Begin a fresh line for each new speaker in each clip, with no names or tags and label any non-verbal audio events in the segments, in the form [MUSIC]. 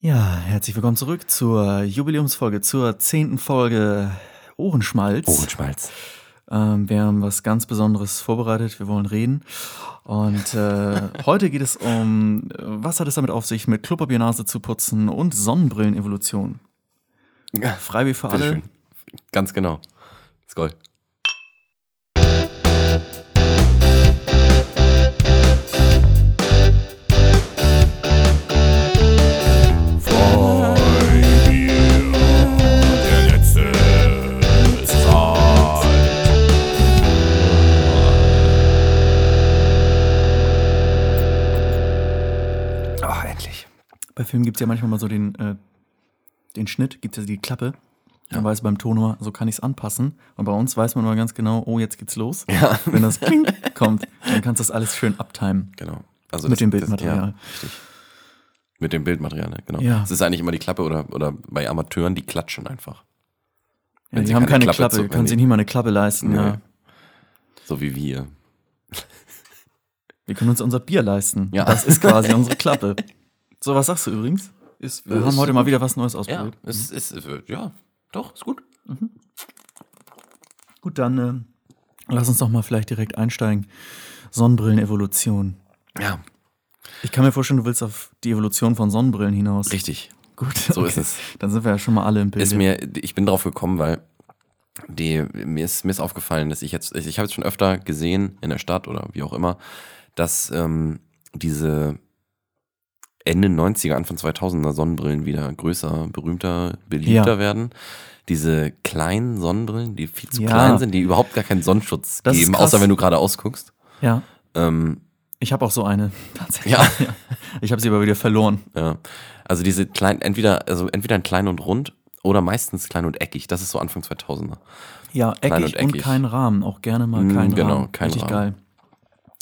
Ja, herzlich willkommen zurück zur Jubiläumsfolge, zur zehnten Folge Ohrenschmalz.
Ohrenschmalz.
Ähm, wir haben was ganz Besonderes vorbereitet. Wir wollen reden. Und
[LAUGHS]
äh, heute geht es um, äh, was hat es damit auf sich, mit Klopapiernase zu putzen und Sonnenbrillenevolution.
Ja,
Freiwillig für alle.
bitteschön. Ganz genau. Let's go. Ach, endlich.
Bei Filmen gibt es ja manchmal mal so den, äh, den Schnitt, gibt es ja die Klappe. Dann weiß beim Tonor, so kann ich es anpassen. Und bei uns weiß man mal ganz genau, oh, jetzt geht's los.
Ja.
Wenn das Kling
[LAUGHS]
kommt, dann kannst du das alles schön abtimen.
Genau. Also
Mit
das-
dem
das-
Bildmaterial.
ja, richtig. Mit dem Bildmaterial, ne? genau.
Ja.
Es ist eigentlich immer die Klappe oder, oder bei Amateuren, die klatschen einfach.
Ja,
Wenn
die
sie
haben keine
keine
Klappe,
Klappe zu- wenn
können
die-
sich nicht mal eine Klappe leisten.
Nee.
Ja.
So wie wir.
Wir können uns unser Bier leisten.
Ja.
Das ist
[LAUGHS]
quasi unsere Klappe. So, was sagst du übrigens?
Ist,
Wir haben heute mal wieder was Neues ausprobiert.
es ist, es- ja, doch, ist gut.
Gut, dann äh, lass uns doch mal vielleicht direkt einsteigen. Sonnenbrillenevolution.
Ja,
Ich kann mir vorstellen, du willst auf die Evolution von Sonnenbrillen hinaus.
richtig.
Gut,
So ist es.
Dann sind wir ja schon mal alle im Bild.
Ist mir, ich bin drauf gekommen, weil die, mir, ist, mir ist aufgefallen, dass ich jetzt, ich, ich habe es schon öfter gesehen in der Stadt oder wie auch immer, dass ähm, diese Ende 90er, Anfang 2000er Sonnenbrillen wieder größer, berühmter, beliebter
Ja.
werden. Diese kleinen Sonnenbrillen, die viel zu
Ja.
klein sind, die überhaupt gar keinen Sonnenschutz
Das ist
geben,
krass.
außer wenn du gerade ausguckst.
ja,
Ähm, [LAUGHS]
ich habe auch so eine. [LAUGHS] Tatsächlich.
Ja.
Ich habe sie aber wieder verloren.
Ja. Also diese kleinen, entweder, also entweder in klein und rund oder meistens klein und eckig. Das ist so Anfang 2000er.
Ja, eckig
Klein
und,
und eckig.
kein Rahmen. Auch gerne mal
Mm,
kein Rahmen.
genau, kein
Richtig
Rahmen.
geil.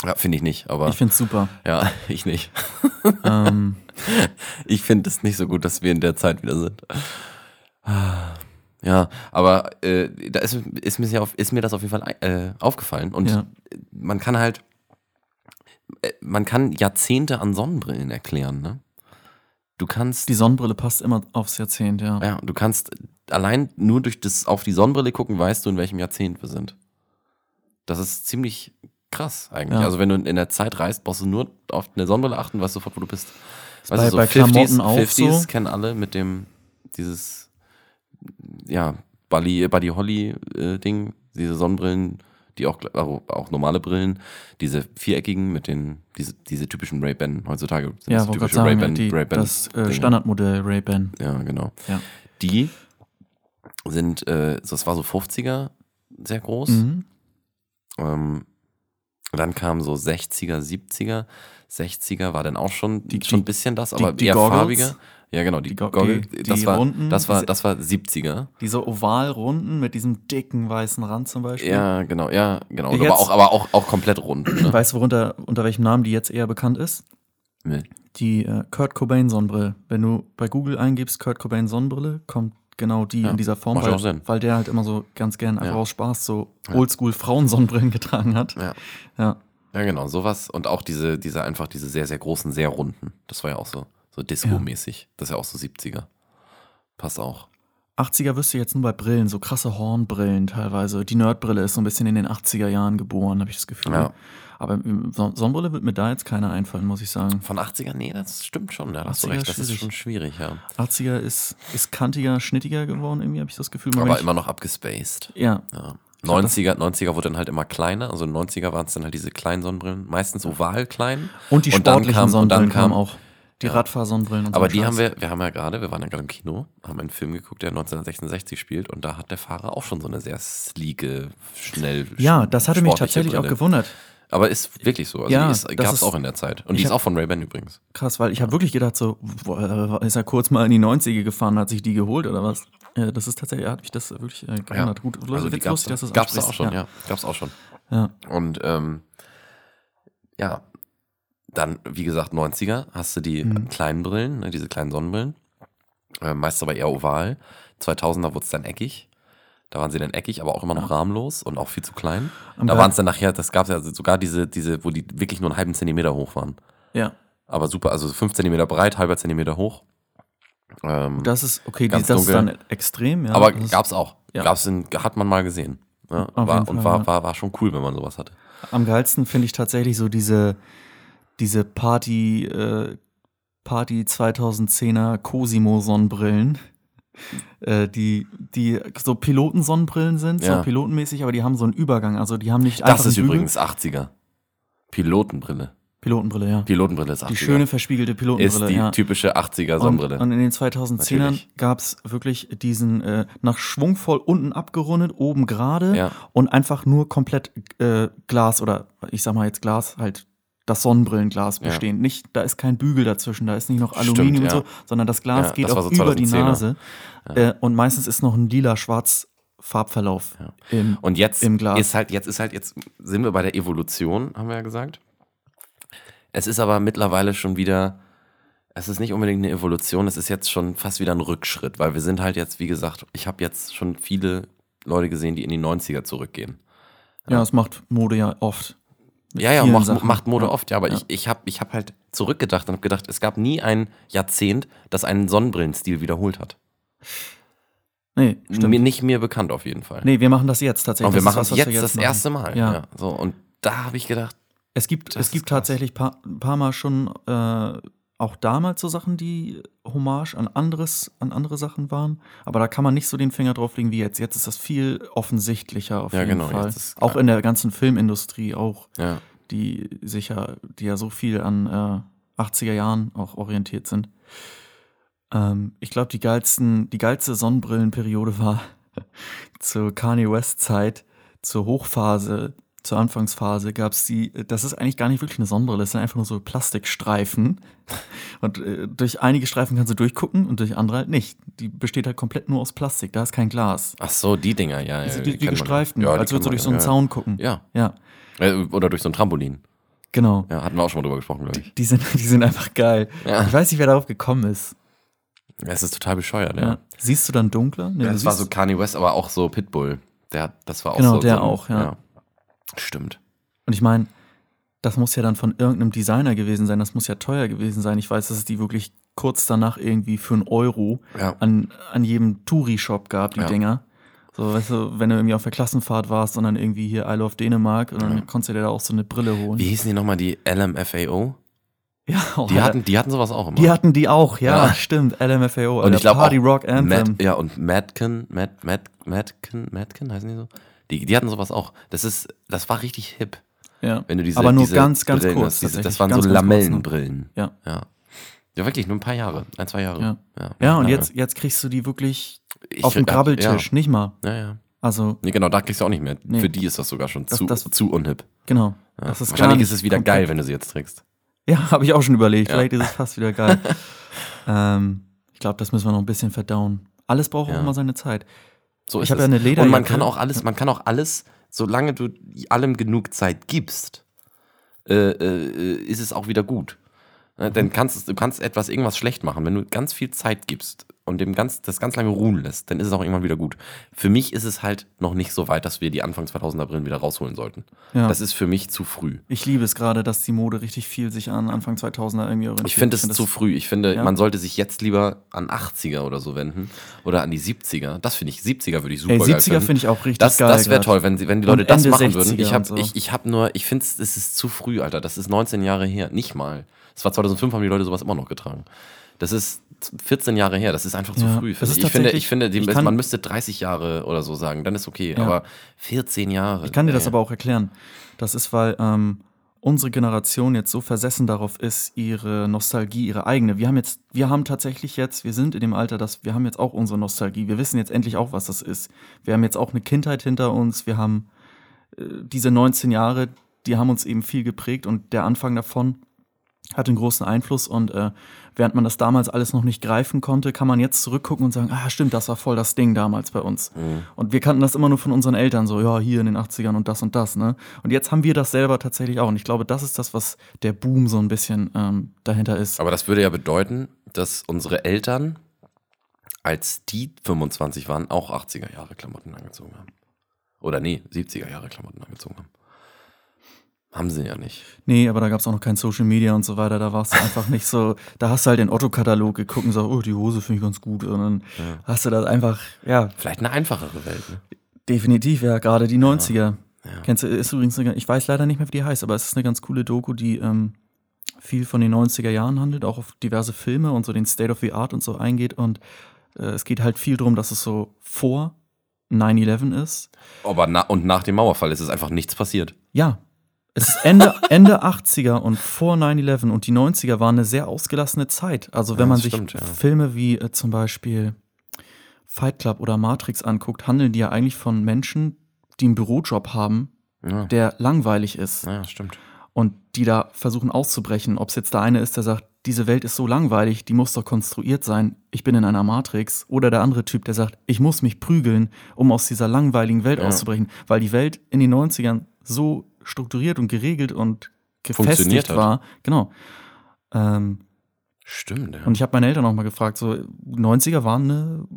Ja, finde ich nicht, aber
Ich find's super.
ja, [LAUGHS] ich nicht. [LAUGHS]
ähm,
Ich finde es nicht so gut, dass wir in der Zeit wieder sind. Ah, Ja, aber äh, da ist, ist, mir sehr auf, ist mir das auf jeden Fall äh, aufgefallen. Und
Ja.
man kann halt, äh, man kann Jahrzehnte an Sonnenbrillen erklären, ne? Du kannst
die Sonnenbrille passt immer aufs Jahrzehnt, ja.
Ja, du kannst allein nur durch das auf die Sonnenbrille gucken, weißt du, in welchem Jahrzehnt wir sind. Das ist ziemlich krass eigentlich.
Ja.
Also wenn du in der Zeit reist, brauchst du nur auf eine Sonnenbrille achten, weißt sofort, wo du bist.
bei- bei Klamotten auch so?
kennen alle mit dem dieses ja, Buddy, Buddy Holly äh, Ding, diese Sonnenbrillen, die auch also auch normale Brillen, diese viereckigen mit den diese, diese typischen Ray-Ban heutzutage sind
Ja,
das
wollte gerade sagen, ja, die,
Ray-Ban
das äh,
Dinge.
Standardmodell Ray-Ban.
Ja, genau.
Ja.
Die sind, äh, so, das war so 50er sehr groß.
Mhm.
Ähm, dann kamen so 60er, 70er. 60er war dann auch schon,
Die-
schon
die-
ein bisschen das,
die-
aber
die
eher
Goggles?
farbiger. Ja, genau, die,
Die Go-
Goggle,
die-
das,
die
war,
runden,
das, war,
diese-
das war 70er.
Diese ovalrunden mit diesem dicken weißen Rand zum Beispiel.
Ja, genau, ja, genau.
Jetzt-
Aber auch, aber auch, auch komplett rund.
[CLEARS THROAT]
Ne?
Weißt du, worunter, unter welchem Namen die jetzt eher bekannt ist?
Nee.
Die äh, Kurt Cobain Sonnenbrille. Wenn du bei Google eingibst Kurt Cobain Sonnenbrille, kommt genau die
Ja,
in dieser Form,
macht
weil,
auch Sinn.
weil der halt immer so ganz gern einfach
Ja.
aus Spaß so
Ja.
Oldschool Frauen Sonnenbrillen [LAUGHS] getragen hat.
Ja.
Ja,
ja, genau, sowas. Und auch diese, diese einfach diese sehr, sehr großen, sehr runden. Das war ja auch so, so Disco-mäßig. Das ist ja auch so 70er. Passt auch.
80er wüsste ich jetzt nur bei Brillen, so krasse Hornbrillen teilweise. Die Nerdbrille ist so ein bisschen in den 80er Jahren geboren, habe ich das Gefühl.
Ja.
Aber ähm, Son- Sonnenbrille wird mir da jetzt keiner einfallen, muss ich sagen.
Von 80ern? Nee, das stimmt schon. Da hast du
80er
recht. Das ist
schwierig.
schon schwierig, ja.
80er ist, ist kantiger, schnittiger geworden, irgendwie habe ich das Gefühl. Mal wenn
Aber
ich,
immer noch abgespaced.
Ja,
Ja.
glaub,
90er, 90er wurde dann halt immer kleiner. Also in den 90er waren es dann halt diese kleinen Sonnenbrillen. Meistens oval klein.
und die
Und dann
sportlichen
kam- und
Sonnenbrillen
dann kam-
kamen auch. Die
Ja.
Radfahrsonnenbrillen und so.
Aber
ein
die
Scheiß.
haben wir, wir haben ja gerade, wir waren ja gerade im Kino, haben einen Film geguckt, der 1966 spielt und da hat der Fahrer auch schon so eine sehr sleeke, schnell.
Ja, das hatte mich
sportliche
tatsächlich auch
Brille.
gewundert.
Aber ist wirklich so. Also
Ja,
die
das
gab es
ist-
auch in der Zeit.
ich
Und die ist
hab-
auch von Ray-Ban übrigens.
Krass, weil ich habe wirklich gedacht, so, boah, ist er kurz mal in die 90er gefahren, hat sich die geholt oder was? Äh, Das ist tatsächlich, hat mich das wirklich äh, gewundert. Gut,
also die
jetzt
gab's,
lustig, dass du es
gab's da auch
ansprichst.
schon, ja. Gab's auch schon.
Ja.
Und ähm, ja, dann, wie gesagt, 90er hast du die
Mhm.
kleinen Brillen, ne, diese kleinen Sonnenbrillen. Äh, meist aber eher oval. 2000er wurde es dann eckig. Da waren sie dann eckig, aber auch immer noch rahmenlos und auch viel zu klein.
Am
da
Gra-
waren es dann nachher, das gab es ja sogar diese, diese, wo die wirklich nur einen halben Zentimeter hoch waren.
Ja.
Aber super, also 5 Zentimeter breit, halber Zentimeter hoch. Ähm,
Das ist, okay, die,
Ganz
das ist
dunkel.
dann extrem, ja.
aber
das ist
gab's auch.
ja.
Gab's in, hat man mal gesehen. Ja,
Auf jeden
war, und
Fall,
war,
ja.
war, war schon cool, wenn man sowas hatte.
Am geilsten finde ich tatsächlich so diese, diese Party, äh, Party 2010er Cosimo-Sonnenbrillen. Äh, die, die so Pilotensonnenbrillen sind,
Ja.
so pilotenmäßig, aber die haben so einen Übergang. Also die haben nicht
Das
einen
ist
Bügel.
übrigens 80er. Pilotenbrille.
Pilotenbrille, ja.
Pilotenbrille ist 80er.
die schöne verspiegelte
ist
Pilotenbrille.
die
ja.
typische 80er
und,
Sonnenbrille.
und in den 2010ern
Natürlich.
gab es wirklich diesen äh, nach schwungvoll unten abgerundet, oben gerade
Ja.
und einfach nur komplett äh, Glas oder ich sag mal jetzt Glas, halt das Sonnenbrillenglas
Ja.
bestehend. Nicht, da ist kein Bügel dazwischen, da ist nicht noch
Stimmt,
Aluminium
ja.
und so, sondern das Glas
Ja,
geht
das war
auch
so
über die
2010er.
Nase. Äh, und meistens ist noch ein lila-schwarz Farbverlauf. Im,
Und jetzt
Im Glas.
ist halt, jetzt ist halt, jetzt sind wir bei der Evolution, haben wir ja gesagt. Es ist aber mittlerweile schon wieder, es ist nicht unbedingt eine Evolution, es ist jetzt schon fast wieder ein Rückschritt, weil wir sind halt jetzt, wie gesagt, ich habe jetzt schon viele Leute gesehen, die in die 90er zurückgehen.
ja, das macht Mode ja oft.
Ja, ja,
vielen
macht,
Sachen.
macht Mode
Ja.
oft, ja, aber ich, ich habe ich hab halt zurückgedacht und habe gedacht, es gab nie ein Jahrzehnt, das einen Sonnenbrillenstil wiederholt hat.
Nee, stimmt.
Mir, nicht mir bekannt auf jeden Fall.
Nee, wir machen das jetzt tatsächlich.
und wir
Das ist
machen
was, was
jetzt,
wir
das
machen.
erste Mal.
Ja.
Ja. so, und da habe ich gedacht,
Es gibt,
Das
es gibt
ist krass.
tatsächlich paar, ein paar Mal schon äh, auch damals so Sachen, die Hommage an anderes, an andere Sachen waren. Aber da kann man nicht so den Finger drauflegen wie jetzt. Jetzt ist das viel offensichtlicher auf
Ja,
jeden
genau,
Fall.
jetzt ist klar.
auch in der ganzen Filmindustrie, auch
ja.
die sicher, die ja so viel an äh, 80er Jahren auch orientiert sind. Ähm, ich glaube, die geilsten, die geilste Sonnenbrillenperiode war [LAUGHS] zur Kanye West Zeit, zur Hochphase, zur Anfangsphase gab es die, das ist eigentlich gar nicht wirklich eine Sonnenbrille, das sind einfach nur so Plastikstreifen. [LAUGHS] Und äh, durch einige Streifen kannst du durchgucken und durch andere halt nicht. Die besteht halt komplett nur aus Plastik, da ist kein Glas.
Ach so, Äh, die Dinger, ja. ja
Also die, die
kennt man.
gestreiften,
Ja, die
als
kennt
würdest du
man,
durch so einen
ja,
Zaun gucken.
Ja.
ja
ja. Äh, Oder durch so ein Trampolin.
genau.
Ja, hatten wir auch schon mal drüber gesprochen, glaube ich.
Die sind, [LAUGHS] die sind einfach geil.
Ja.
Ich weiß nicht, wer darauf gekommen ist.
Es ist total bescheuert, ja.
Ja. Siehst du dann dunkler? Nee,
Ja,
du
das war so
siehst-
Kanye West, aber auch so Pitbull. Der, hat- das war auch
Genau,
so.
der
so, ein-
auch, ja.
Stimmt.
Und ich meine, das muss ja dann von irgendeinem Designer gewesen sein. Das muss ja teuer gewesen sein. Ich weiß, dass es die wirklich kurz danach irgendwie für einen Euro
Ja.
an, an jedem Touri-Shop gab, die
Ja.
Dinger. So, weißt du, wenn du irgendwie auf der Klassenfahrt warst und dann irgendwie hier I Love Dänemark und dann konntest du dir da auch so eine Brille holen.
Wie hießen die nochmal, die LMFAO?
Ja, oh,
Die
Alter.
hatten, die hatten sowas auch immer.
die hatten die auch, ja,
Ja.
stimmt. LMFAO,
und
Alter,
ich glaube
Party Rock Anthem.
Matt, ja, und Madkin, Mad, Mad, Madkin, Madkin, heißen die so? Die, die hatten sowas auch. Das ist, das war richtig hip.
ja.
Wenn du diese,
Aber nur
diese
ganz, ganz
Brillen
kurz.
hast, diese, das
tatsächlich.
waren
Ganz,
so
ganz kurz, ne?
Lamellenbrillen.
Ja.
ja. Ja, wirklich, nur ein paar Jahre. Ein, zwei Jahre.
Ja.
ja,
Ja, und
lange.
jetzt, jetzt kriegst du die wirklich
Ich-
auf dem
ja,
Grabbeltisch, nicht mal.
Ja, ja. ja.
Also,
Nee, genau, da kriegst du auch nicht mehr.
Nee.
Für die ist das sogar schon zu,
das-
zu unhip.
genau.
Ja.
Das ist gar
Wahrscheinlich
nicht
ist es wieder
komplett-
geil, wenn du sie jetzt trägst.
Ja, [LAUGHS] habe ich auch schon überlegt.
Ja.
Vielleicht ist es fast wieder
[LAUGHS]
geil. ähm, ich glaube, das müssen wir noch ein bisschen verdauen. Alles braucht
Ja.
auch immer seine Zeit.
So
Ich
ist
hab
es.
ja eine
Und man
Lederjacke.
kann auch alles, man kann auch alles, solange du allem genug Zeit gibst, äh, äh, ist es auch wieder gut. Ne,
Mhm.
Dann kannst es- du kannst etwas irgendwas schlecht machen, wenn du ganz viel Zeit gibst und dem ganz, das ganz lange ruhen lässt, dann ist es auch irgendwann wieder gut. Für mich ist es halt noch nicht so weit, dass wir die Anfang 2000er Brillen wieder rausholen sollten.
Ja.
Das ist für mich zu früh.
Ich liebe es gerade, dass die Mode richtig viel sich an Anfang 2000er irgendwie orientiert.
Ich finde es zu früh. Ich finde,
Ja.
man sollte sich jetzt lieber an 80er oder so wenden oder an die 70er. Das finde ich, 70er würde ich super
Ey,
geil
70er
finden.
finde ich auch richtig
Das,
geil.
das wäre
grad.
toll, wenn, sie, wenn die
Und
Leute das
Ende
machen würden.
60er
Ich habe
und so.
ich, ich hab nur, ich finde es ist zu früh, Alter. Das ist 19 Jahre her. Nicht mal. Es war 2005, haben die Leute sowas immer noch getragen. Das ist 14 Jahre her. Das ist einfach zu
Ja,
früh.
das
Finde
ist
ich. ich finde,
tatsächlich-
ich finde die,
ich kann-
man müsste 30 Jahre oder so sagen. Dann ist okay.
Ja.
Aber 14 Jahre.
Ich kann dir das aber auch erklären. Das ist, weil ähm, unsere Generation jetzt so versessen darauf ist, ihre Nostalgie, ihre eigene. Wir haben jetzt, wir haben tatsächlich jetzt, wir sind in dem Alter, dass wir haben jetzt auch unsere Nostalgie. Wir wissen jetzt endlich auch, was das ist. Wir haben jetzt auch eine Kindheit hinter uns. Wir haben äh, diese 19 Jahre, die haben uns eben viel geprägt und der Anfang davon hat einen großen Einfluss und äh, während man das damals alles noch nicht greifen konnte, kann man jetzt zurückgucken und sagen, ah stimmt, das war voll das Ding damals bei uns.
Mhm.
Und wir kannten das immer nur von unseren Eltern, so ja, hier in den 80ern und das und das, ne? Und jetzt haben wir das selber tatsächlich auch und ich glaube, das ist das, was der Boom so ein bisschen ähm, dahinter ist.
Aber das würde ja bedeuten, dass unsere Eltern, als die 25 waren, auch 80er Jahre Klamotten angezogen haben. Oder nee, 70er Jahre Klamotten angezogen haben. Haben sie ja nicht.
Nee, aber da gab es auch noch kein Social Media und so weiter. Da war es einfach nicht so. Da hast du halt den Otto-Katalog geguckt und sagst, oh, die Hose finde ich ganz gut. Und dann
Ja.
hast du das einfach, ja,
Vielleicht eine einfachere Welt. Ne?
definitiv, ja, gerade die 90er.
Ja.
Kennst du, ist übrigens eine, ich weiß leider nicht mehr, wie die heißt, aber es ist eine ganz coole Doku, die ähm, viel von den 90er Jahren handelt, auch auf diverse Filme und so den State of the Art und so eingeht. Und äh, es geht halt viel darum, dass es so vor 9-11 ist.
Aber na, und nach dem Mauerfall ist es einfach nichts passiert.
Ja. Es ist
[LAUGHS]
Ende, Ende 80er und vor 9-11 und die 90er waren eine sehr ausgelassene Zeit. Also wenn
Ja,
man
das
sich
stimmt, ja.
Filme wie äh, zum Beispiel Fight Club oder Matrix anguckt, handeln die ja eigentlich von Menschen, die einen Bürojob haben,
Ja,
der langweilig ist.
ja stimmt.
und die da versuchen auszubrechen. Ob es jetzt der eine ist, der sagt, diese Welt ist so langweilig, die muss doch konstruiert sein, ich bin in einer Matrix. Oder der andere Typ, der sagt, ich muss mich prügeln, um aus dieser langweiligen Welt
Ja.
auszubrechen, weil die Welt in den 90ern so strukturiert und geregelt und
Funktioniert
gefestigt
hat.
war. Genau. Ähm,
Stimmt, ja.
und ich habe meine Eltern auch mal gefragt, so 90er waren eine,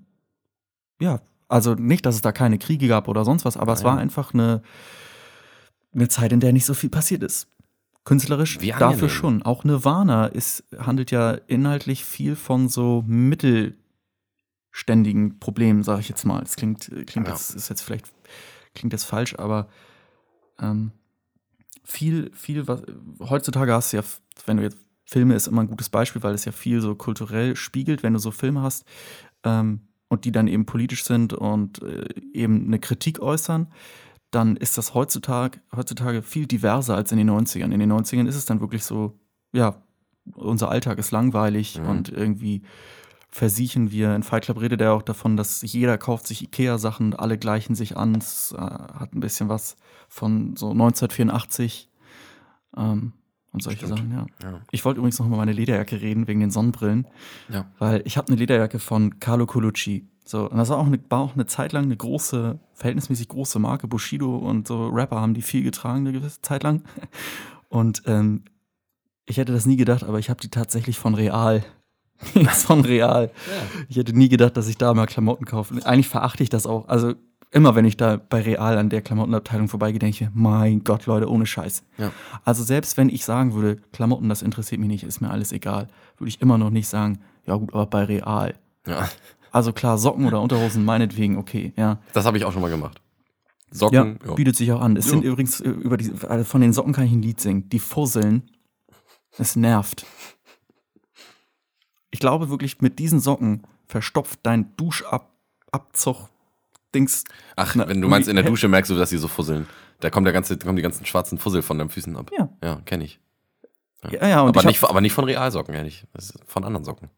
ja, also nicht, dass es da keine Kriege gab oder sonst was, aber es
Nein.
war einfach eine, eine Zeit, in der nicht so viel passiert ist. Künstlerisch
Wie angenehm.
dafür schon. Auch Nirvana ist, handelt ja inhaltlich viel von so mittelständigen Problemen, sage ich jetzt mal. Es klingt, klingt
Ja.
jetzt, ist jetzt vielleicht, klingt jetzt falsch, aber ähm, viel, viel, was heutzutage hast du ja, wenn du jetzt Filme ist immer ein gutes Beispiel, weil es ja viel so kulturell spiegelt, wenn du so Filme hast ähm, und die dann eben politisch sind und äh, eben eine Kritik äußern, dann ist das heutzutage, heutzutage viel diverser als in den 90ern. In den 90ern ist es dann wirklich so, ja, unser Alltag ist langweilig
Mhm.
und irgendwie versiechen wir. In Fight Club redet er auch davon, dass jeder kauft sich Ikea-Sachen, alle gleichen sich an. Es äh, hat ein bisschen was von so 1984 ähm, und solche
Stimmt.
Sachen, ja.
ja.
Ich wollte übrigens noch mal meine Lederjacke reden wegen den Sonnenbrillen,
Ja.
weil ich habe eine Lederjacke von Carlo Colucci. So, und das war auch, eine, war auch eine Zeit lang eine große, verhältnismäßig große Marke. Bushido und so Rapper haben die viel getragen eine gewisse Zeit lang. [LAUGHS] Und ähm, ich hätte das nie gedacht, aber ich habe die tatsächlich von Real. [LAUGHS] Die ist von Real. Ich hätte nie gedacht, dass ich da mal Klamotten kaufe. Eigentlich verachte ich das auch. Also immer, wenn ich da bei Real an der Klamottenabteilung vorbeigehe, denke ich mir, mein Gott, Leute, ohne Scheiß.
Ja.
Also selbst wenn ich sagen würde, Klamotten, das interessiert mich nicht, ist mir alles egal, würde ich immer noch nicht sagen, ja gut, aber bei Real.
ja.
Also klar, Socken oder Unterhosen, meinetwegen, okay, ja.
Das habe ich auch schon mal gemacht.
Ja,
Socken, ja.
bietet sich auch an. Es sind
Ja.
übrigens äh, über die, also von den Socken kann ich ein Lied singen. Die fusseln. Es nervt. Ich glaube wirklich, mit diesen Socken verstopft dein Duschabzug Dings.
Ach,
Na,
wenn du meinst, in der
hä?
Dusche merkst du, dass die so fusseln. Da kommt der ganze, kommen die ganzen schwarzen Fussel von deinen Füßen ab.
Ja.
Ja, kenne ich.
Ja, ja, und
Aber
ich hab-
nicht, von- aber nicht von Realsocken, ehrlich. Das ist von anderen Socken.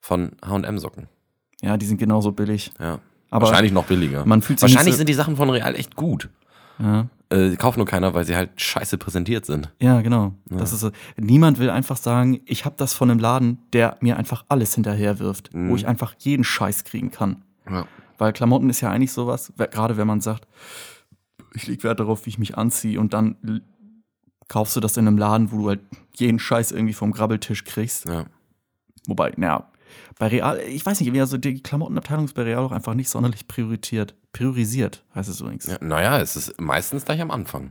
Von H&M-Socken.
Ja, die sind genauso billig.
Ja.
Aber
Wahrscheinlich noch billiger.
man fühlt sich nicht
Wahrscheinlich
so-
sind die Sachen von Real echt gut.
Ja,
Äh, kauft nur keiner, weil sie halt scheiße präsentiert sind.
ja genau. Das ist, so. niemand will einfach sagen, ich habe das von einem Laden, der mir einfach alles hinterherwirft, wo
Mhm.
ich einfach jeden Scheiß kriegen kann.
Ja.
Weil Klamotten ist ja eigentlich sowas, we- gerade wenn man sagt, ich lege Wert darauf, wie ich mich anziehe und dann l- kaufst du das in einem Laden, wo du halt jeden Scheiß irgendwie vom Grabbeltisch kriegst.
ja.
Wobei, naja, bei Real, ich weiß nicht, irgendwie also die Klamottenabteilung ist bei Real auch einfach nicht sonderlich priorisiert. Priorisiert heißt es übrigens.
ja. Naja, es ist meistens gleich am Anfang.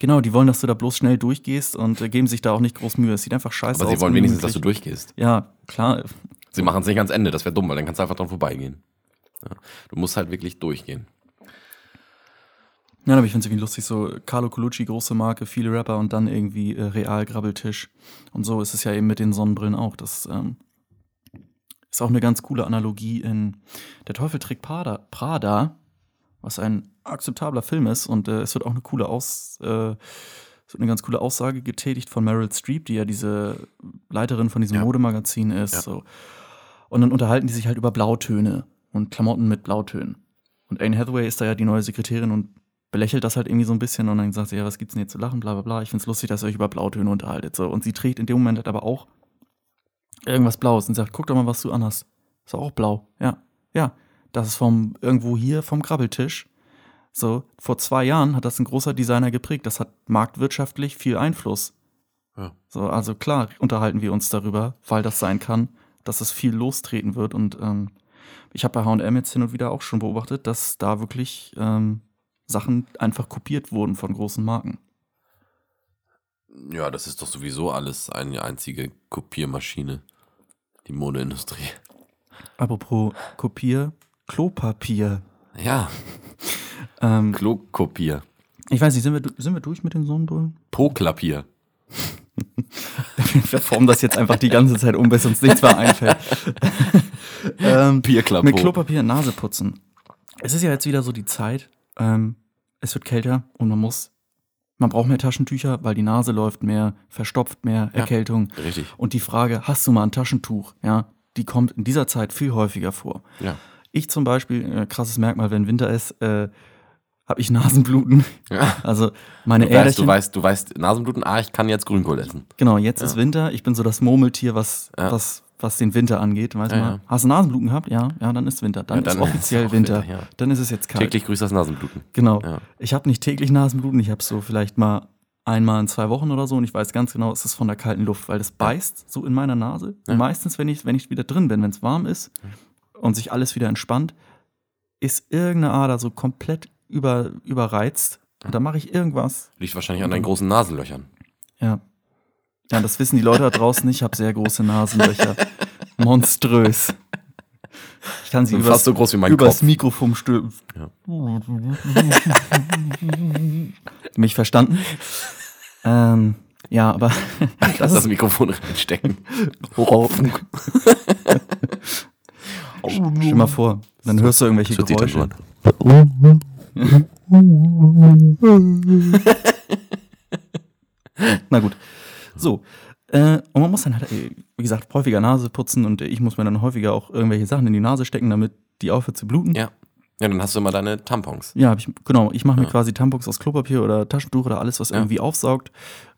Genau, die wollen, dass du da bloß schnell durchgehst und äh, geben sich da auch nicht groß Mühe. Es sieht einfach scheiße
Aber
aus.
sie wollen wenigstens, dass du
ungemütlich.
durchgehst.
Ja, klar.
Sie machen es nicht ans Ende, das wäre dumm, weil dann kannst du einfach dran vorbeigehen. Ja. Du musst halt wirklich durchgehen.
Ja, aber ich finde es irgendwie lustig, so Carlo Colucci, große Marke, viele Rapper und dann irgendwie äh, Real-Grabbeltisch. Und so ist es ja eben mit den Sonnenbrillen auch. Das ähm, ist auch eine ganz coole Analogie in Der Teufel trägt Prada, Prada was ein akzeptabler Film ist. Und äh, es wird auch eine coole Aus, äh, es wird eine ganz coole Aussage getätigt von Meryl Streep, die ja diese Leiterin von diesem
Ja.
Modemagazin ist.
Ja.
So. Und dann unterhalten die sich halt über Blautöne und Klamotten mit Blautönen. Und Anne Hathaway ist da ja die neue Sekretärin und belächelt das halt irgendwie so ein bisschen und dann sagt sie, ja, was gibt's denn hier zu lachen, bla bla bla. Ich find's lustig, dass ihr euch über Blautöne unterhaltet. So. Und sie trägt in dem Moment halt aber auch irgendwas Blaues und sagt, guck doch mal, was du anhast. Ist auch blau. Ja. Ja. Das ist vom irgendwo hier vom Krabbeltisch. So, vor zwei Jahren hat das ein großer Designer geprägt. Das hat marktwirtschaftlich viel Einfluss.
Ja.
So, also klar unterhalten wir uns darüber, weil das sein kann, dass es viel lostreten wird. Und ähm, ich habe bei HM jetzt hin und wieder auch schon beobachtet, dass da wirklich ähm, Sachen einfach kopiert wurden von großen Marken.
Ja, das ist doch sowieso alles eine einzige Kopiermaschine. Die Modeindustrie.
Apropos Kopier, Klopapier.
Ja,
[LAUGHS] Ähm,
Klokopier.
ich weiß nicht, sind wir, du- sind wir durch mit den Sonnenbrillen? [LAUGHS]
Poklapier.
Wir formen das jetzt einfach die ganze Zeit um, bis uns nichts mehr [LAUGHS] einfällt. ähm,
Papierklapo.
mit Klopapier Nase putzen. Es ist ja jetzt wieder so die Zeit. Ähm, es wird kälter und man muss, man braucht mehr Taschentücher, weil die Nase läuft mehr, verstopft mehr,
Ja.
Erkältung.
Richtig.
Und die Frage, hast du mal ein Taschentuch? Ja, die kommt in dieser Zeit viel häufiger vor.
Ja.
Ich zum Beispiel, äh, krasses Merkmal, wenn Winter ist, äh, habe ich Nasenbluten. [LAUGHS]
ja.
Also meine
Du weißt, du
Äderchen.
weißt, du weißt, Nasenbluten, ah, ich kann jetzt Grünkohl essen.
Genau, jetzt ist
Ja.
Winter. Ich bin so das Murmeltier, was,
Ja.
was, was den Winter angeht. Weiß
Ja,
mal.
ja.
Hast du Nasenbluten gehabt? Ja, ja, dann ist Winter. Dann,
[LAUGHS] Ja, dann
ist
ist
offiziell
auch
Winter.
Winter, ja.
Dann ist es jetzt kalt.
Täglich grüßt das Nasenbluten.
Genau.
Ja.
Ich habe nicht täglich Nasenbluten. Ich habe so vielleicht mal einmal in zwei Wochen oder so. Und ich weiß ganz genau, es ist von der kalten Luft, weil das beißt so in meiner Nase.
Ja.
Und meistens, wenn ich, wenn ich wieder drin bin, wenn es warm ist und sich alles wieder entspannt, ist irgendeine Ader so komplett über, überreizt. Und da mache ich irgendwas
Liegt wahrscheinlich
Mhm.
an deinen großen Nasenlöchern.
Ja. Ja, das wissen die Leute da draußen. Ich habe sehr große
[LAUGHS]
Nasenlöcher. Monströs. Ich kann sie
Sind
übers,
fast so groß wie mein
übers
Kopf.
Mikrofon stülpen.
Ja.
Mich verstanden? ähm, ja,
[LAUGHS]
aber das
Lass das
ist,
Mikrofon reinstecken.
Hochfunk. stell mal vor, dann hörst du irgendwelche
Das hört sich dann
Geräusche.
so an.
Na gut. So. Äh, und man muss dann halt, äh, wie gesagt, häufiger Nase putzen und ich muss mir dann häufiger auch irgendwelche Sachen in die Nase stecken, damit die aufhört zu bluten.
Ja. Ja, dann hast du immer deine Tampons.
Ja, hab ich, genau. Ich mache mir
Ja.
quasi Tampons aus Klopapier oder Taschentuch oder alles, was
Ja.
irgendwie aufsaugt.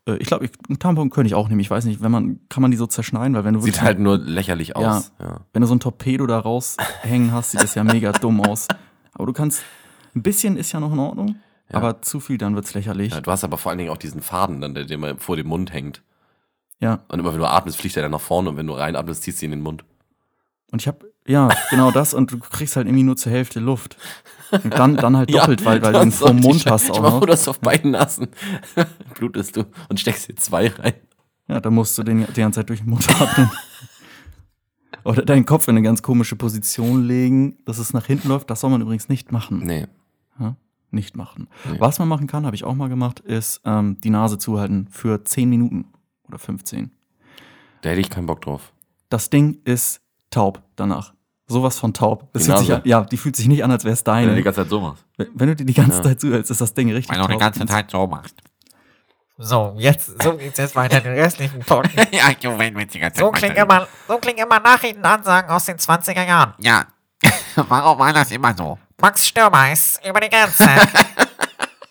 Äh, Ich glaube, einen Tampon könnte ich auch nehmen. Ich weiß nicht, wenn man, kann man die so zerschneiden, weil wenn du
Sieht
wirklich,
halt nur lächerlich aus. Ja.
wenn du so ein Torpedo da raushängen hast, sieht das ja mega dumm aus. Aber du kannst, ein bisschen ist ja noch in Ordnung,
Ja.
aber zu viel, dann wird's lächerlich.
Ja,
Ja.
du hast aber vor allen Dingen auch diesen Faden, dann, der dir mal vor dem Mund hängt. Und immer wenn du atmest, fliegt der dann nach vorne und wenn du reinatmest, ziehst du ihn in den Mund.
Und ich habe, ja, genau das und du kriegst halt irgendwie nur zur Hälfte Luft. Und dann, dann
[LAUGHS]
halt doppelt, weil, weil du
das
ihn
ist
vor
auch
dem
die
Mund
Scheiße.
hast
Stell halt mal
auch
vor,
noch.
du hast auf beiden Nasen [LAUGHS] blutest du und steckst dir zwei rein.
Ja, dann musst du den die ganze Zeit durch den Mund
[LAUGHS]
atmen. Oder deinen Kopf in eine ganz komische Position legen, dass es nach hinten läuft. Das soll man übrigens nicht machen.
Nee.
Ja? Nicht machen.
Nee.
Was man machen kann, habe ich auch mal gemacht, ist ähm, die Nase zuhalten für 10 Minuten oder 15.
Da hätte ich keinen Bock drauf.
Das Ding ist taub danach. Sowas von taub. Das
Die
fühlt sich
Nase?
an, ja, die fühlt sich nicht an, als wäre es deine.
ganze Zeit so machst.
Wenn du dir die ganze
Ja.
Zeit zuhältst, ist das Ding richtig
Weil du die
taub.
ganze Zeit so machst.
So, jetzt, so geht's jetzt weiter, den restlichen Folgen.
[LAUGHS] ja, jo, wenn wir die ganze Zeit
So klingen
weiterreden.
immer, so klingen immer Nachrichtenansagen aus den 20er Jahren.
Ja. [LAUGHS] Warum war das immer so?
Max Stürmer ist über die Grenze.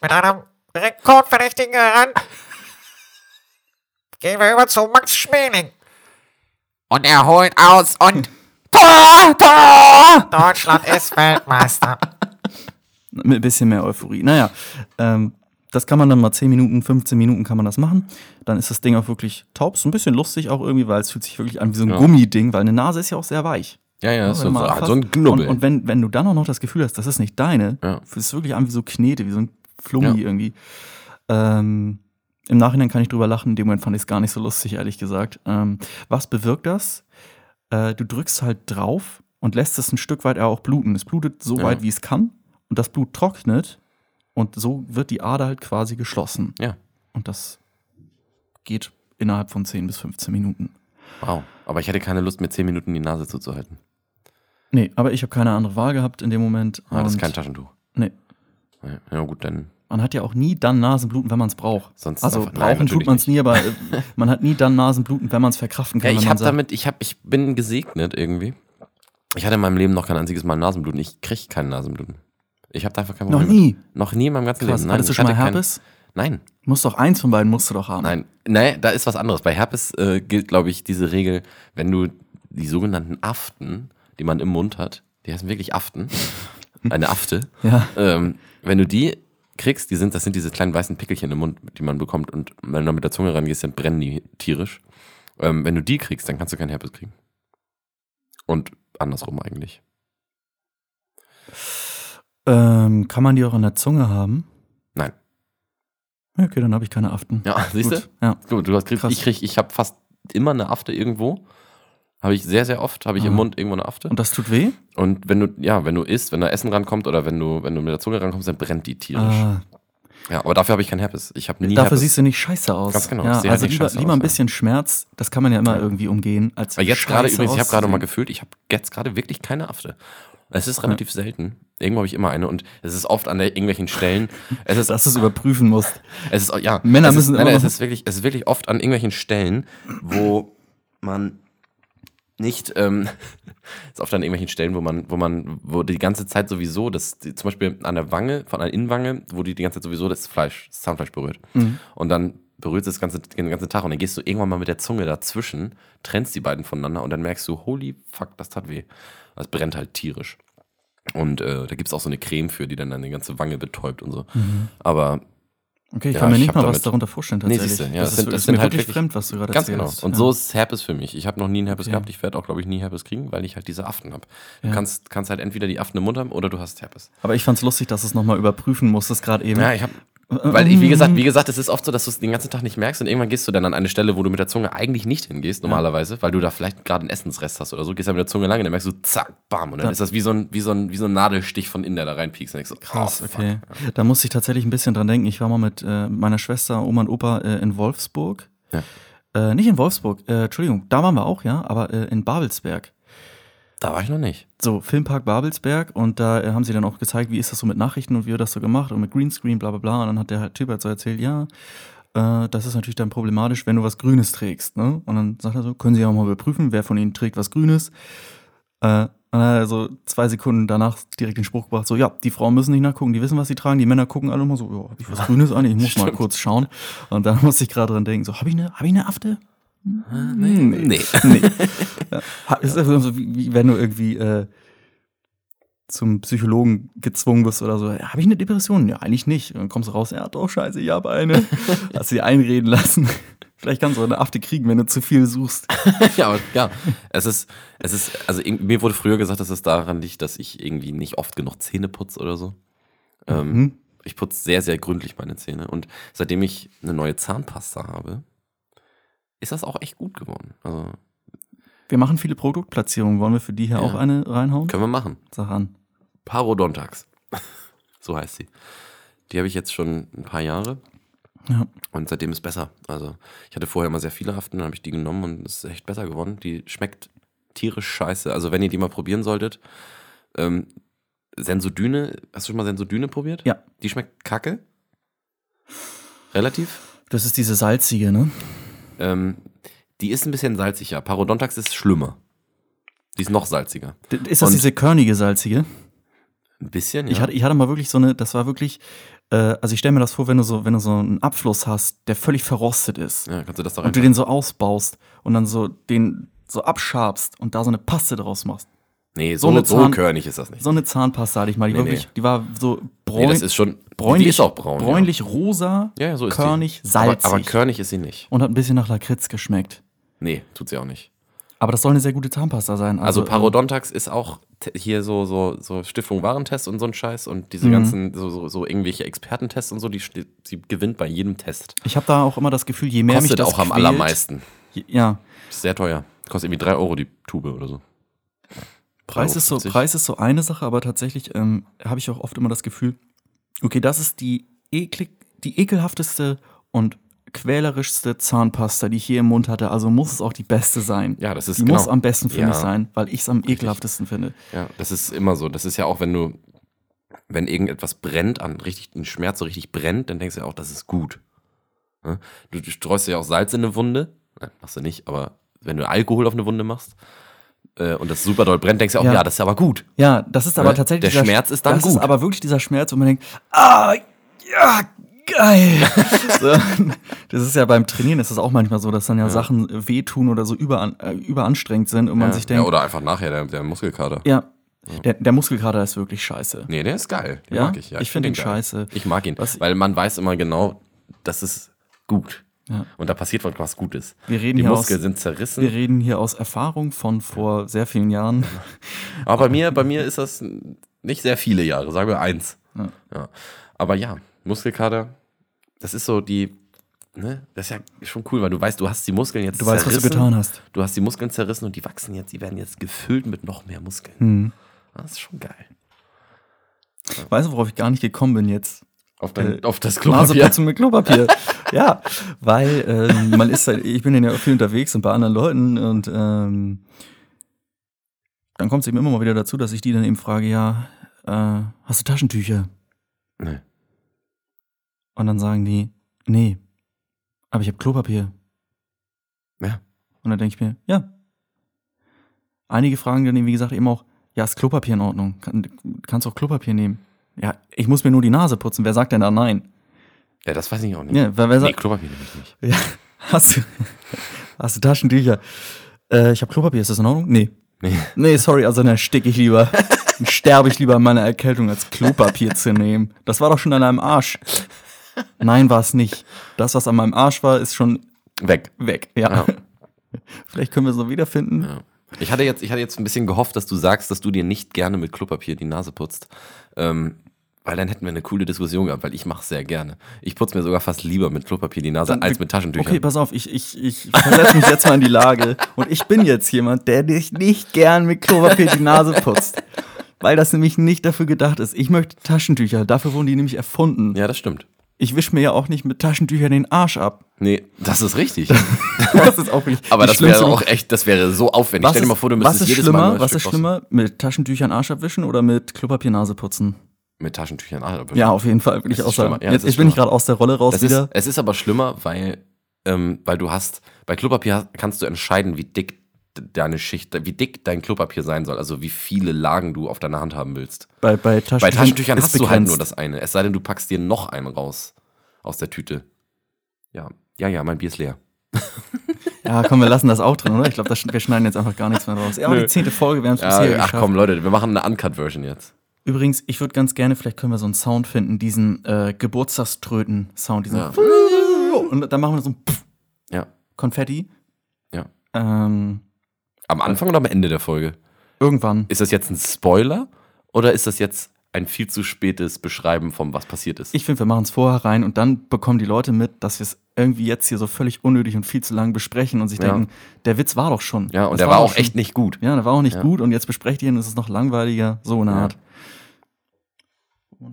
Mit einem rekordverdächtigen Rand gehen wir über zu Max Schmeling.
Und er holt aus und. [LAUGHS] Tor! Tor!
Deutschland ist Weltmeister.
Mit ein bisschen mehr Euphorie. Naja, ähm, das kann man dann mal 10 Minuten, 15 Minuten kann man das machen. Dann ist das Ding auch wirklich taub. Ist ein bisschen lustig auch irgendwie, weil es fühlt sich wirklich an wie so ein
Ja.
Gummiding, weil eine Nase ist ja auch sehr weich.
Ja, ja, das ist
Wenn
so,
du mal
ah,
anfasst.
so ein Knubbel.
Und, und wenn, wenn du dann auch noch das Gefühl hast, das ist nicht deine,
Ja.
fühlt es wirklich an wie so Knete, wie so ein Flummi
Ja.
irgendwie. Ähm, Im Nachhinein kann ich drüber lachen, in dem Moment fand ich es gar nicht so lustig, ehrlich gesagt. Ähm, was bewirkt das? Äh, du drückst halt drauf und lässt es ein Stück weit auch bluten. Es blutet so
Ja.
weit, wie es kann und das Blut trocknet und so wird die Ader halt quasi geschlossen.
ja,
Und das geht innerhalb von 10 bis 15 Minuten.
wow. Aber ich hätte keine Lust, mir zehn Minuten die Nase zuzuhalten.
Nee, aber ich habe keine andere Wahl gehabt in dem Moment.
Ah, das ist
und-
kein Taschentuch.
Nee.
Nee. Ja, gut, dann.
Man hat ja auch nie dann Nasenbluten, wenn man es braucht.
Sonst
also
einfach- nein,
brauchen tut
natürlich
man es nie, aber äh, man hat nie dann Nasenbluten, wenn man es verkraften
Ja,
kann.
ich
wenn
hab
man sagt,
damit, ich hab, ich bin gesegnet irgendwie. Ich hatte in meinem Leben noch kein einziges Mal Nasenbluten. Ich krieg keinen Nasenbluten. Ich habe da einfach kein
noch
Problem.
nie.
Noch nie in meinem ganzen
Krass,
Leben.
hattest du
ich
schon mal
hatte keinen-
Herpes?
Nein,
Musst doch eins von beiden musst du doch haben.
nein. Nein, da ist was anderes. Bei Herpes äh, gilt, glaube ich, diese Regel, wenn du die sogenannten Aften, die man im Mund hat, die heißen wirklich Aften, eine Afte,
Ja.
ähm, wenn du die kriegst, die sind, das sind diese kleinen weißen Pickelchen im Mund, die man bekommt und wenn du da mit der Zunge rangehst, dann brennen die tierisch. Ähm, wenn du die kriegst, dann kannst du keinen Herpes kriegen. Und andersrum eigentlich.
Ähm, kann man die auch in der Zunge haben?
Nein.
Okay, dann habe ich keine Aften.
Ja, [LAUGHS] siehst du?
Gut, Ja.
Gut, du hast kriegst,
Krass.
ich krieg, ich habe fast immer eine Afte irgendwo. Habe ich sehr, sehr oft, habe ich im
Ah.
Mund irgendwo eine Afte.
Und das tut weh?
Und wenn du, ja, wenn du isst, wenn da Essen rankommt oder wenn du, wenn du mit der Zunge rankommst, dann brennt die tierisch.
Ah,
Ja, aber dafür habe ich kein Herpes. Ich habe nie
dafür
Herpes.
siehst du nicht scheiße aus.
Ganz genau, ich
Ja,
sehe halt
also
nicht
lieber,
scheiße
lieber
aus,
ein
ja.
bisschen Schmerz, das kann man ja immer irgendwie umgehen. Als
Aber jetzt gerade
scheiße
übrigens, ich habe gerade mal
auszusehen.
gefühlt, ich habe jetzt gerade wirklich keine Afte. Es ist relativ selten. Irgendwo habe ich immer eine und es ist oft an der, irgendwelchen Stellen. Es ist,
Dass du es überprüfen musst.
es ist ja.
Männer
es ist,
müssen
nein,
immer
nein, es
noch-
ist wirklich, es ist wirklich oft an irgendwelchen Stellen, wo man nicht, ähm, [LAUGHS] es ist oft an irgendwelchen Stellen, wo man, wo man, wo die ganze Zeit sowieso, das, die, zum Beispiel an der Wange, von einer Innenwange, wo die die ganze Zeit sowieso das Fleisch, das Zahnfleisch berührt.
Mhm.
Und dann berührt es das ganze, den ganzen Tag und dann gehst du irgendwann mal mit der Zunge dazwischen, trennst die beiden voneinander und dann merkst du, holy fuck, das tat weh. Das brennt halt tierisch. Und äh, da gibt es auch so eine Creme für, die dann deine ganze Wange betäubt und so.
Mhm.
Aber
Okay, ich
Ja,
kann mir
ich
nicht
hab
mal was
damit-
darunter vorstellen
Nee,
tatsächlich.
siehste, ja,
das,
das
ist,
sind-
das
das
ist
sind
mir
halt
wirklich
wirklich-
fremd, was du gerade
Ganz genau.
erzählst.
Und
ja.
so ist Herpes für mich. Ich habe noch nie einen Herpes
Okay.
gehabt. Ich werde auch, glaube ich, nie Herpes kriegen, weil ich halt diese Aften habe. Du
Ja.
kannst, kannst halt entweder die Aften im Mund haben oder du hast Herpes.
Aber ich fand's lustig, dass du es nochmal überprüfen musstest, gerade eben.
Ja, ich habe. Weil, ich, wie gesagt,
Mhm.
wie gesagt, es ist oft so, dass du es den ganzen Tag nicht merkst und irgendwann gehst du dann an eine Stelle, wo du mit der Zunge eigentlich nicht hingehst, normalerweise, weil du da vielleicht gerade einen Essensrest hast oder so, gehst dann mit der Zunge lang und dann merkst du, zack, bam, und dann
Ja.
ist das wie so ein, wie so ein, wie so ein Nadelstich von innen, der da reinpiekst. Und denkst so,
Krass,
oh, fuck.
okay. Da musste ich tatsächlich ein bisschen dran denken. Ich war mal mit äh, meiner Schwester, Oma und Opa äh, in Wolfsburg.
Ja.
Äh, nicht in Wolfsburg, äh, Entschuldigung, da waren wir auch, ja, aber äh, in Babelsberg.
Da war ich noch nicht.
So, Filmpark Babelsberg und da äh, haben sie dann auch gezeigt, wie ist das so mit Nachrichten und wie wird das so gemacht und mit Greenscreen, bla bla bla. Und dann hat der halt Typ halt so erzählt, ja, äh, das ist natürlich dann problematisch, wenn du was Grünes trägst. Ne? Und dann sagt er so, können Sie ja auch mal überprüfen, wer von Ihnen trägt was Grünes. Äh, und dann hat er so zwei Sekunden danach direkt den Spruch gebracht, so, ja, die Frauen müssen nicht nachgucken, die wissen, was sie tragen, die Männer gucken alle immer so, ja, hab ich was Grünes an, ich muss mal
Stimmt.
kurz schauen. Und dann [LAUGHS] musste ich gerade dran denken, so, habe ich eine hab ich ne Afte?
Hm, Nee. nee.
[LAUGHS]
[LAUGHS]
Nee. Ha- ist einfach so, wie, wie wenn du irgendwie äh, zum Psychologen gezwungen bist oder so. Habe ich eine Depression? Ja, eigentlich nicht. Und dann kommst du raus, ja, doch, scheiße, ich habe
[LAUGHS]
eine. Hast du dir einreden lassen. [LAUGHS] Vielleicht kannst du auch eine Afte kriegen, wenn du zu viel suchst.
[LAUGHS] ja, aber, ja, es ist, es ist, also irg- mir wurde früher gesagt, dass es daran liegt, dass ich irgendwie nicht oft genug Zähne putze oder so. Ähm,
Mhm.
Ich putze sehr, sehr gründlich meine Zähne. Und seitdem ich eine neue Zahnpasta habe, ist das auch echt gut geworden. Also
Wir machen viele Produktplatzierungen. Wollen wir für die hier
Ja.
auch eine reinhauen?
können wir machen.
Sag an.
Parodontax. so heißt sie. Die habe ich jetzt schon ein paar Jahre.
Ja.
Und seitdem ist besser. Also ich hatte vorher immer sehr viele Haften, dann habe ich die genommen und es ist echt besser geworden. Die schmeckt tierisch scheiße. Also wenn ihr die mal probieren solltet, ähm, Sensodyne, hast du schon mal Sensodyne probiert?
Ja.
Die schmeckt kacke. Relativ.
Das ist diese salzige, ne?
Ähm, die ist ein bisschen salziger. Parodontax ist schlimmer. Die ist noch salziger.
D- Ist das
Und-
diese körnige salzige?
Ein bisschen, ja.
Ich, hatte, ich hatte mal wirklich so eine, das war wirklich, äh, also ich stelle mir das vor, wenn du so, wenn du so einen Abfluss hast, der völlig verrostet ist.
ja, kannst du das da
Und du
rein?
den so ausbaust und dann so den so abschabst und da so eine Paste draus machst.
Nee,
so
so, so,
eine Zahn-
körnig ist das nicht.
So eine Zahnpasta hatte ich mal, die
Nee,
war wirklich,
nee.
die war so
nee,
bräun,
das ist schon.
bräunlich,
die ist auch braun.
bräunlich rosa,
Ja, ja, ja so ist
körnig,
die.
salzig
Aber, aber körnig ist sie nicht.
und hat ein bisschen nach Lakritz geschmeckt.
Nee, tut sie auch nicht.
Aber das soll eine sehr gute Zahnpasta sein.
Also,
äh,
Parodontax ist auch t- hier so, so, so Stiftung Warentest und so ein Scheiß und diese
Mhm.
ganzen, so, so, so irgendwelche Expertentests und so, die, ste- die gewinnt bei jedem Test.
ich habe da auch immer das Gefühl, je mehr mich
Kostet
das
auch am
quält,
allermeisten.
Je, ja,
Ist sehr teuer. Kostet irgendwie 3 Euro die Tube oder so.
Preis ist, so,
3,50.
Preis ist so eine Sache, aber tatsächlich ähm, habe ich auch oft immer das Gefühl, okay, das ist die, eklig, die ekelhafteste und quälerischste Zahnpasta, die ich je im Mund hatte. Also muss es auch die beste sein.
Ja, das ist genau.
die muss am besten für
Ja.
mich sein, weil ich es am ekelhaftesten finde.
Ja, das ist immer so. Das ist ja auch, wenn du, wenn irgendetwas brennt, an richtig, ein Schmerz so richtig brennt, dann denkst du ja auch, das ist gut. Ne? Du du streust ja auch Salz in eine Wunde. Nein, machst du nicht, aber wenn du Alkohol auf eine Wunde machst äh, und das super doll brennt, denkst du auch,
Ja.
ja, das ist aber gut.
Ja, das ist aber
Ne?
tatsächlich.
Der
dieser-
Schmerz ist dann
Das ist
gut.
aber wirklich dieser Schmerz, wo man denkt, ah, ja,
[LAUGHS]
geil. so, das ist ja beim Trainieren ist es auch manchmal so, dass dann ja, Sachen äh, wehtun oder so überan, äh, überanstrengend sind und man
ja.
sich denkt,
ja, oder einfach nachher der, der Muskelkater.
Ja. Der, der Muskelkater ist wirklich scheiße.
Nee, der ist geil. Den
Ja?
mag ich. Ja,
Ich find
den
ihn
geil.
scheiße.
Ich mag ihn,
Was-
weil man weiß immer genau, das ist gut.
Ja.
Und da passiert was Gutes.
Wir reden
Die
hier
Muskeln
aus-
sind zerrissen.
Wir reden hier aus Erfahrung von vor sehr vielen Jahren.
Aber bei mir, bei mir ist das nicht sehr viele Jahre, sagen wir eins.
Ja.
Ja. Aber ja, Muskelkater das ist so die, ne, das ist ja schon cool, weil du weißt, du hast die Muskeln jetzt
Du weißt, was
zerrissen.
du getan hast.
Du hast die Muskeln zerrissen und die wachsen jetzt, die werden jetzt gefüllt mit noch mehr Muskeln. Ah, Das ist schon geil.
Hm. Weißt du, worauf ich gar nicht gekommen bin jetzt?
Auf,
dein-
auf das
Naseputzen mit Klopapier. [LAUGHS] ja, weil ähm, man ist halt, ich bin ja auch viel unterwegs und bei anderen Leuten und ähm, dann kommt es eben immer mal wieder dazu, dass ich die dann eben frage, ja, äh, hast du Taschentücher?
Nee.
Und dann sagen die, nee, aber ich habe Klopapier.
Ja.
Und dann denke ich mir, ja. Einige fragen dann, eben, wie gesagt, eben auch, ja, ist Klopapier in Ordnung? Kann, kannst auch Klopapier nehmen? Ja, ich muss mir nur die Nase putzen. Wer sagt denn da nein?
Ja, das weiß ich auch nicht.
Ja, also wer, wer
nee,
sagt,
Klopapier nehme ich nicht.
[LAUGHS] ja, hast, du, hast du Taschentücher? Äh, ich habe Klopapier, ist das in Ordnung? Nee.
Nee.
Nee, sorry, also dann ersticke ich lieber. Dann sterbe ich lieber an meiner Erkältung, als Klopapier zu nehmen. Das war doch schon an einem Arsch. Nein, war es nicht. Das, was an meinem Arsch war, ist schon
Weg.
weg. Ja.
Ja.
Vielleicht können wir es noch wiederfinden.
Ja. Ich, hatte jetzt, ich hatte jetzt ein bisschen gehofft, dass du sagst, dass du dir nicht gerne mit Klopapier die Nase putzt. Ähm, weil dann hätten wir eine coole Diskussion gehabt, weil ich mache sehr gerne. Ich putze mir sogar fast lieber mit Klopapier die Nase als mit Taschentüchern.
Okay, pass auf, ich, ich, ich versetze mich jetzt mal in die Lage. Und ich bin jetzt jemand, der dich nicht gern mit Klopapier die Nase putzt. Weil das nämlich nicht dafür gedacht ist. Ich möchte Taschentücher, dafür wurden die nämlich erfunden.
ja, das stimmt.
Ich wische mir ja auch nicht mit Taschentüchern den Arsch ab.
Nee, das
[LAUGHS]
ist richtig.
Das ist auch wirklich
Aber
die
das wäre
schlimmste-
auch echt, das wäre so aufwendig.
Was
Stell dir
ist,
mal vor, du
was
müsstest
ist
jedes
schlimmer,
Mal ein neues
Was
Stück
ist schlimmer, mit Taschentüchern Arsch abwischen oder mit Klopapier Nase putzen?
raus- Mit Taschentüchern. Ah, aber-
Ja, auf jeden Fall, würde ich
Das ist
auch sagen.
schlimmer. Ja, das
jetzt
ist
ich bin ich
schlimmer.
gerade aus der Rolle raus
Das
wieder.
ist, es ist aber schlimmer, weil, ähm, weil du hast, bei Klopapier kannst du entscheiden, wie dick de- deine Schicht, wie dick dein Klopapier sein soll, also wie viele Lagen du auf deiner Hand haben willst.
bei, bei Taschentüchern,
Bei Taschentüchern
ist
hast du halt
begrenzt.
nur das eine, es sei denn, du packst dir noch einen raus aus der Tüte. Ja, ja, ja, mein Bier ist leer.
Ja, komm, wir lassen das auch drin, oder? Ich glaube, das- wir schneiden jetzt einfach gar nichts mehr raus. Ja, aber
Nö.
die zehnte Folge, wir haben es
Ja,
bisher
ach
geschafft.
komm, Leute, wir machen eine Uncut-Version jetzt.
Übrigens, ich würde ganz gerne, vielleicht können wir so einen Sound finden, diesen äh, Geburtstagströten-Sound, diesen
Ja.
und dann machen wir so ein Pff,
Ja,
Konfetti.
ja.
Ähm,
Am Anfang oder am Ende der Folge?
irgendwann.
Ist das jetzt ein Spoiler oder ist das jetzt ein viel zu spätes Beschreiben vom, was passiert ist?
Ich finde, wir machen es vorher rein und dann bekommen die Leute mit, dass wir es irgendwie jetzt hier so völlig unnötig und viel zu lang besprechen und sich
Ja.
denken, der Witz war doch schon.
ja, und
Das
der war auch
doch schon-
echt nicht gut.
Ja, der war auch nicht
Ja.
gut und jetzt besprecht ihr ihn, es ist noch langweiliger, so eine
Ja.
Art.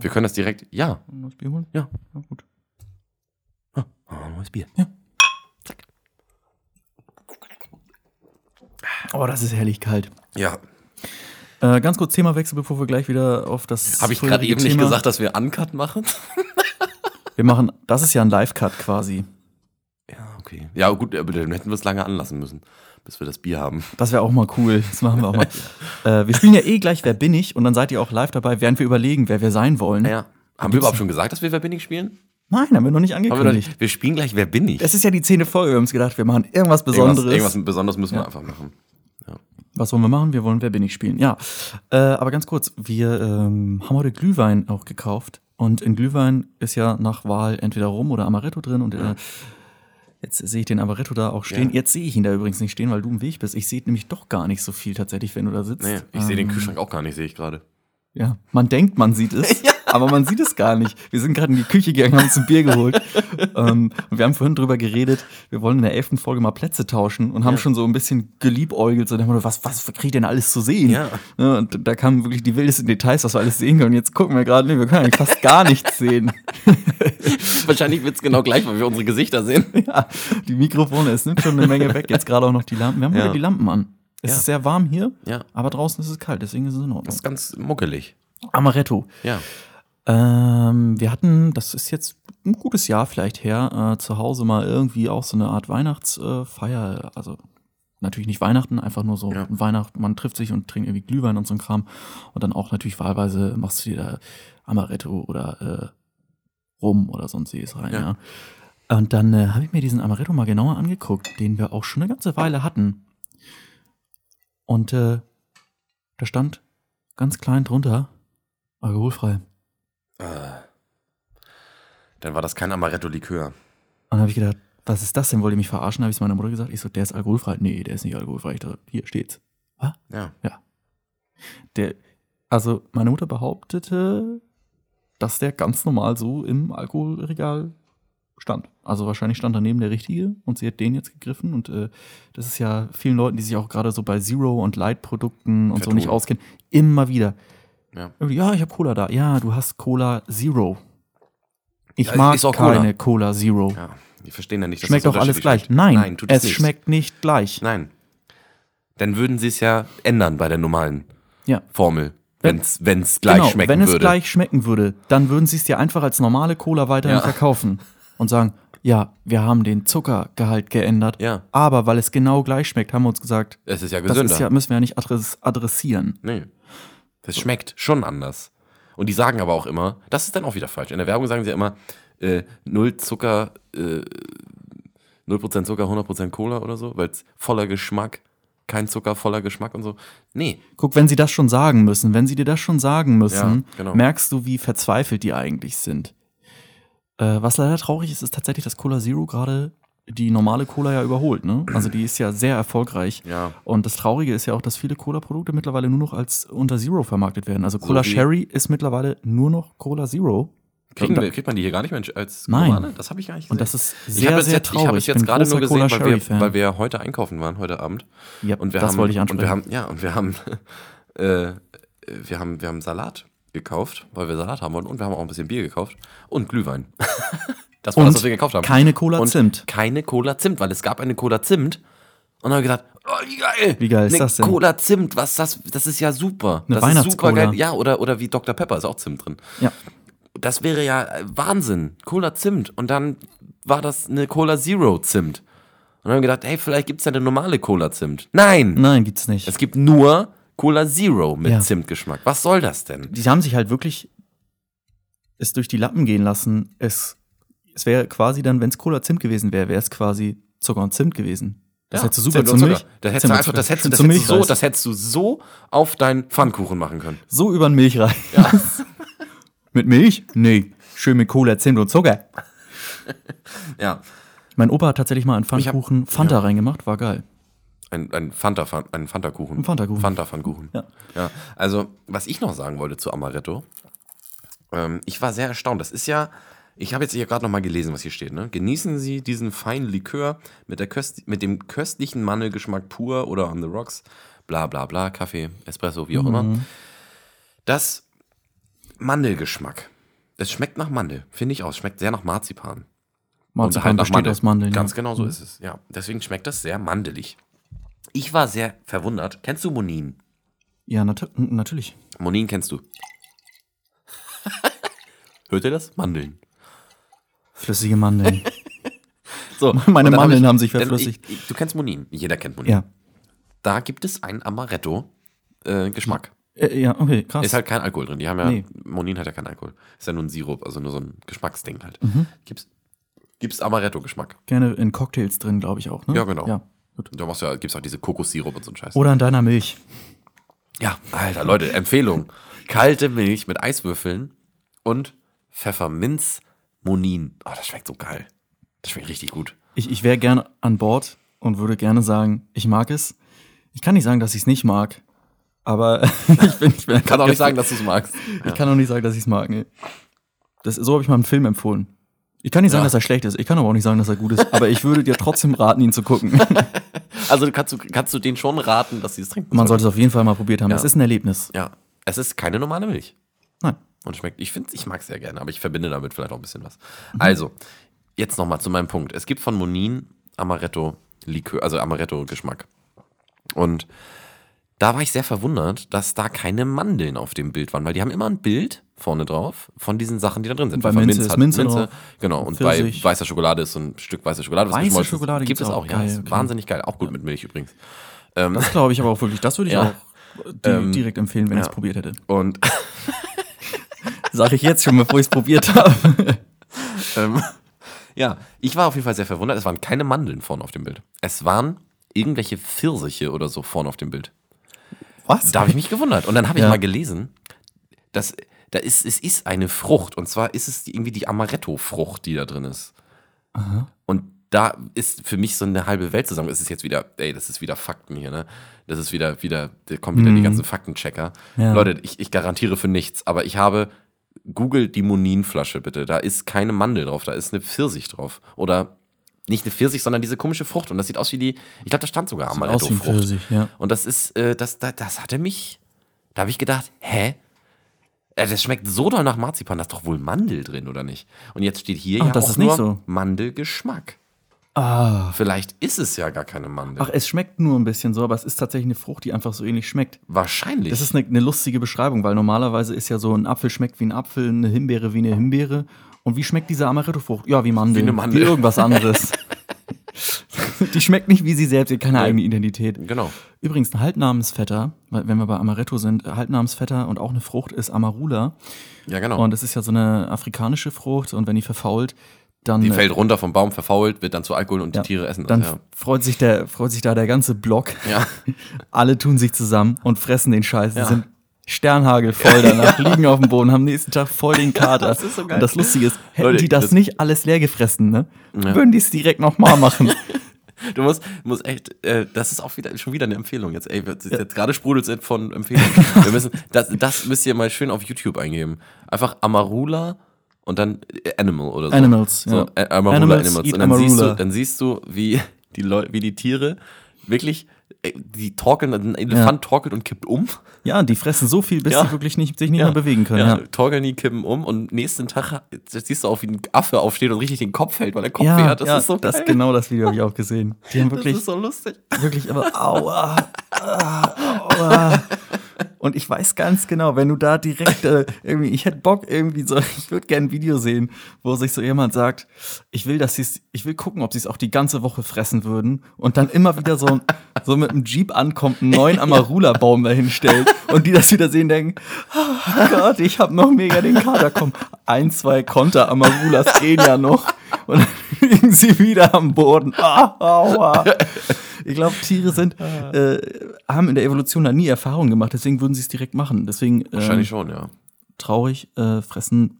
Wir können das direkt, ja.
Wollen wir das Bier holen?
Ja.
Na gut.
Oh, neues Bier.
Oh, das ist herrlich kalt.
Ja.
Äh, ganz kurz Themawechsel, bevor wir gleich wieder auf das.
Habe ich gerade
vorherige
eben nicht
Thema-
gesagt, dass wir Uncut machen?
Wir machen, das ist ja ein Live-Cut quasi.
Ja, okay. Ja, gut, aber dann hätten wir es lange anlassen müssen, bis wir das Bier haben.
Das wäre auch mal cool. Das machen wir
[LAUGHS]
auch mal. äh, wir spielen ja eh gleich Wer bin ich und dann seid ihr auch live dabei, während wir überlegen, wer wir sein wollen.
Ja. Haben wir überhaupt schon gesagt, dass wir Wer bin ich spielen?
Nein, haben wir noch nicht
Haben wir, doch
angekündigt.
nicht. wir spielen gleich Wer bin ich?
Es ist ja die zehnte Folge, wir haben uns gedacht, wir machen irgendwas Besonderes.
Irgendwas, irgendwas Besonderes müssen wir einfach machen.
Was wollen wir machen? Wir wollen Wer bin ich spielen. Ja, äh, aber ganz kurz, wir ähm, haben heute Glühwein auch gekauft. Und in Glühwein ist ja nach Wahl entweder Rum oder Amaretto drin. Und äh, jetzt sehe ich den Amaretto da auch stehen.
Ja.
Jetzt sehe ich ihn da übrigens nicht stehen, weil du im Weg bist. Ich sehe nämlich doch gar nicht so viel tatsächlich, wenn du da sitzt.
Nee, ich sehe den
Ähm,
Kühlschrank auch gar nicht, sehe
[LAUGHS]
ich gerade.
Ja, man denkt, man sieht
[LAUGHS]
es, aber man sieht es gar nicht. Wir sind gerade in die Küche gegangen, haben uns ein Bier geholt. ähm, und wir haben vorhin drüber geredet, wir wollen in der elften Folge mal Plätze tauschen und haben schon so ein bisschen geliebäugelt. So, denken wir, was, was kriege ich denn alles zu sehen?
Ja.
Ne, und da kamen wirklich die wildesten Details, was wir alles sehen können. Und jetzt gucken wir gerade, nee, wir können eigentlich fast gar nichts sehen. [LAUGHS]
Wahrscheinlich wird es genau gleich, weil wir unsere Gesichter sehen.
ja, die Mikrofone, es nimmt schon eine Menge weg. Jetzt gerade auch noch die Lampen. Wir haben
Ja.
wieder die Lampen an. Es
Ja.
ist sehr warm hier,
Ja.
aber draußen ist es kalt, deswegen ist es in
Das
Ordnung.
[LAUGHS] ist ganz muckelig.
Amaretto.
Ja.
Ähm, wir hatten, das ist jetzt ein gutes Jahr vielleicht her, äh, zu Hause mal irgendwie auch so eine Art Weihnachtsfeier. Äh, Feier. also natürlich nicht Weihnachten, einfach nur so
Ja.
Weihnachten, man trifft sich und trinkt irgendwie Glühwein und so ein Kram. Und dann auch natürlich wahlweise machst du dir da Amaretto oder äh, Rum oder sonstiges rein, ja.
Ja.
Und dann äh, habe ich mir diesen Amaretto mal genauer angeguckt, den wir auch schon eine ganze Weile hatten. Und äh, da stand ganz klein drunter, alkoholfrei.
Dann war das kein Amaretto-Likör.
Und dann habe ich gedacht, was ist das denn? Wollt ihr mich verarschen? Habe ich es meiner Mutter gesagt. Ich so, der ist alkoholfrei. Nee, der ist nicht alkoholfrei. Ich dachte, hier steht's.
Ja.
Der, also meine Mutter behauptete, dass der ganz normal so im Alkoholregal stand. Also wahrscheinlich stand daneben der richtige und sie hat den jetzt gegriffen. Und äh, das ist ja vielen Leuten, die sich auch gerade so bei Zero und Light-Produkten und so
Vertun.
nicht auskennen, immer wieder.
Ja.
Irgendwie, Ja, ich habe Cola da. Ja, du hast Cola Zero. Ich
Ja,
mag
ist auch Cola.
keine Cola Zero.
Ja, die verstehen ja nicht, dass
schmeckt
das
doch alles
unterschiedlich
gleich.
schmeckt.
Nein,
Nein tut
es
nicht.
schmeckt nicht gleich.
Nein. Dann würden sie es ja ändern bei der normalen
Ja.
Formel, wenn es wenn's gleich
genau,
schmecken
wenn es
würde.
gleich schmecken würde, dann würden sie es dir einfach als normale Cola weiterhin
Ja.
verkaufen und sagen, ja, wir haben den Zuckergehalt geändert,
Ja.
aber weil es genau gleich schmeckt, haben wir uns gesagt,
es ist ja
das
gesünder.
ist ja, müssen wir ja nicht adress adressieren.
nee. Das schmeckt schon anders. Und die sagen aber auch immer, das ist dann auch wieder falsch. In der Werbung sagen sie ja immer, äh, null Zucker, äh, 0% Zucker, 100% Cola oder so, weil es voller Geschmack, kein Zucker, voller Geschmack und so. Nee,
Guck, wenn sie das schon sagen müssen, wenn sie dir das schon sagen müssen,
Ja, genau.
merkst du, wie verzweifelt die eigentlich sind. Äh, was leider traurig ist, ist tatsächlich, dass Cola Zero gerade die normale Cola ja überholt. Ne? Also die ist ja sehr erfolgreich.
ja.
Und das Traurige ist ja auch, dass viele Cola-Produkte mittlerweile nur noch als unter Zero vermarktet werden. Also Cola
wie-
Sherry ist mittlerweile nur noch Cola Zero.
Kriegen
Und
wir, kriegt man die hier gar nicht mehr als
Nein.
Kurbane? Das habe ich gar nicht gesehen.
Und das ist
ich
sehr,
habe es
sehr
jetzt, ich
traurig.
hab es
bin
jetzt gerade
großer
nur gesehen, weil wir,
Cola-Sherry-Fan.
weil wir heute einkaufen waren, heute Abend.
Ja,
Und wir
das
haben,
wollte ich ansprechen.
Und wir haben, ja, und wir haben, [LAUGHS] äh, wir haben, wir haben Salat gekauft, weil wir Salat haben wollten. Und wir haben auch ein bisschen Bier gekauft
[LAUGHS]
und Glühwein. das war
Und
das, was wir gekauft haben.
keine Cola
und
Zimt.
Keine Cola Zimt, weil es gab eine Cola Zimt. Und dann habe ich gedacht, oh, wie geil.
Wie geil ist
eine
das denn?
Cola Zimt, was das, das ist ja super.
Eine
das ist super geil.
Weihnachts-Cola.
Ja, oder, oder wie Dr. Pepper ist auch Zimt drin.
ja.
Das wäre ja äh, Wahnsinn. Cola Zimt. Und dann war das eine Cola Zero Zimt. Und dann haben wir gedacht, hey, vielleicht gibt es ja eine normale Cola Zimt. Nein!
Nein, gibt's nicht.
Es gibt nur Cola Zero mit
Ja.
Zimtgeschmack. Was soll das denn?
die haben sich halt wirklich es durch die Lappen gehen lassen. Es, es wäre quasi dann, wenn es Cola Zimt gewesen wäre, wäre es quasi Zucker und Zimt gewesen. Das
Ja,
hättest du super
Zimt und
zum Milch.
Zucker. Das hättest
Zimt und
du einfach,
Zucker.
das hättest, du- das
Zum
hättest du so,
Milchreis.
das hättest du so auf deinen Pfannkuchen machen können.
So über den Milchreis. [LAUGHS] mit Milch? Nee. Schön mit Cola, Zimt und Zucker.
Ja.
Mein Opa hat tatsächlich mal einen
Ich hab-
Pfannkuchen Fanta reingemacht, war geil.
Ein, ein Fanta, Fan- ein Fanta-Kuchen.
Ein Fanta-Kuchen.
Fanta-Pfannkuchen.
Ja.
ja. Also, was ich noch sagen wollte zu Amaretto, ähm, ich war sehr erstaunt. Das ist ja, ich habe jetzt hier gerade nochmal gelesen, was hier steht. Ne? Genießen Sie diesen feinen Likör mit, der Köst, mit dem köstlichen Mandelgeschmack pur oder on the rocks. Bla bla bla, Kaffee, Espresso, wie auch immer.
Mhm.
Das Mandelgeschmack. Es schmeckt nach Mandel, finde ich auch. Es schmeckt sehr nach Marzipan.
Marzipan
halt nach
besteht aus Mandeln.
Ganz
ja.
genau so ist es. Ja, deswegen schmeckt das sehr mandelig. Ich war sehr verwundert. Kennst du Monin?
Ja, nat n- natürlich.
Monin kennst du. [LAUGHS] Hört ihr das? Mandeln.
Flüssige
[LAUGHS]
Mandeln. [LAUGHS]
So,
Meine
und dann hab
Mandeln
ich-
haben sich
dann-
verflüssigt.
Ich, ich, du kennst Monin. Jeder kennt Monin.
ja.
Da gibt es einen Amaretto-Geschmack.
Äh, ja, okay, krass.
ist halt kein Alkohol drin. Die haben ja,
Nee.
Monin hat ja keinen Alkohol. Ist ja nur ein Sirup, also nur so ein Geschmacksding halt.
Mhm.
Gibt's, gibt's Amaretto-Geschmack.
Gerne in Cocktails drin, glaube ich auch. Ne?
Ja, genau.
Ja. Gut.
Da machst du ja, gibt's auch diese Kokossirup und so ein Scheiß.
Oder in deiner Milch.
Ja, Alter, Leute, Empfehlung. Kalte Milch mit Eiswürfeln und Pfefferminz-Monin. Oh, das schmeckt so geil. Das schmeckt richtig gut.
Ich, ich wäre gerne an Bord und würde gerne sagen, ich mag es. Ich kann nicht sagen, dass ich es nicht mag. Aber [LAUGHS] ich bin, ich bin
Kann auch nicht sagen, dass du es magst.
Ich kann auch nicht sagen, dass ich es mag. Nee. Das, so habe ich mal einen Film empfohlen. Ich kann nicht sagen,
Ja.
dass er schlecht ist. Ich kann aber auch nicht sagen, dass er gut ist. Aber ich würde dir trotzdem raten, ihn zu
[LAUGHS]
gucken.
Also du kannst du, kannst du denen schon raten, dass sie es trinken
Man
sollen.
sollte es auf jeden Fall mal probiert haben.
Ja.
Das ist ein Erlebnis.
Ja, es ist keine normale Milch.
Nein.
Und schmeckt, ich finde, ich mag es sehr gerne, aber ich verbinde damit vielleicht auch ein bisschen was. Also, jetzt nochmal zu meinem Punkt. Es gibt von Monin Amaretto-Likör, also Amaretto-Geschmack. Und da war ich sehr verwundert, dass da keine Mandeln auf dem Bild waren, weil die haben immer ein Bild vorne drauf von diesen Sachen, die da drin sind.
Bei
Pfefferminz
Minze ist
hat
Minze drauf.
Genau, und
Pfirsich.
bei weißer Schokolade ist so ein Stück weiße Schokolade. Was
Weiße
geschmolzen ist.
Schokolade
gibt es auch, ja.
Geil,
ist
okay.
Wahnsinnig geil. Auch gut mit Milch übrigens.
Das glaube ich aber auch wirklich. Das würde ich
Ja. Ähm,
auch äh, di direkt empfehlen, wenn ich es probiert hätte.
Und
Sage ich jetzt schon, bevor ich es probiert habe.
Ähm, ja, ich war auf jeden Fall sehr verwundert. Es waren keine Mandeln vorne auf dem Bild. Es waren irgendwelche Pfirsiche oder so vorne auf dem Bild.
Was?
Da habe ich mich gewundert. Und dann habe ich
Ja.
mal gelesen, dass da ist, es ist eine Frucht. Und zwar ist es die, irgendwie die Amaretto-Frucht, die da drin ist. Und da ist für mich so eine halbe Welt zusammen. Es ist jetzt wieder, ey, das ist wieder Fakten hier, ne? Das ist wieder, wieder, da kommen wieder die ganzen Faktenchecker.
Mhm. Ja.
Leute, ich, ich garantiere für nichts, aber ich habe Google die Moninflasche bitte. Da ist keine Mandel drauf, da ist eine Pfirsich drauf. Oder nicht eine Pfirsich, sondern diese komische Frucht. Und das sieht aus wie die, ich glaube, da stand sogar
Sieht aus wie ein
Amaretto-Frucht.
Pfirsich, ja.
Und das ist, äh, das, das, das hatte mich, da habe ich gedacht, hä? Äh, Das schmeckt so doll nach Marzipan, da ist doch wohl Mandel drin, oder nicht? Und jetzt steht hier
Ach,
ja
das
auch
ist
nur
nicht so.
Mandelgeschmack.
Ah.
Vielleicht ist es ja gar keine Mandel.
Ach, es schmeckt nur ein bisschen so, aber es ist tatsächlich eine Frucht, die einfach so ähnlich schmeckt.
Wahrscheinlich.
Das ist eine, eine lustige Beschreibung, weil normalerweise ist ja so, ein Apfel schmeckt wie ein Apfel, eine Himbeere wie eine Himbeere. Und wie schmeckt diese Amaretto-Frucht? Ja, wie Mandel.
Wie eine Mandel.
Wie irgendwas
[LAUGHS]
anderes. die schmeckt nicht wie sie selbst, die hat keine eigene Identität.
genau.
Übrigens, ein Halbnamensvetter, weil- wenn wir bei Amaretto sind, Halbnamensvetter und auch eine Frucht ist Amarula.
Ja, genau.
Und es ist ja so eine afrikanische Frucht und wenn die verfault, dann. äh,
die fällt runter vom Baum, verfault, wird dann zu Alkohol und
ja,
die Tiere essen das.
Dann
ja.
freut, sich der, freut sich da der ganze Block.
Ja.
[LAUGHS] Alle tun sich zusammen und fressen den Scheiß. Die
Ja.
sind sternhagelvoll danach,
[LAUGHS]
liegen auf dem Boden, haben nächsten Tag voll den Kater. das ist so geil. Und das Lustige ist, hätten
Leute,
die das,
das-
nicht alles leer gefressen, ne?
Ja.
Würden die es direkt nochmal
[LAUGHS]
machen.
Du musst, musst echt, äh, das ist auch wieder, schon wieder eine Empfehlung jetzt. Ey, wir- jetzt gerade sprudelt es
[LAUGHS]
von Empfehlungen. Wir müssen, das, das müsst ihr mal schön auf YouTube eingeben. Einfach Amarula und dann äh, Animal oder so.
Animals,
So,
ja.
äh, Amarula
Animals
Animals.
eat
Und dann siehst,
Amarula.
du, dann siehst du, wie die Leute, wie die Tiere wirklich, äh, die torkeln, ein Elefant torkelt und kippt um.
ja, die fressen so viel, bis
Ja.
sie wirklich nicht, sich nicht mehr bewegen können. Ja.
Torkeln die kippen um und nächsten Tag jetzt siehst du auch, wie ein Affe aufsteht und richtig den Kopf hält, weil der Kopf weh hat. Das ist so
das
geil.
genau das Video habe ich auch gesehen. Die haben wirklich,
Das ist so lustig.
wirklich, aber aua, ah, aua. Und ich weiß ganz genau, wenn du da direkt äh, irgendwie, ich hätte Bock irgendwie so, [LAUGHS] ich würde gerne ein Video sehen, wo sich so jemand sagt, ich will, dass sie's, ich will gucken, ob sie es auch die ganze Woche fressen würden und dann immer wieder so, ein- so mit einem Jeep ankommt, einen neuen Amarula-Baum dahin stellt und die das wieder sehen, denken, oh Gott, ich habe noch mega den Kader, komm, ein, zwei Konter Amarulas gehen ja noch und dann [LAUGHS] liegen sie wieder am Boden. Ah, aua. Ich glaube, Tiere sind, äh, haben in der Evolution da nie Erfahrung gemacht, deswegen würden sie es direkt machen. Deswegen ähm,
Wahrscheinlich schon, ja.
traurig äh, fressen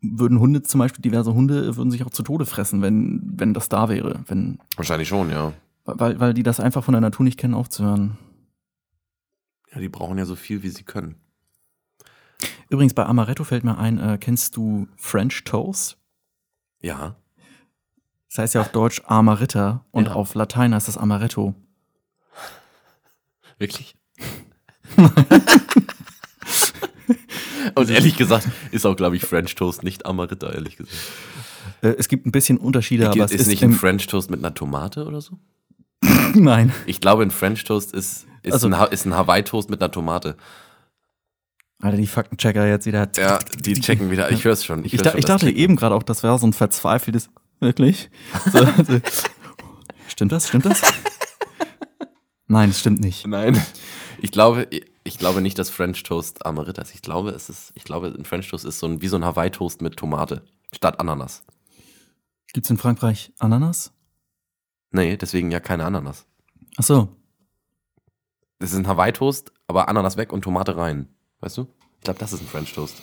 würden Hunde zum Beispiel, diverse Hunde würden sich auch zu Tode fressen, wenn, wenn das da wäre. Wenn,
Wahrscheinlich schon, ja.
weil, weil die das einfach von der Natur nicht kennen, aufzuhören.
Ja, die brauchen ja so viel, wie sie können.
Übrigens, bei Amaretto fällt mir ein, äh, kennst du French Toast?
Ja.
Das heißt ja auf Deutsch Amaritta und
Ja.
auf Latein heißt das Amaretto.
[LAUGHS] Wirklich? Und ehrlich gesagt ist auch, glaube ich, French Toast nicht Amarita, ehrlich gesagt.
Äh, es gibt ein bisschen Unterschiede, aber
Gibt-
es
ist,
ist
nicht ein
im,
French Toast mit einer Tomate oder so?
[LAUGHS] Nein.
Ich glaube, ein French Toast ist, ist,
Also-
ein, Ha- ist ein Hawaii Toast mit einer Tomate.
Alter, die Faktenchecker jetzt wieder.
Ja, die checken wieder. Ich höre es schon.
Ich,
hör's
da,
schon,
ich
das
dachte
Klicken.
eben gerade auch, das wäre so ein verzweifeltes.
[LAUGHS]
Wirklich? So, so. Stimmt das? Stimmt das? Nein, es stimmt nicht.
Nein. Ich glaube, ich glaube nicht, dass French Toast Amarita ist. Ich glaube, es ist, ich glaube, ein French Toast ist so ein, wie so ein Hawaii Toast mit Tomate statt Ananas.
Gibt's in Frankreich Ananas?
Nee, deswegen ja keine Ananas.
Ach so.
Das ist ein Hawaii Toast, aber Ananas weg und Tomate rein. Weißt du? Ich glaube, das ist ein French Toast.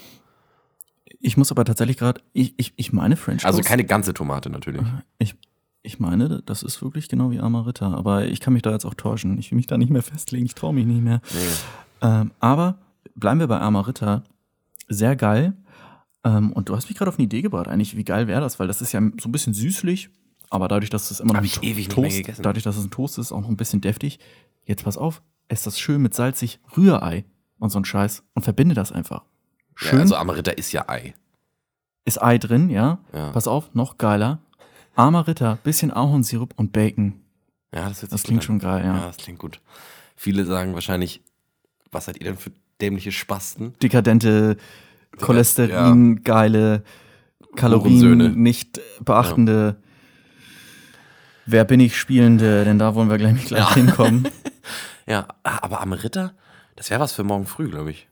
Ich muss aber tatsächlich gerade. Ich, ich, ich meine French
Also
Toast.
keine ganze Tomate natürlich.
Ich, ich meine, das ist wirklich genau wie Amaretta. Aber ich kann mich da jetzt auch täuschen. Ich will mich da nicht mehr [LAUGHS] festlegen. Ich traue mich nicht mehr.
Nee.
Ähm, aber bleiben wir bei Amarita. Sehr geil. Ähm, und du hast mich gerade auf eine Idee gebracht, eigentlich. Wie geil wäre das? Weil das ist ja so ein bisschen süßlich, aber dadurch, dass es immer noch
Hab
ein
ich
To-
ewig nicht mehr
Toast,
gegessen.
dadurch, dass es ein Toast ist, auch noch ein bisschen deftig. Jetzt pass auf, ess das schön mit salzig Rührei und so ein Scheiß und verbinde das einfach.
Ja,
Schön
also Amarita ist ja Ei.
ist Ei drin, ja.
Ja,
Pass auf, noch geiler. Amarita, bisschen Ahornsirup und Bacon.
ja das, wird
Das
sich
klingt
gut
schon geil,
an.
ja.
Ja, das klingt gut. Viele sagen wahrscheinlich, was seid ihr denn für dämliche Spasten?
dekadente, Cholesterin, geile,
Hurensöhne.
Kalorien nicht beachtende. Wer bin ich spielende? Denn da wollen wir gleich, gleich
Ja. [LAUGHS]
hinkommen.
Ja, ah, aber Amarita, das wäre was für morgen früh, glaube ich.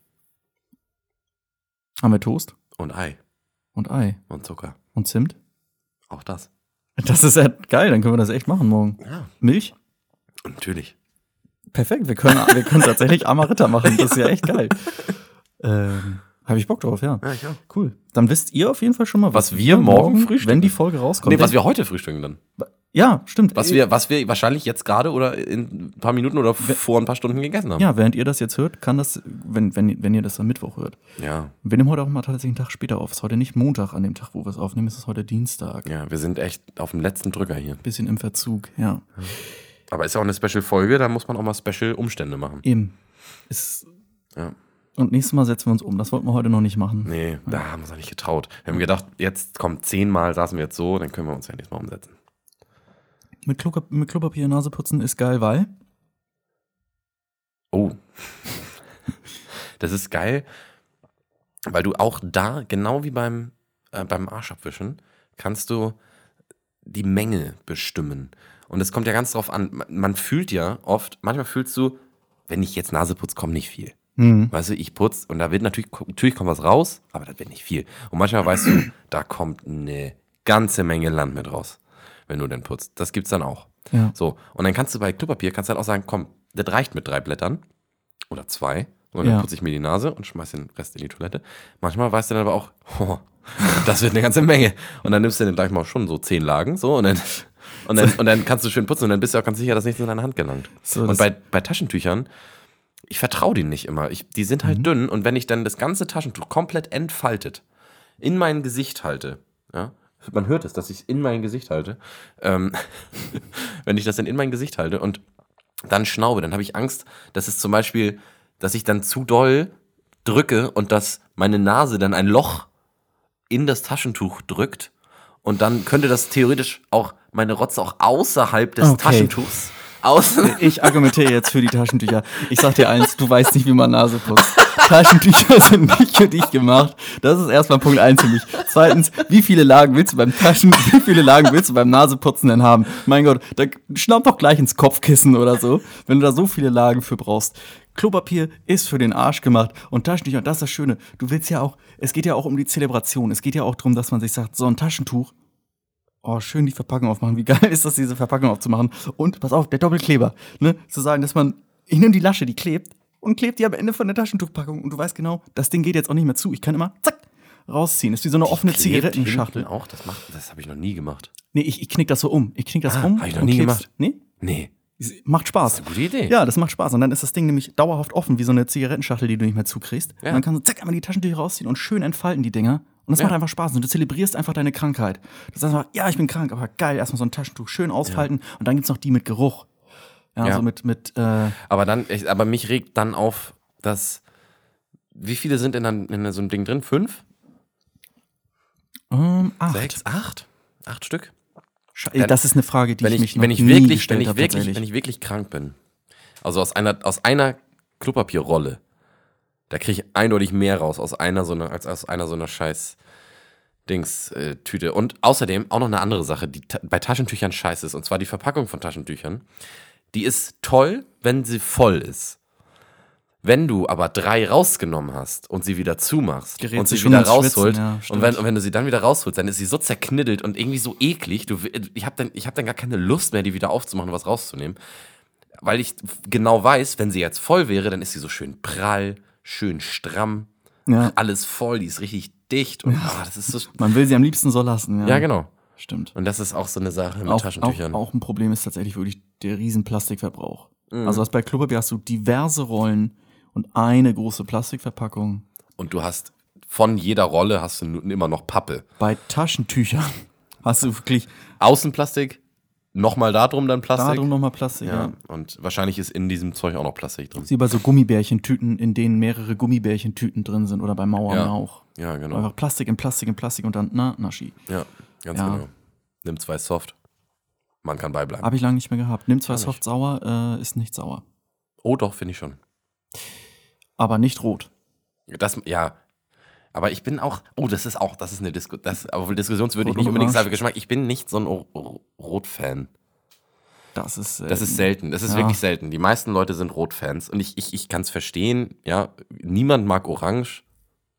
Haben wir Toast
Und Ei
und Ei
und Zucker.
und Zimt?
Auch das.
Das ist ja geil, dann können wir das echt machen morgen.
Ja,
Milch?
natürlich.
Perfekt, wir können, wir können tatsächlich Amarita machen. Das ist ja echt geil. Ähm, Habe ich Bock drauf, ja.
Ja, ich auch.
Cool. Dann wisst ihr auf jeden Fall schon mal,
Was wir morgen frühstücken.
wenn die Folge rauskommt.
Nee, was wir heute frühstücken dann.
Ja, stimmt. Äh,
Was wir, was wir wahrscheinlich jetzt gerade oder in ein paar Minuten oder vor ein paar Stunden gegessen haben.
ja, während ihr das jetzt hört, kann das, wenn, wenn, wenn ihr das am Mittwoch hört.
ja.
Wir nehmen heute auch mal tatsächlich einen Tag später auf. Es ist heute nicht Montag an dem Tag, wo wir es aufnehmen, es ist heute Dienstag.
Ja, wir sind echt auf dem letzten Drücker hier.
Bisschen im Verzug, ja.
Aber ist ja auch eine Special-Folge, da muss man auch mal Special-Umstände machen.
Eben. Ist,
Ja.
und nächstes Mal setzen wir uns um. Das wollten wir heute noch nicht machen.
Nee, da haben wir uns auch nicht getraut. Wir haben gedacht, jetzt kommt zehnmal, saßen wir jetzt so, dann können wir uns ja nächstes Mal umsetzen.
Mit, Klo mit Klopapier Nase putzen ist geil, weil.
Oh. Das ist geil, weil du auch da, genau wie beim, äh, beim Arsch abwischen, kannst du die Menge bestimmen. Und es kommt ja ganz drauf an, man- man fühlt ja oft, manchmal fühlst du, wenn ich jetzt Nase putze, kommt nicht viel.
Hm.
Weißt du, ich putz und da wird natürlich, natürlich kommt was raus, aber das wird nicht viel. Und manchmal weißt du, [CLEARS THROAT] da kommt eine ganze Menge Land mit raus, wenn du denn putzt. Das gibt's dann auch.
Ja.
So, und dann kannst du bei Klopapier, kannst du halt auch sagen, komm, das reicht mit drei Blättern oder zwei. Und dann
Ja.
putze ich mir die Nase und schmeiß den Rest in die Toilette. Manchmal weißt du dann aber auch, [LAUGHS] oh, das wird eine ganze Menge. Und dann nimmst du dann gleich mal schon so zehn Lagen, so, und dann, und dann, und dann kannst du schön putzen und dann bist du auch ganz sicher, dass nichts in deine Hand gelangt.
[LAUGHS] So,
und
das-
bei, bei Taschentüchern, ich vertraue denen nicht immer. Ich, die sind
Mhm.
halt dünn und wenn ich dann das ganze Taschentuch komplett entfaltet, in mein Gesicht halte, ja, man hört es, dass ich es in mein Gesicht halte, ähm, [LAUGHS] wenn ich das dann in mein Gesicht halte und dann schnaube, dann habe ich Angst, dass es zum Beispiel, dass ich dann zu doll drücke und dass meine Nase dann ein Loch in das Taschentuch drückt und dann könnte das theoretisch auch meine Rotze auch außerhalb des
Okay.
Taschentuchs außen
Ich argumentiere jetzt für die Taschentücher. Ich sag dir eins, du weißt nicht, wie man Nase putzt. Taschentücher sind nicht für dich gemacht. Das ist erstmal Punkt eins für mich. Zweitens, wie viele Lagen willst du beim Taschen, wie viele Lagen willst du beim Naseputzen denn haben? Mein Gott, da schnapp doch gleich ins Kopfkissen oder so, wenn du da so viele Lagen für brauchst. Klopapier ist für den Arsch gemacht und Taschentücher, das ist das Schöne. Du willst ja auch, es geht ja auch um die Zelebration. Es geht ja auch darum, dass man sich sagt, so ein Taschentuch, Oh, schön die Verpackung aufmachen. Wie geil [LAUGHS] ist das, diese Verpackung aufzumachen? Und pass auf, der Doppelkleber. Ne? Zu sagen, dass man, ich nehme die Lasche, die klebt und klebt die am Ende von der Taschentuchpackung. Und du weißt genau, das Ding geht jetzt auch nicht mehr zu. Ich kann immer zack rausziehen. Ist wie so eine offene
Klebt hinten
Zigarettenschachtel.
Auch, das macht, das habe ich noch nie gemacht.
Nee, ich, ich knick das so um. Ich knick das
Ah,
um.
hab ich noch
und
nie
kleb's-
gemacht.
Nee?
Nee.
Macht Spaß.
Das ist eine gute Idee.
Ja, das macht Spaß. Und dann ist das Ding nämlich dauerhaft offen, wie so eine Zigarettenschachtel, die du nicht mehr zukriegst.
Ja.
Und dann kannst du zack einmal die Taschentücher rausziehen und schön entfalten die Dinger. Und das macht einfach Spaß. Und du zelebrierst einfach deine Krankheit. Das ist einfach, ja, ich bin krank, aber geil, erstmal so ein Taschentuch schön ausfalten. Und dann gibt's noch die mit Geruch. Ja,
Ja.
so mit, mit, äh,
Aber dann, ich, aber mich regt dann auf, dass wie viele sind in, einem- in so einem Ding drin? Fünf?
ähm, acht.
Sechs? Acht? Acht Stück?
Sche- äh, das ist eine Frage, die
wenn
ich
ich,
mich noch
wenn ich
nie
wirklich,
gestellt
wenn ich
hab,
wirklich,
tatsächlich.
wenn ich wirklich krank bin, also aus einer, aus einer Klopapierrolle, da kriege ich eindeutig mehr raus aus einer so einer, als aus einer so einer scheiß Dings äh, Tüte. Und außerdem auch noch eine andere Sache, die ta bei Taschentüchern scheiße ist, und zwar die Verpackung von Taschentüchern. Die ist toll, wenn sie voll ist. Wenn du aber drei rausgenommen hast und sie wieder zumachst
Gerät
und
sie
sie
schon
wieder
ins Schwitzen,
rausholt
ja,
und,
stimmt.
wenn, und wenn du sie dann wieder rausholst, dann ist sie so zerknittelt und irgendwie so eklig. Du, ich habe dann, ich hab dann gar keine Lust mehr, die wieder aufzumachen und was rauszunehmen. Weil ich genau weiß, wenn sie jetzt voll wäre, dann ist sie so schön prall, schön stramm,
ja,
alles voll, die ist richtig dicht. Und, ah, das ist so,
man will sie am liebsten so lassen. Ja,
ja, genau.
Stimmt.
Und das ist auch so eine Sache mit
auch,
Taschentüchern.
Auch, auch ein Problem ist tatsächlich wirklich der riesen Plastikverbrauch.
Mhm.
Also hast bei Klopapier hast du diverse Rollen und eine große Plastikverpackung.
Und du hast von jeder Rolle hast du nun immer noch Pappe.
Bei Taschentüchern [LAUGHS] hast du wirklich
Außenplastik, nochmal da drum dann Plastik.
darum nochmal Plastik. Ja.
Ja, und wahrscheinlich ist in diesem Zeug auch noch Plastik drin.
Ist wie bei so Gummibärchentüten, in denen mehrere Gummibärchentüten drin sind oder bei Mauern
Ja.
auch.
Ja, genau.
Einfach Plastik in Plastik in Plastik und dann, na, Naschi.
Ja, ganz
Ja.
genau. Nimm zwei Soft. Man kann beibleiben.
Habe ich lange nicht mehr gehabt. Nimm zwar
Kann ich.
soft sauer, äh, ist nicht sauer.
oh, doch, finde ich schon.
Aber nicht rot.
Das, ja. Aber ich bin auch, oh, das ist auch, das ist eine Disku das, aber diskussionswürdig,
Rot
nicht
im
unbedingt
Arsch.
sagen, Geschmack. Ich bin nicht so ein O- O- Rot-Fan.
Das ist. äh,
Das ist selten. Das ist
Ähm, Ja.
wirklich selten. Die meisten Leute sind Rot-Fans und ich, ich, ich kann es verstehen. Ja, niemand mag Orange.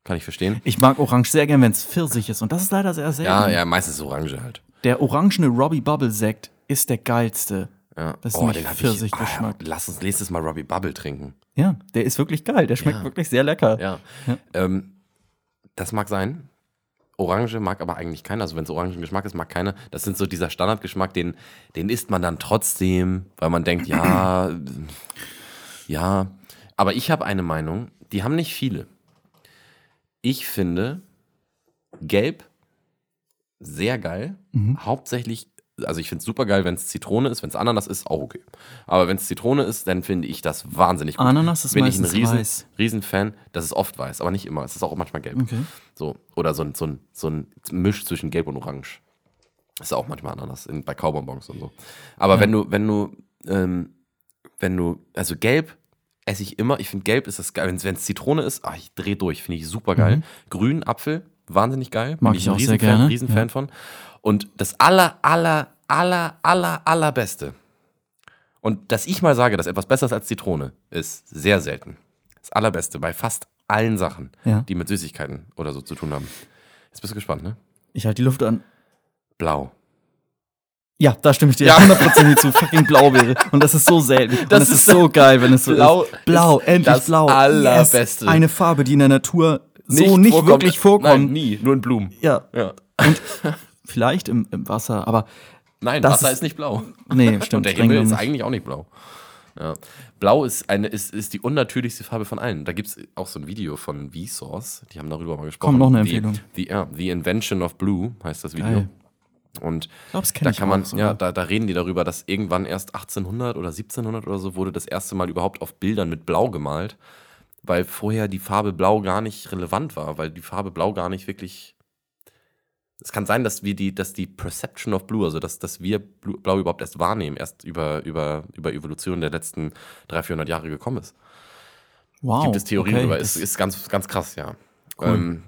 Kann ich verstehen.
Ich mag Orange sehr gern, wenn es Pfirsich ist. Und das ist leider sehr selten.
Ja, ja, meistens Orange halt.
Der orangene Robbie Bubble Sekt ist der geilste.
Ja.
Das ist
oh,
nämlich
den hab ich-
Pfirsichgeschmack.
Ah, lass uns nächstes Mal Robbie Bubble trinken.
Ja, der ist wirklich geil. Der schmeckt
Ja.
wirklich sehr lecker.
Ja.
Ja.
Ähm, das mag sein. Orange mag aber eigentlich keiner. Also wenn es Orangengeschmack ist, mag keiner. Das sind so dieser Standardgeschmack, den, den isst man dann trotzdem, weil man denkt, ja, [CLEARS THROAT] äh, ja. Aber ich habe eine Meinung, die haben nicht viele. Ich finde Gelb sehr geil.
Mhm.
Hauptsächlich, also ich finde es super geil, wenn es Zitrone ist. Wenn es Ananas ist, auch okay. Aber wenn es Zitrone ist, dann finde ich das wahnsinnig gut.
Ananas ist
Bin ich ein
meistens
riesen,
weiß.
Riesenfan. Das ist oft weiß, aber nicht immer. Es ist auch manchmal gelb.
Okay.
So, oder so ein, so, ein, so ein Misch zwischen Gelb und Orange. Ist auch manchmal Ananas in, bei Kaubonbons und so. Aber wenn du, wenn du, ähm, wenn du, also Gelb esse ich immer. Ich finde Gelb ist das geil. Wenn es Zitrone ist, ah, ich drehe durch, finde ich super geil. Grün, Apfel, wahnsinnig geil.
Mhm. Mag
Bin
ich
ein
auch sehr
Riesenfan-
gerne.
Riesenfan von. Und das aller, aller, aller, aller, allerbeste. Und dass ich mal sage, dass etwas besser ist als Zitrone, ist sehr selten. Das allerbeste bei fast allen Sachen,
Ja.
die mit Süßigkeiten oder so zu tun haben. Jetzt bist du gespannt, ne?
Ich halte die Luft an.
Blau.
Ja, da stimme ich dir
Ja.
100% zu. Fucking Blaubeere. Und das ist so selten.
Das
und es
ist
ist so geil, wenn es so
Blau
ist. Blau,
ist
endlich
das
blau.
Allerbeste.
Yes. Eine Farbe, die in der Natur so nicht
vorkommt.
wirklich vorkommt.
Nein, nie. Nur in Blumen.
Ja,
Ja.
vielleicht im, im Wasser, aber
Nein,
Das
Wasser
ist-
ist, nicht blau. [LAUGHS]
nee, stimmt.
Und der
streng
Himmel ist
genommen nicht.
eigentlich auch nicht blau. Ja. Blau ist, eine, ist, ist die unnatürlichste Farbe von allen. Da gibt es auch so ein Video von Vsauce, die haben darüber mal gesprochen.
noch eine
The-
Empfehlung.
The, ja, The Invention of Blue heißt das Video.
Geil.
Und
Ich glaube, das kenne
da
ich
kann man,
auch sogar.
ja, da, da reden die darüber, dass irgendwann erst 1800 oder 1700 oder so wurde das erste Mal überhaupt auf Bildern mit Blau gemalt, weil vorher die Farbe Blau gar nicht relevant war, weil die Farbe Blau gar nicht wirklich. Es kann sein, dass wir die, dass die Perception of Blue, also dass, dass wir Blu- Blau überhaupt erst wahrnehmen, erst über, über, über Evolution der letzten 300, 400 Jahre gekommen ist.
wow,
Gibt es Theorien
okay,
drüber,
das-
ist, ist ganz, ganz krass, ja.
Cool.
Ähm,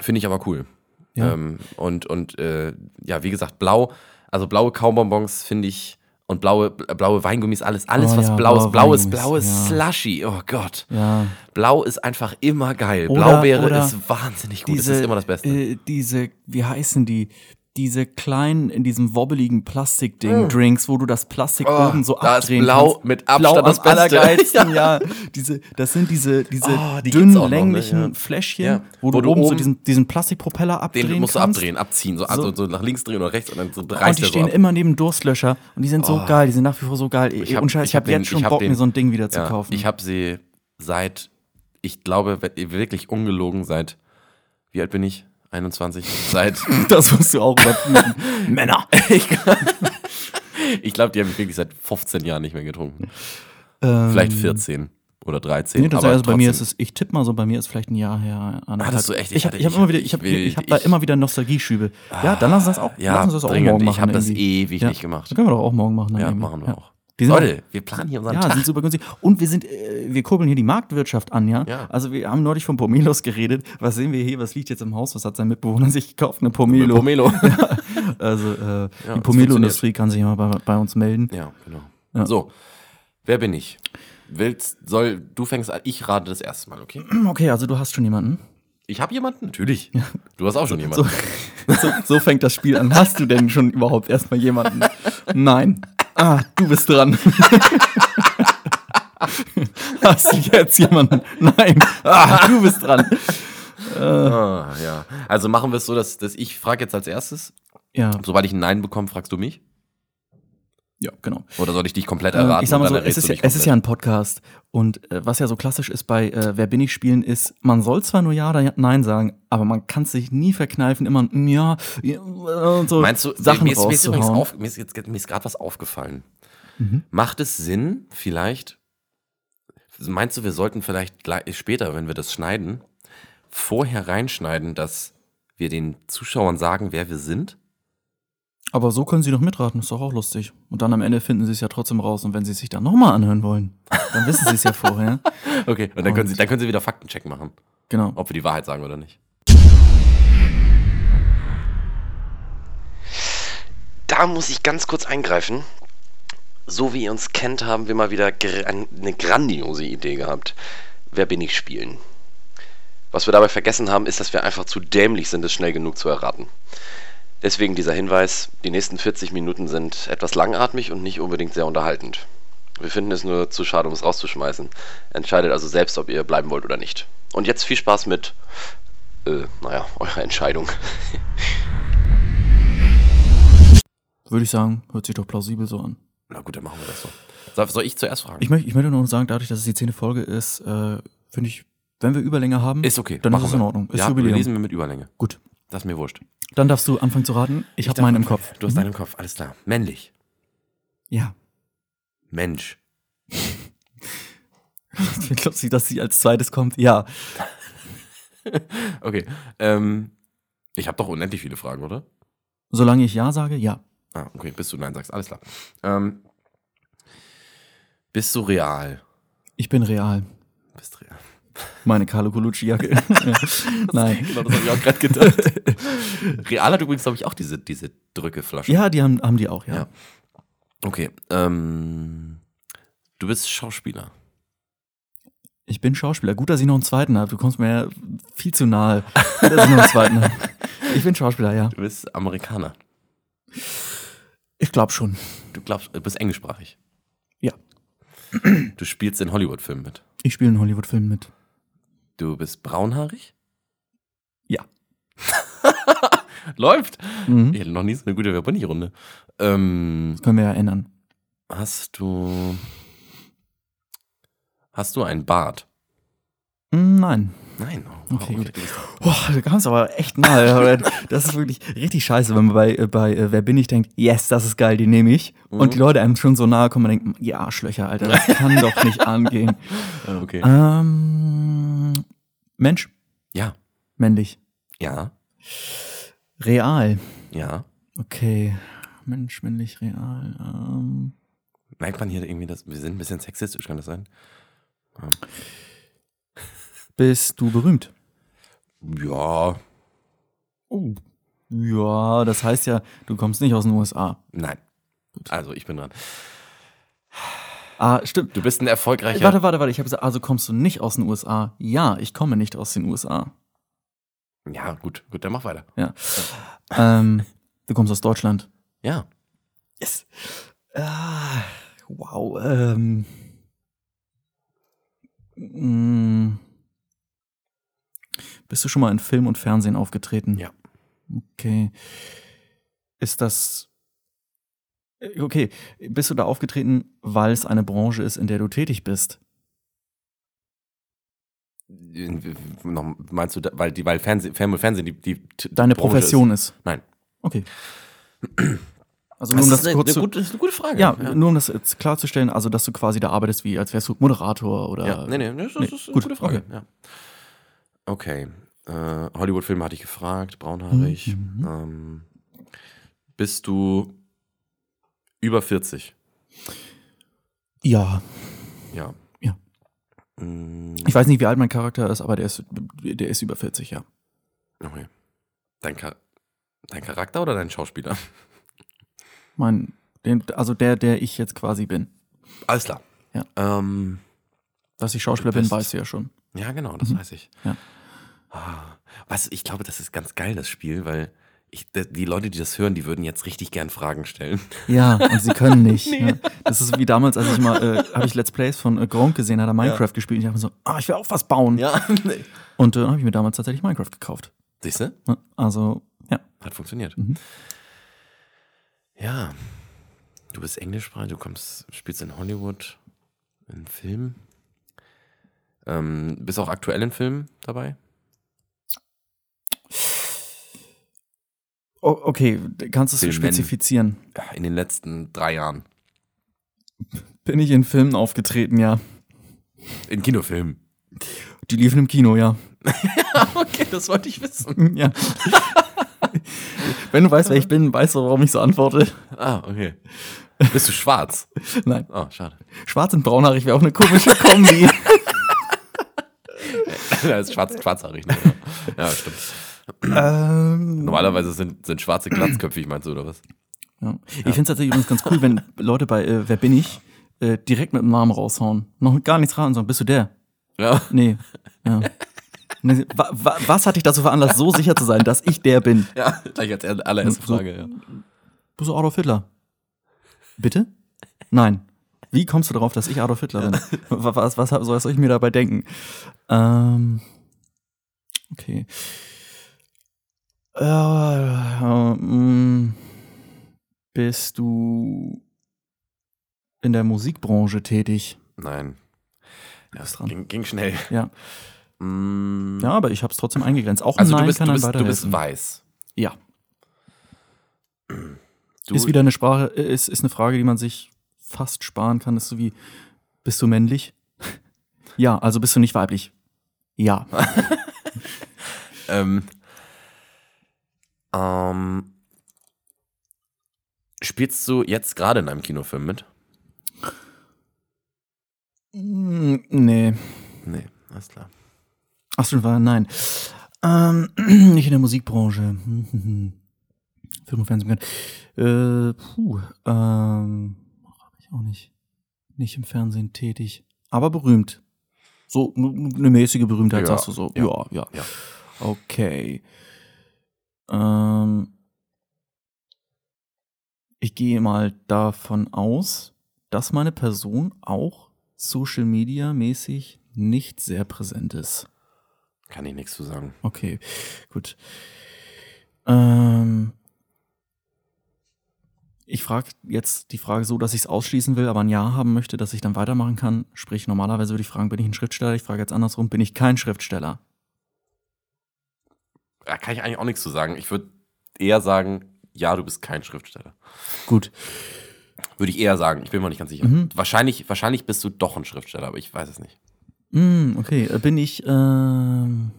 Finde ich aber cool.
Ja.
Ähm, und und äh, ja, wie gesagt, blau, also blaue Kaumbonbons finde ich und blaue, blaue Weingummis, alles, alles
Oh
was
ja,
blau
blaue
ist. Blau ist,
Weingummis,
blau ist
ja.
slushy, oh Gott.
ja.
Blau ist einfach immer geil.
Oder-
Blaubeere
oder
ist wahnsinnig gut,
Diese,
das ist immer das Beste.
Äh, diese, wie heißen die? Diese kleinen, in diesem wobbeligen Plastikding, Drinks, wo du das Plastik
Hm. Oh,
oben so
da ist
abdrehen
blau
kannst.
mit Abstand
blau
das
am
Beste. [LAUGHS]
allergeilsten, ja. Diese, das sind diese, diese
Oh, die
dünnen,
gibt's auch noch, ne?
länglichen
Ja.
Fläschchen,
Ja.
wo,
Wo
du
du
oben so
oben-
diesen, diesen Plastikpropeller abdrehen
Den musst du
kannst.
abdrehen, abziehen, so, also, so nach links drehen oder rechts und dann so
Und
reißt
Oh, die
der so
stehen
ab.
immer neben Durstlöscher und die sind so geil, die sind nach wie vor so geil. Ich
hab-
und scheiße, ich
ich hab
habe jetzt
den-
schon
ich hab
Bock,
den-
mir so ein Ding wieder zu
Ja,
kaufen.
Ich habe sie seit, ich glaube, we- wirklich ungelogen seit, wie alt bin ich? 21? Seit,
[LAUGHS] das musst du auch überprüfen. [LAUGHS]
[LAUGHS]
Männer.
ich glaube, die habe ich wirklich seit 15 Jahren nicht mehr getrunken.
Ähm,
Vielleicht 14 oder 13.
Nee, das
aber
also bei mir ist
trotzdem.
es, ich tippe mal so, bei mir ist vielleicht ein Jahr her. anderthalb.
hast du echt? Ich
Ich habe
hatte-
ich hab
ich-
immer wieder, ich habe
will-
ich hab da
ich- Ah,
immer wieder Nostalgieschübe. ja, dann lass uns das auch,
ja,
lass uns das auch
dringend.
morgen machen.
Ich hab das
irgendwie.
ewig nicht gemacht.
Das können wir doch auch morgen machen. dann
Ja,
irgendwie.
machen wir
Ja.
auch.
Die sind
Leute, wir planen hier unseren
Ja,
Tag.
sind super günstig. Und wir sind, äh, wir kurbeln hier die Marktwirtschaft an, ja?
Ja.
Also wir haben neulich von Pomelos geredet. Was sehen wir hier? Was liegt jetzt im Haus? Was hat sein Mitbewohner sich gekauft? Eine Pomelo. [LAUGHS]
Pomelo.
Also äh,
das
die Pomelo-Industrie kann sich immer bei, bei uns melden.
ja, genau.
Ja.
So, wer bin ich? Willst, soll, du fängst an, ich rate das erste Mal, okay?
Okay, also du hast schon jemanden.
Ich habe jemanden? Natürlich. Du hast auch schon jemanden.
So, so, so fängt das Spiel an. Hast du denn schon überhaupt erstmal jemanden? Nein. Ah, du bist dran. Hast du jetzt jemanden? Nein. Ah, du bist dran.
Ah, ja. Also machen wir es so, dass, dass ich frage jetzt als erstes.
Ja,
Sobald ich ein Nein bekomme, fragst du mich?
ja, genau.
Oder soll Äh, ich dich komplett
Ähm,
erraten?
ich sag mal
und
so,
dann
es
errätst
ist,
du
ja,
mich
es ist ja
komplett?
ein Podcast und äh, was ja so klassisch ist bei äh, Wer bin ich spielen ist, man soll zwar nur Ja oder Nein sagen, aber man kann sich nie verkneifen, immer ein mm, Ja ja, und so
Meinst du,
Sachen
mir, ist, mir, ist übrigens
rauszuhauen.
auf, mir ist, jetzt- mir ist gerade was aufgefallen. Macht es Sinn, vielleicht, meinst du, wir sollten vielleicht gleich, später, wenn wir das schneiden, vorher reinschneiden, dass wir den Zuschauern sagen, wer wir sind?
Aber so können sie doch mitraten, ist doch auch lustig. Und dann am Ende finden sie es ja trotzdem raus und wenn sie es sich dann nochmal anhören wollen, dann wissen sie es ja
[LAUGHS]
vorher.
Okay. Und dann können, sie, dann können sie wieder Faktencheck machen,
Genau.
ob wir die Wahrheit sagen oder nicht.
Da muss ich ganz kurz eingreifen. So wie ihr uns kennt, haben wir mal wieder gra- eine grandiose Idee gehabt. Wer bin ich spielen? Was wir dabei vergessen haben, ist, dass wir einfach zu dämlich sind, es schnell genug zu erraten. Deswegen dieser Hinweis, die nächsten 40 Minuten sind etwas langatmig und nicht unbedingt sehr unterhaltend. Wir finden es nur zu schade, um es rauszuschmeißen. Entscheidet also selbst, ob ihr bleiben wollt oder nicht. Und jetzt viel Spaß mit äh, naja, [LAUGHS] eure Entscheidung.
Würde ich sagen, hört sich doch plausibel so an.
Na gut, dann machen wir das so. Soll, soll ich zuerst fragen?
Ich, möcht, ich möchte nur noch sagen, dadurch, dass es die zehnte Folge ist, äh, finde ich, wenn wir Überlänge haben,
ist okay.
dann ist
machen
es
wir.
in Ordnung. Ist
ja,
Jubiläum.
lesen wir mit Überlänge.
Gut.
Das ist mir wurscht.
Dann darfst du anfangen zu raten. Ich, habe
darf
meinen im
anfangen.
Kopf. Mhm.
Du hast deinen im Kopf, alles klar. Männlich.
Ja. [LAUGHS]
Mensch.
Ich glaube, sie, dass sie als zweites kommt. Ja.
Okay. Ähm, ich habe doch unendlich viele Fragen, oder?
Solange ich Ja sage, ja.
Ah, okay, bis du Nein sagst. Alles klar. Ähm, bist du real?
Ich bin real.
Bist real. [LAUGHS]
Meine Carlo Colucci-Jacke. [LAUGHS] Ja. Nein.
[LAUGHS] Genau, das habe ich auch gerade gedacht.
[LAUGHS]
real hat übrigens, glaube ich, auch diese, diese Drückeflasche.
Ja, die haben, haben die auch, ja.
Ja. Okay. Ähm, du bist Schauspieler.
Ich bin Schauspieler. Gut, dass ich noch einen zweiten habe. Du kommst mir ja viel zu nahe. Gut, dass ich noch einen zweiten [LAUGHS] habe. Ich bin Schauspieler, ja.
Du bist Amerikaner.
Ich glaube schon.
Du glaubst, du bist englischsprachig.
Ja.
Du spielst in Hollywood-Filmen mit.
Ich spiele in Hollywood-Filmen mit.
Du bist braunhaarig?
Ja.
[LAUGHS] Läuft.
Mhm.
Ich hatte noch nie so eine gute Verbundenrunde. Ähm,
Das können wir ja ändern.
hast du. Hast du einen Bart?
Hm, Nein.
Nein. Oh,
Okay, gut.
du bist-
Boah, da kam es aber echt nahe. [LAUGHS] Aber Das ist wirklich richtig scheiße, wenn man bei, äh, bei äh, Wer bin ich denkt, yes, das ist geil, die nehme ich. Und die Leute einem schon so nahe kommen und denken, ihr Arschlöcher, Alter, das kann doch nicht [LAUGHS] angehen.
Äh, okay.
Ah. Ähm, Mensch,
Ja.
männlich.
Ja.
Real.
Ja.
Okay. Mensch, männlich, real. Ähm,
Merkt man hier irgendwie, dass wir sind ein bisschen sexistisch, kann das sein?
bist du berühmt?
Ja.
Oh. Ja, das heißt ja, du kommst nicht aus den USA.
Nein. Also, ich bin dran.
Ah, stimmt.
Du bist ein erfolgreicher.
Äh, Warte, warte, warte. Ich habe gesagt, also kommst du nicht aus den USA? Ja, ich komme nicht aus den USA.
Ja, gut. Gut, dann mach weiter.
Ja. ähm, du kommst aus Deutschland.
Ja.
Yes. Ah, wow. Ähm, mm, bist du schon mal in Film und Fernsehen aufgetreten?
Ja.
Okay. Ist das. Äh, Okay, bist du da aufgetreten, weil es eine Branche ist, in der du tätig bist?
Noch, meinst du, da- weil, die, weil Fernsehen, Film und Fernsehen die, die
Deine
Branche
Profession ist.
Nein. [CLEARS THROAT]
Okay. Also
Das,
nur um
das
das
ist eine,
kurz
eine,
zu,
gute, das ist eine gute Frage.
ja, nur um das jetzt klarzustellen, also dass du quasi da arbeitest, wie als wärst du Moderator oder
Ja, nee, nee, das, das
nee,
ist eine
gut,
gute Frage. Ja. Okay. Äh, Hollywood-Filme hatte ich gefragt, braunhaarig.
Mhm.
Ähm, bist du über 40?
Ja,
Ja.
Ja.
Mm,
ich weiß nicht, wie alt mein Charakter ist, aber der ist, der ist über 40, ja.
Okay. Dein, Char dein Charakter oder dein Schauspieler?
Mein, den, also der, der ich jetzt quasi bin.
Alles klar.
Ja.
Ähm,
Dass ich Schauspieler
Du
bin,
bist-
weißt du ja schon.
Ja, genau, das weiß ich.
Ja.
Ah, Was, ich glaube, das ist ganz geil, das Spiel, weil ich, d- die Leute, die das hören, die würden jetzt richtig gern Fragen stellen.
Ja, und sie können nicht. [LAUGHS] ja. Das ist wie damals, als ich mal, äh, habe ich Let's Plays von äh, Gronk gesehen, hat er Minecraft gespielt und ich habe mir so, ah, ich will auch was bauen.
[LAUGHS] Ja. [LAUGHS]
Und äh, habe ich mir damals tatsächlich Minecraft gekauft.
Siehst du?
Ja, Also, ja.
Hat funktioniert.
Mhm.
Ja. Du bist englischsprachig, du kommst, spielst in Hollywood, in Filmen. Ähm, bist auch aktuell in Filmen dabei?
O okay, d- kannst du es
Film nennen.
spezifizieren?
Ja, In den letzten drei Jahren.
Bin ich in Filmen aufgetreten, ja.
In Kinofilmen.
Die liefen im Kino, ja. [LAUGHS]
Okay, [LAUGHS] das wollte ich wissen.
Ja. Wenn du weißt, wer ich bin, weißt du, warum ich so antworte.
Ah, okay. Bist du schwarz?
Nein.
Oh, schade.
Schwarz und braunhaarig wäre auch eine komische Kombi. [LAUGHS]
[LAUGHS] das ist schwarz, schwarzhaarig. Ne? Ja. ja, stimmt.
ähm,
Normalerweise sind, sind schwarze glatzköpfig, meinst du, oder was?
ja. Ich finde es tatsächlich übrigens ganz cool, wenn Leute bei äh, Wer bin ich äh, direkt mit dem Namen raushauen. Noch gar nichts raten, sondern bist du der?
Ja. [LAUGHS]
Nee. Ja. Und dann sie- wa wa was hat dich dazu veranlasst, so sicher zu sein, dass ich der bin?
Ja, gleich als er- allererste
So.
Frage. Ja.
Bist du Adolf Hitler? Bitte? Nein. Wie kommst du darauf, dass ich Adolf Hitler bin?
[LAUGHS]
Wa- Was, was, soll ich mir dabei denken? Ähm, okay. Äh, ähm, bist du in der Musikbranche tätig?
Nein. Ja,
bist
es
dran.
ging, ging schnell.
Ja.
Mm,
Ja, aber ich habe es trotzdem eingegrenzt. Auch ein
also
Nein
du bist,
kann
du
einem
bist, du bist
weiterhelfen.
weiß.
Ja,
Du,
ist wieder eine Sprache, äh, ist, ist eine Frage, die man sich fast sparen kann. Ist so wie, bist du männlich? [LAUGHS] ja, also bist du nicht weiblich? Ja.
Ähm, ähm, spielst du jetzt gerade in einem Kinofilm mit?
Mm, nee.
Nee, alles klar.
Ach so, war nein. Ähm, [CLEARS THROAT] nicht in der Musikbranche. [LAUGHS] Hm, hm, hm. Film und Fernsehen. Äh, puh, ähm, hab ich auch nicht. Nicht im Fernsehen tätig. Aber berühmt. So, eine mäßige Berühmtheit,
Ja,
sagst du so.
ja,
Ja, ja.
ja.
Okay. Ähm, ich gehe mal davon aus, dass meine Person auch Social Media mäßig nicht sehr präsent ist.
Kann ich nichts zu sagen.
Okay, gut. Ähm, ich frage jetzt die Frage so, dass ich es ausschließen will, aber ein Ja haben möchte, dass ich dann weitermachen kann. Sprich, normalerweise würde ich fragen, bin ich ein Schriftsteller? Ich frage jetzt andersrum, bin ich kein Schriftsteller?
Da kann ich eigentlich auch nichts zu sagen. Ich würde eher sagen, ja, du bist kein Schriftsteller.
Gut.
Würde ich eher sagen. Ich bin mir nicht ganz sicher.
Mhm.
Wahrscheinlich, wahrscheinlich bist du doch ein Schriftsteller, aber ich weiß es nicht.
Mm, okay, äh, bin ich, ähm,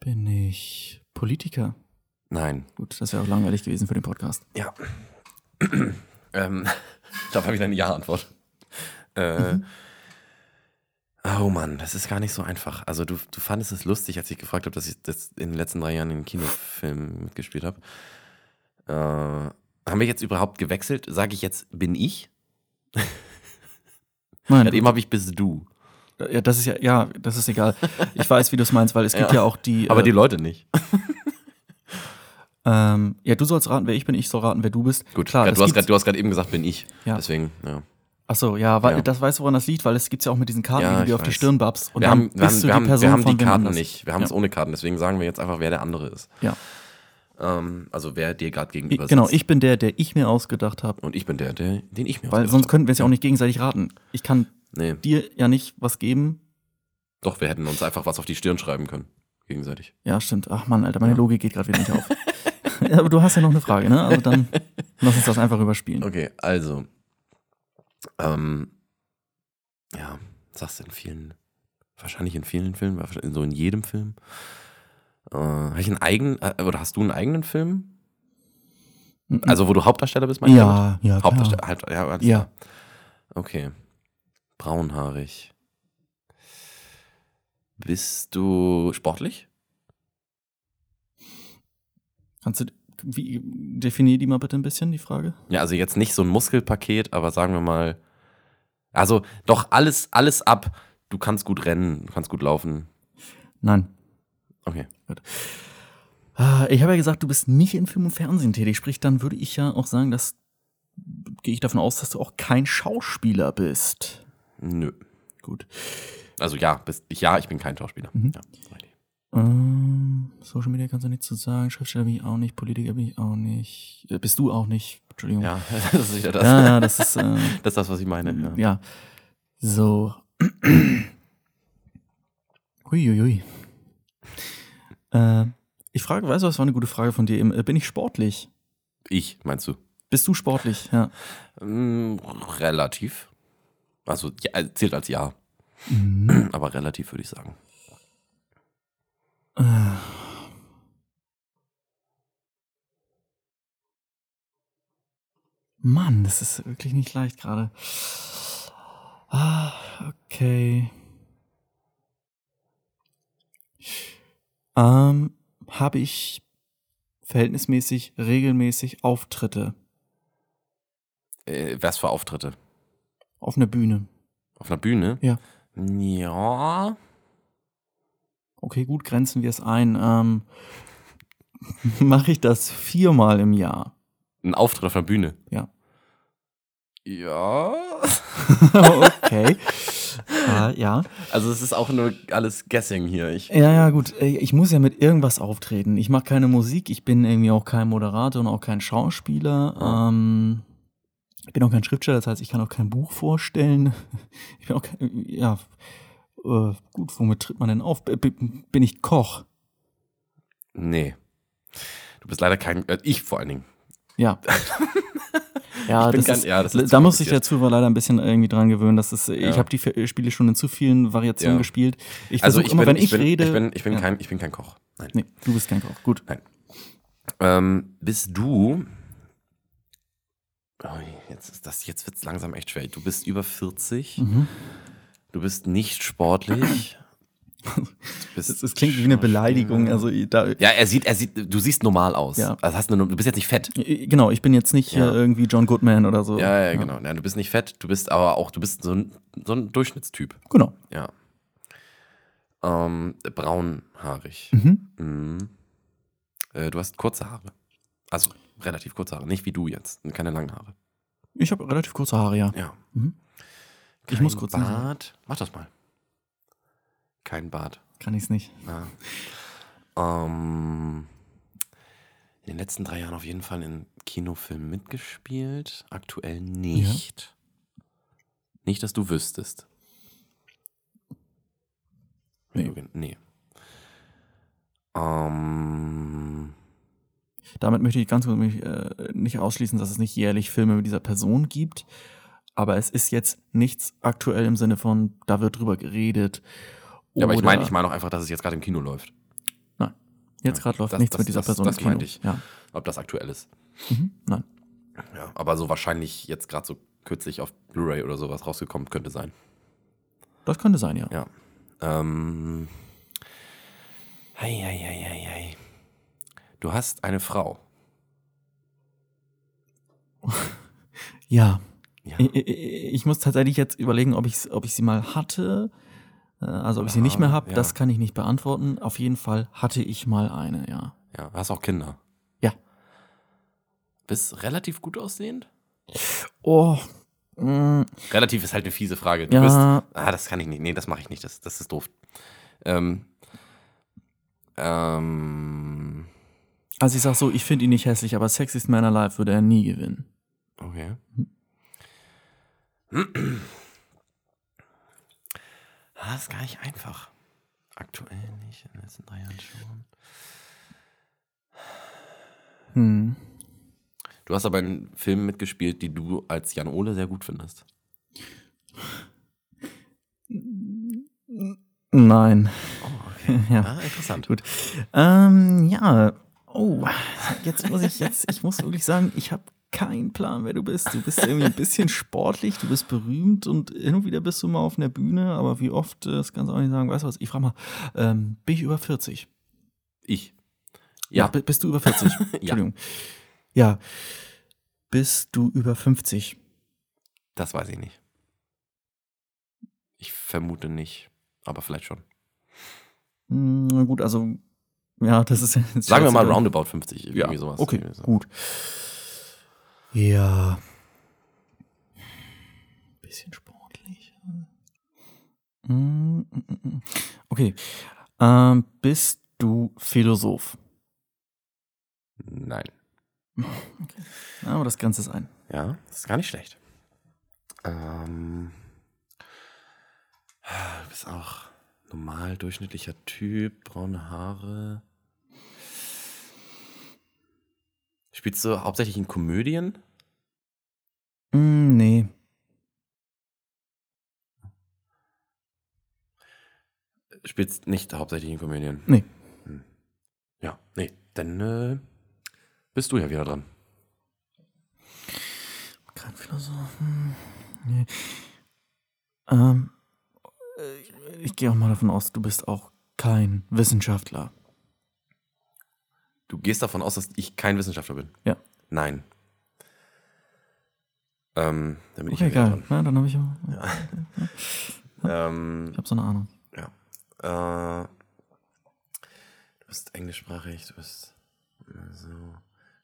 bin ich Politiker?
Nein.
Gut, das wäre auch langweilig gewesen für den Podcast.
Ja. ähm, [LAUGHS] da war wieder eine Ja-Antwort. Äh,
Mhm.
Oh Mann, das ist gar nicht so einfach. Also du, du fandest es lustig, als ich gefragt habe, dass ich das in den letzten drei Jahren in Kinofilmen mitgespielt habe. Äh, haben wir jetzt überhaupt gewechselt? Sage ich jetzt, bin ich?
Nein,
Mit eben habe ich bist du.
ja, das ist ja, ja, das ist egal. Ich weiß, wie du es meinst, weil es gibt ja,
Ja.
auch die.
Aber
äh,
die Leute nicht.
Ähm, ja, du sollst raten, wer ich bin, ich soll raten, wer du bist.
Gut,
klar.
grad-
es
du hast
gibt's-
grad- du hast gerade eben gesagt, bin ich.
Ja.
Deswegen, ja.
Ach so, ja, weil,
Ja.
das weißt du, woran das liegt, weil es gibt's ja auch mit diesen Karten,
Ja,
die du
ich
dir auf die
weiß.
Stirn babst. Und
wir
dann
haben,
bist du
wir, haben, wir,
die
haben,
Person
wir haben die
von wem
Karten
anders.
nicht. Wir haben es
Ja.
ohne Karten. Deswegen sagen wir jetzt einfach, wer der andere ist.
Ja.
Ähm, also wer dir gerade
Ich,
gegenüber sitzt.
genau, ich bin der, der ich mir ausgedacht habe.
Und ich bin der, der den ich mir
Weil
ausgedacht
sonst könnten wir es ja auch nicht gegenseitig raten. Ich kann
hab. Nee,
dir ja nicht was geben.
doch, wir hätten uns einfach was auf die Stirn schreiben können. Gegenseitig.
Ja, stimmt. Ach Mann, Alter, meine
Ja.
Logik geht gerade wieder nicht auf.
[LAUGHS]
Ja, Aber du hast ja noch eine Frage, ne? Also dann lass uns das einfach überspielen.
Okay, also. Ähm, ja, sagst du in vielen, wahrscheinlich in vielen Filmen, wahrscheinlich so in jedem Film. Äh, hab ich einen eigenen, äh, oder hast du einen eigenen Film? Also, wo du Hauptdarsteller bist, meinst du?
Hm, ja, ja,
Hauptdarsteller,
klar.
halt, ja, alles
Ja.
klar. Okay. Braunhaarig. Bist du sportlich?
Kannst du, wie, definier die mal bitte ein bisschen, die Frage?
Ja, also jetzt nicht so ein Muskelpaket, aber sagen wir mal, also doch alles, alles ab. Du kannst gut rennen, du kannst gut laufen.
Nein.
Okay.
Ah, Ich habe ja gesagt, du bist nicht in Film und Fernsehen tätig. Sprich, dann würde ich ja auch sagen, dass gehe ich davon aus, dass du auch kein Schauspieler bist.
Nö.
Gut.
Also ja, bist, ja, ich bin kein Schauspieler.
Mhm.
Ja, richtig.
Ähm, Social Media kannst du nichts zu sagen. Schriftsteller bin ich auch nicht. Politiker bin ich auch nicht. Äh, Bist du auch nicht. Entschuldigung.
ja [LAUGHS] das ist wieder das.
ja, ja, das ist. Äh,
[LAUGHS] Das ist das, was ich meine.
ja.
Ja.
So. [CLEARS THROAT] Huiuiui. Äh, ich frage, weißt du, was war eine gute Frage von dir eben? Äh, Bin ich sportlich?
Ich, meinst du?
Bist du sportlich? Ja.
Mm, relativ. Also ja, äh, zählt als ja,
Mhm.
[CLEARS THROAT] aber relativ würde ich sagen.
Äh. Mann, das ist wirklich nicht leicht gerade. Ah, okay. Ähm, habe ich verhältnismäßig, regelmäßig Auftritte
Äh, was für Auftritte?
auf einer Bühne?
Auf einer Bühne?
Ja.
Ja.
Okay, gut, grenzen wir es ein. Ähm, [LAUGHS] Mache ich das viermal im Jahr? [LAUGHS]
Ein Auftritt auf einer Bühne?
Ja.
Ja. [LAUGHS]
okay. Karl, ja.
Also es ist auch nur alles Guessing hier. Ich,
Ja, ja, gut. Äh, Ich muss ja mit irgendwas auftreten. Ich mache keine Musik, ich bin irgendwie auch kein Moderator und auch kein Schauspieler. Ähm, ich bin auch kein Schriftsteller, das heißt, ich kann auch kein Buch vorstellen. [LAUGHS] Ich bin auch kein, ja, äh, gut, womit tritt man denn auf? B- b- Bin ich Koch?
nee. Du bist leider kein, äh, ich vor allen Dingen. [LAUGHS]
Ja. ja,
Ich bin
das
ganz-
ist,
ja, das ist
da
zu
muss ich der
kompliziert.
Zuhörer leider ein bisschen irgendwie dran gewöhnen. Das ist, Ich
Ja.
habe die Fe- Spiele schon in zu vielen Variationen
Ja.
gespielt. Ich versuche immer, wenn ich,
bin,
rede.
Also Ich bin, ich bin,
ja.
kein, ich bin kein Koch. Nein.
Nee, du bist kein Koch. Gut.
Ähm, bist du. Oh, jetzt ist das, jetzt wird's langsam echt schwer. Du bist über 40.
Mhm.
Du bist
[CLEARS THROAT]
nicht sportlich. Du bist
Das, das klingt wie eine Beleidigung. Also da,
Ja, er sieht, er sieht, du siehst normal aus.
Ja.
Also hast eine, du bist jetzt nicht fett.
Genau, ich bin jetzt nicht
Ja.
äh, irgendwie John Goodman oder so.
Ja, ja, genau. Nein, du bist nicht fett, du bist aber auch, du bist so ein, so ein Durchschnittstyp.
Genau.
Ja. Ähm, braunhaarig.
Mhm.
Mhm. Äh, du hast kurze Haare. Also relativ kurze Haare. Nicht wie du jetzt. Keine langen Haare.
Ich habe relativ kurze Haare, ja.
Ja.
Mhm. Ich
Kein
muss kurz nachdenken.
Bart. Mach das mal. Kein Bart.
Kann ich es nicht.
Ja. Ähm, in den letzten drei Jahren auf jeden Fall in Kinofilmen mitgespielt. Aktuell nicht. Nicht, dass du wüsstest.
Nee.
nee. Ähm,
Damit möchte ich ganz kurz mich, äh, nicht ausschließen, dass es nicht jährlich Filme mit dieser Person gibt. Aber es ist jetzt nichts aktuell im Sinne von, da wird drüber geredet.
ja, aber ich
Oder-
meine ich mein auch einfach, dass es jetzt gerade im Kino läuft.
Jetzt gerade läuft
das-
nichts
das-
mit dieser
das-
Person
das
im Kino.
meinte ich.
Ja.
Ob das aktuell ist.
Mhm. Nein.
Ja, aber so wahrscheinlich jetzt gerade so kürzlich auf Blu-ray oder sowas rausgekommen könnte sein.
Das könnte sein, ja.
Ja. Ähm. Hei, hei, hei, hei, hei. Du hast eine Frau.
Ja.
Ja.
Ich, ich, ich muss tatsächlich jetzt überlegen, ob ich, ob ich sie mal hatte. äh, Also ob ich sie nicht mehr habe,
Ja.
das kann ich nicht beantworten. Auf jeden Fall hatte ich mal eine, ja.
Ja, hast auch Kinder.
Ja.
Bist relativ gut aussehend?
Oh. mm,
Relativ ist halt eine fiese Frage. Du
Ja.
bist. Ah, das kann ich nicht. Nee, das mache ich nicht. Das, das ist doof. Ähm. Ähm.
Also ich sag so, ich finde ihn nicht hässlich, aber Sexiest Man Alive würde er nie gewinnen.
Okay. Ah, ist gar nicht einfach. Aktuell nicht, in den letzten drei Jahren schon.
Hm.
Du hast aber in Filmen mitgespielt, die du als Jan Ole sehr gut findest.
Nein. [LAUGHS]
Oh, okay.
Ja.
Ah, interessant.
Gut. Ähm, ja. Oh, jetzt muss ich jetzt, ich muss wirklich sagen, ich habe keinen Plan, wer du bist. Du bist irgendwie ein bisschen sportlich, du bist berühmt und hin und wieder bist du mal auf einer Bühne, aber wie oft, äh, das kannst du auch nicht sagen. Weißt du was, ich frage mal, ähm, bin ich über 40?
Ich. [LAUGHS] Ja.
bi- bist du über 40? Entschuldigung. Ja. Bist du über 50?
Das weiß ich nicht. Ich vermute nicht, aber vielleicht schon.
Hm, Na gut, also, ja, das ist jetzt
Sagen wir mal
schwer zu-
roundabout 50.
Ja,
Irgendwie sowas.
okay,
Irgendwie so.
gut. Ja. Bisschen sportlich. Mm, mm, mm, mm. Okay. Ähm, bist du Philosoph?
Nein.
Ja, Aber das grenzt es ein.
Ja, das ist gar nicht schlecht. Ähm, du bist auch normal durchschnittlicher Typ, braune Haare. Spielst du hauptsächlich in Komödien?
Mm, nee.
Spielst nicht hauptsächlich in Komödien?
Nee.
Hm. Ja, nee. Dann äh, bist du ja wieder dran.
Kein Philosophen. Nee. Ähm, äh, ich gehe auch mal davon aus, du bist auch kein Wissenschaftler.
Du gehst davon aus, dass ich kein Wissenschaftler bin?
Ja.
Nein. Ähm, dann bin ich
Okay,
ja wieder
egal. Na, dann habe ich, ja.
dran. Ähm,
ich hab so eine Ahnung.
Ja. Äh, du bist englischsprachig, du bist also,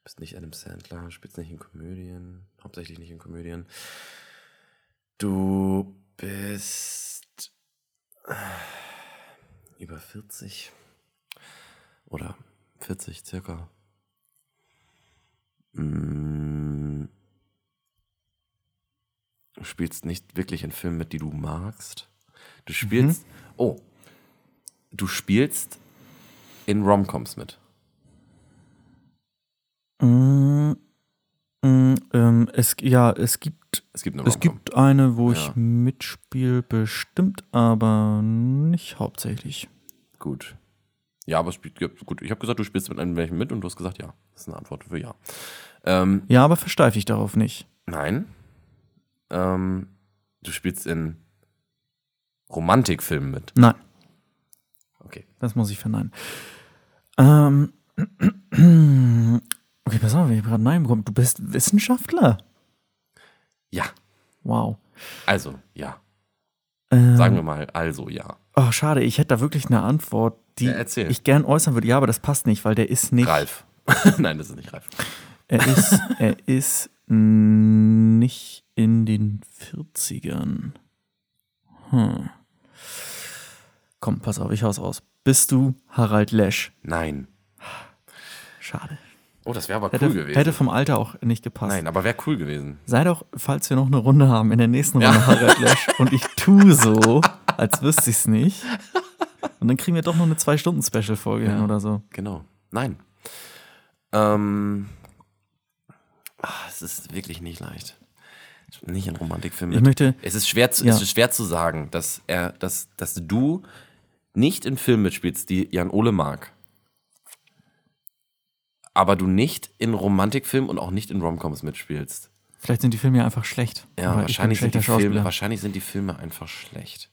bist nicht Adam Sandler, spielst nicht in Komödien, hauptsächlich nicht in Komödien. Du bist äh, Über 40. Oder 40 circa. Mm. Du spielst nicht wirklich in Filmen mit, die du magst. Du spielst. Oh. Du spielst in Romcoms mit.
Mm, mm, ähm, es, ja, es gibt,
Es gibt eine
es
Romcom.
gibt eine, wo ich
Ja.
mitspiele, bestimmt, aber nicht hauptsächlich.
Gut. Ja, aber es spielt, gut. Ich habe gesagt, du spielst mit einem welchen mit und du hast gesagt, ja. Das ist eine Antwort für ja. Ähm,
Ja, aber versteife ich darauf nicht.
Nein. Ähm, du spielst in Romantikfilmen mit.
Nein,
Okay.
das muss ich verneinen. Ähm, [CLEARS THROAT] okay, pass auf, ich habe gerade Nein bekommen. Du bist Wissenschaftler?
Ja.
Wow.
Also, ja.
Ähm,
Sagen wir mal, also, ja.
Oh, schade, ich hätte da wirklich eine Antwort, die
Ja, erzähl.
ich gern äußern würde. Ja, aber das passt nicht, weil der ist nicht.
Ralf. [LAUGHS] Nein, das ist nicht Ralf.
Er ist, er ist nicht in den 40ern. Hm. Komm, pass auf, ich hau's raus. Bist du Harald Lesch?
Nein.
Schade.
Oh, das wäre aber
Hätte,
cool gewesen.
hätte vom Alter auch nicht gepasst.
Nein, aber wäre cool gewesen.
Sei doch, falls wir noch eine Runde haben, in der nächsten Runde
[LAUGHS]
Harald Lesch und ich tu so, als wüsste ich's nicht. Und dann kriegen wir doch noch eine Zwei-Stunden-Special-Folge hin
Ja.
oder so.
Genau. Nein. Ähm. ah, Es ist wirklich nicht leicht. Nicht in Romantikfilmen.
Ich
mit.
möchte-
Es ist schwer zu,
Ja.
es ist schwer zu sagen, dass er, dass, dass du nicht in Filmen mitspielst, die Jan Ole mag. Aber du nicht in Romantikfilmen und auch nicht in Romcoms mitspielst.
Vielleicht sind die Filme ja einfach schlecht.
Ja,
Oder ich bin ein
wahrscheinlich, sind die
schlechter
Filme,
Schauspieler.
wahrscheinlich sind die Filme einfach schlecht.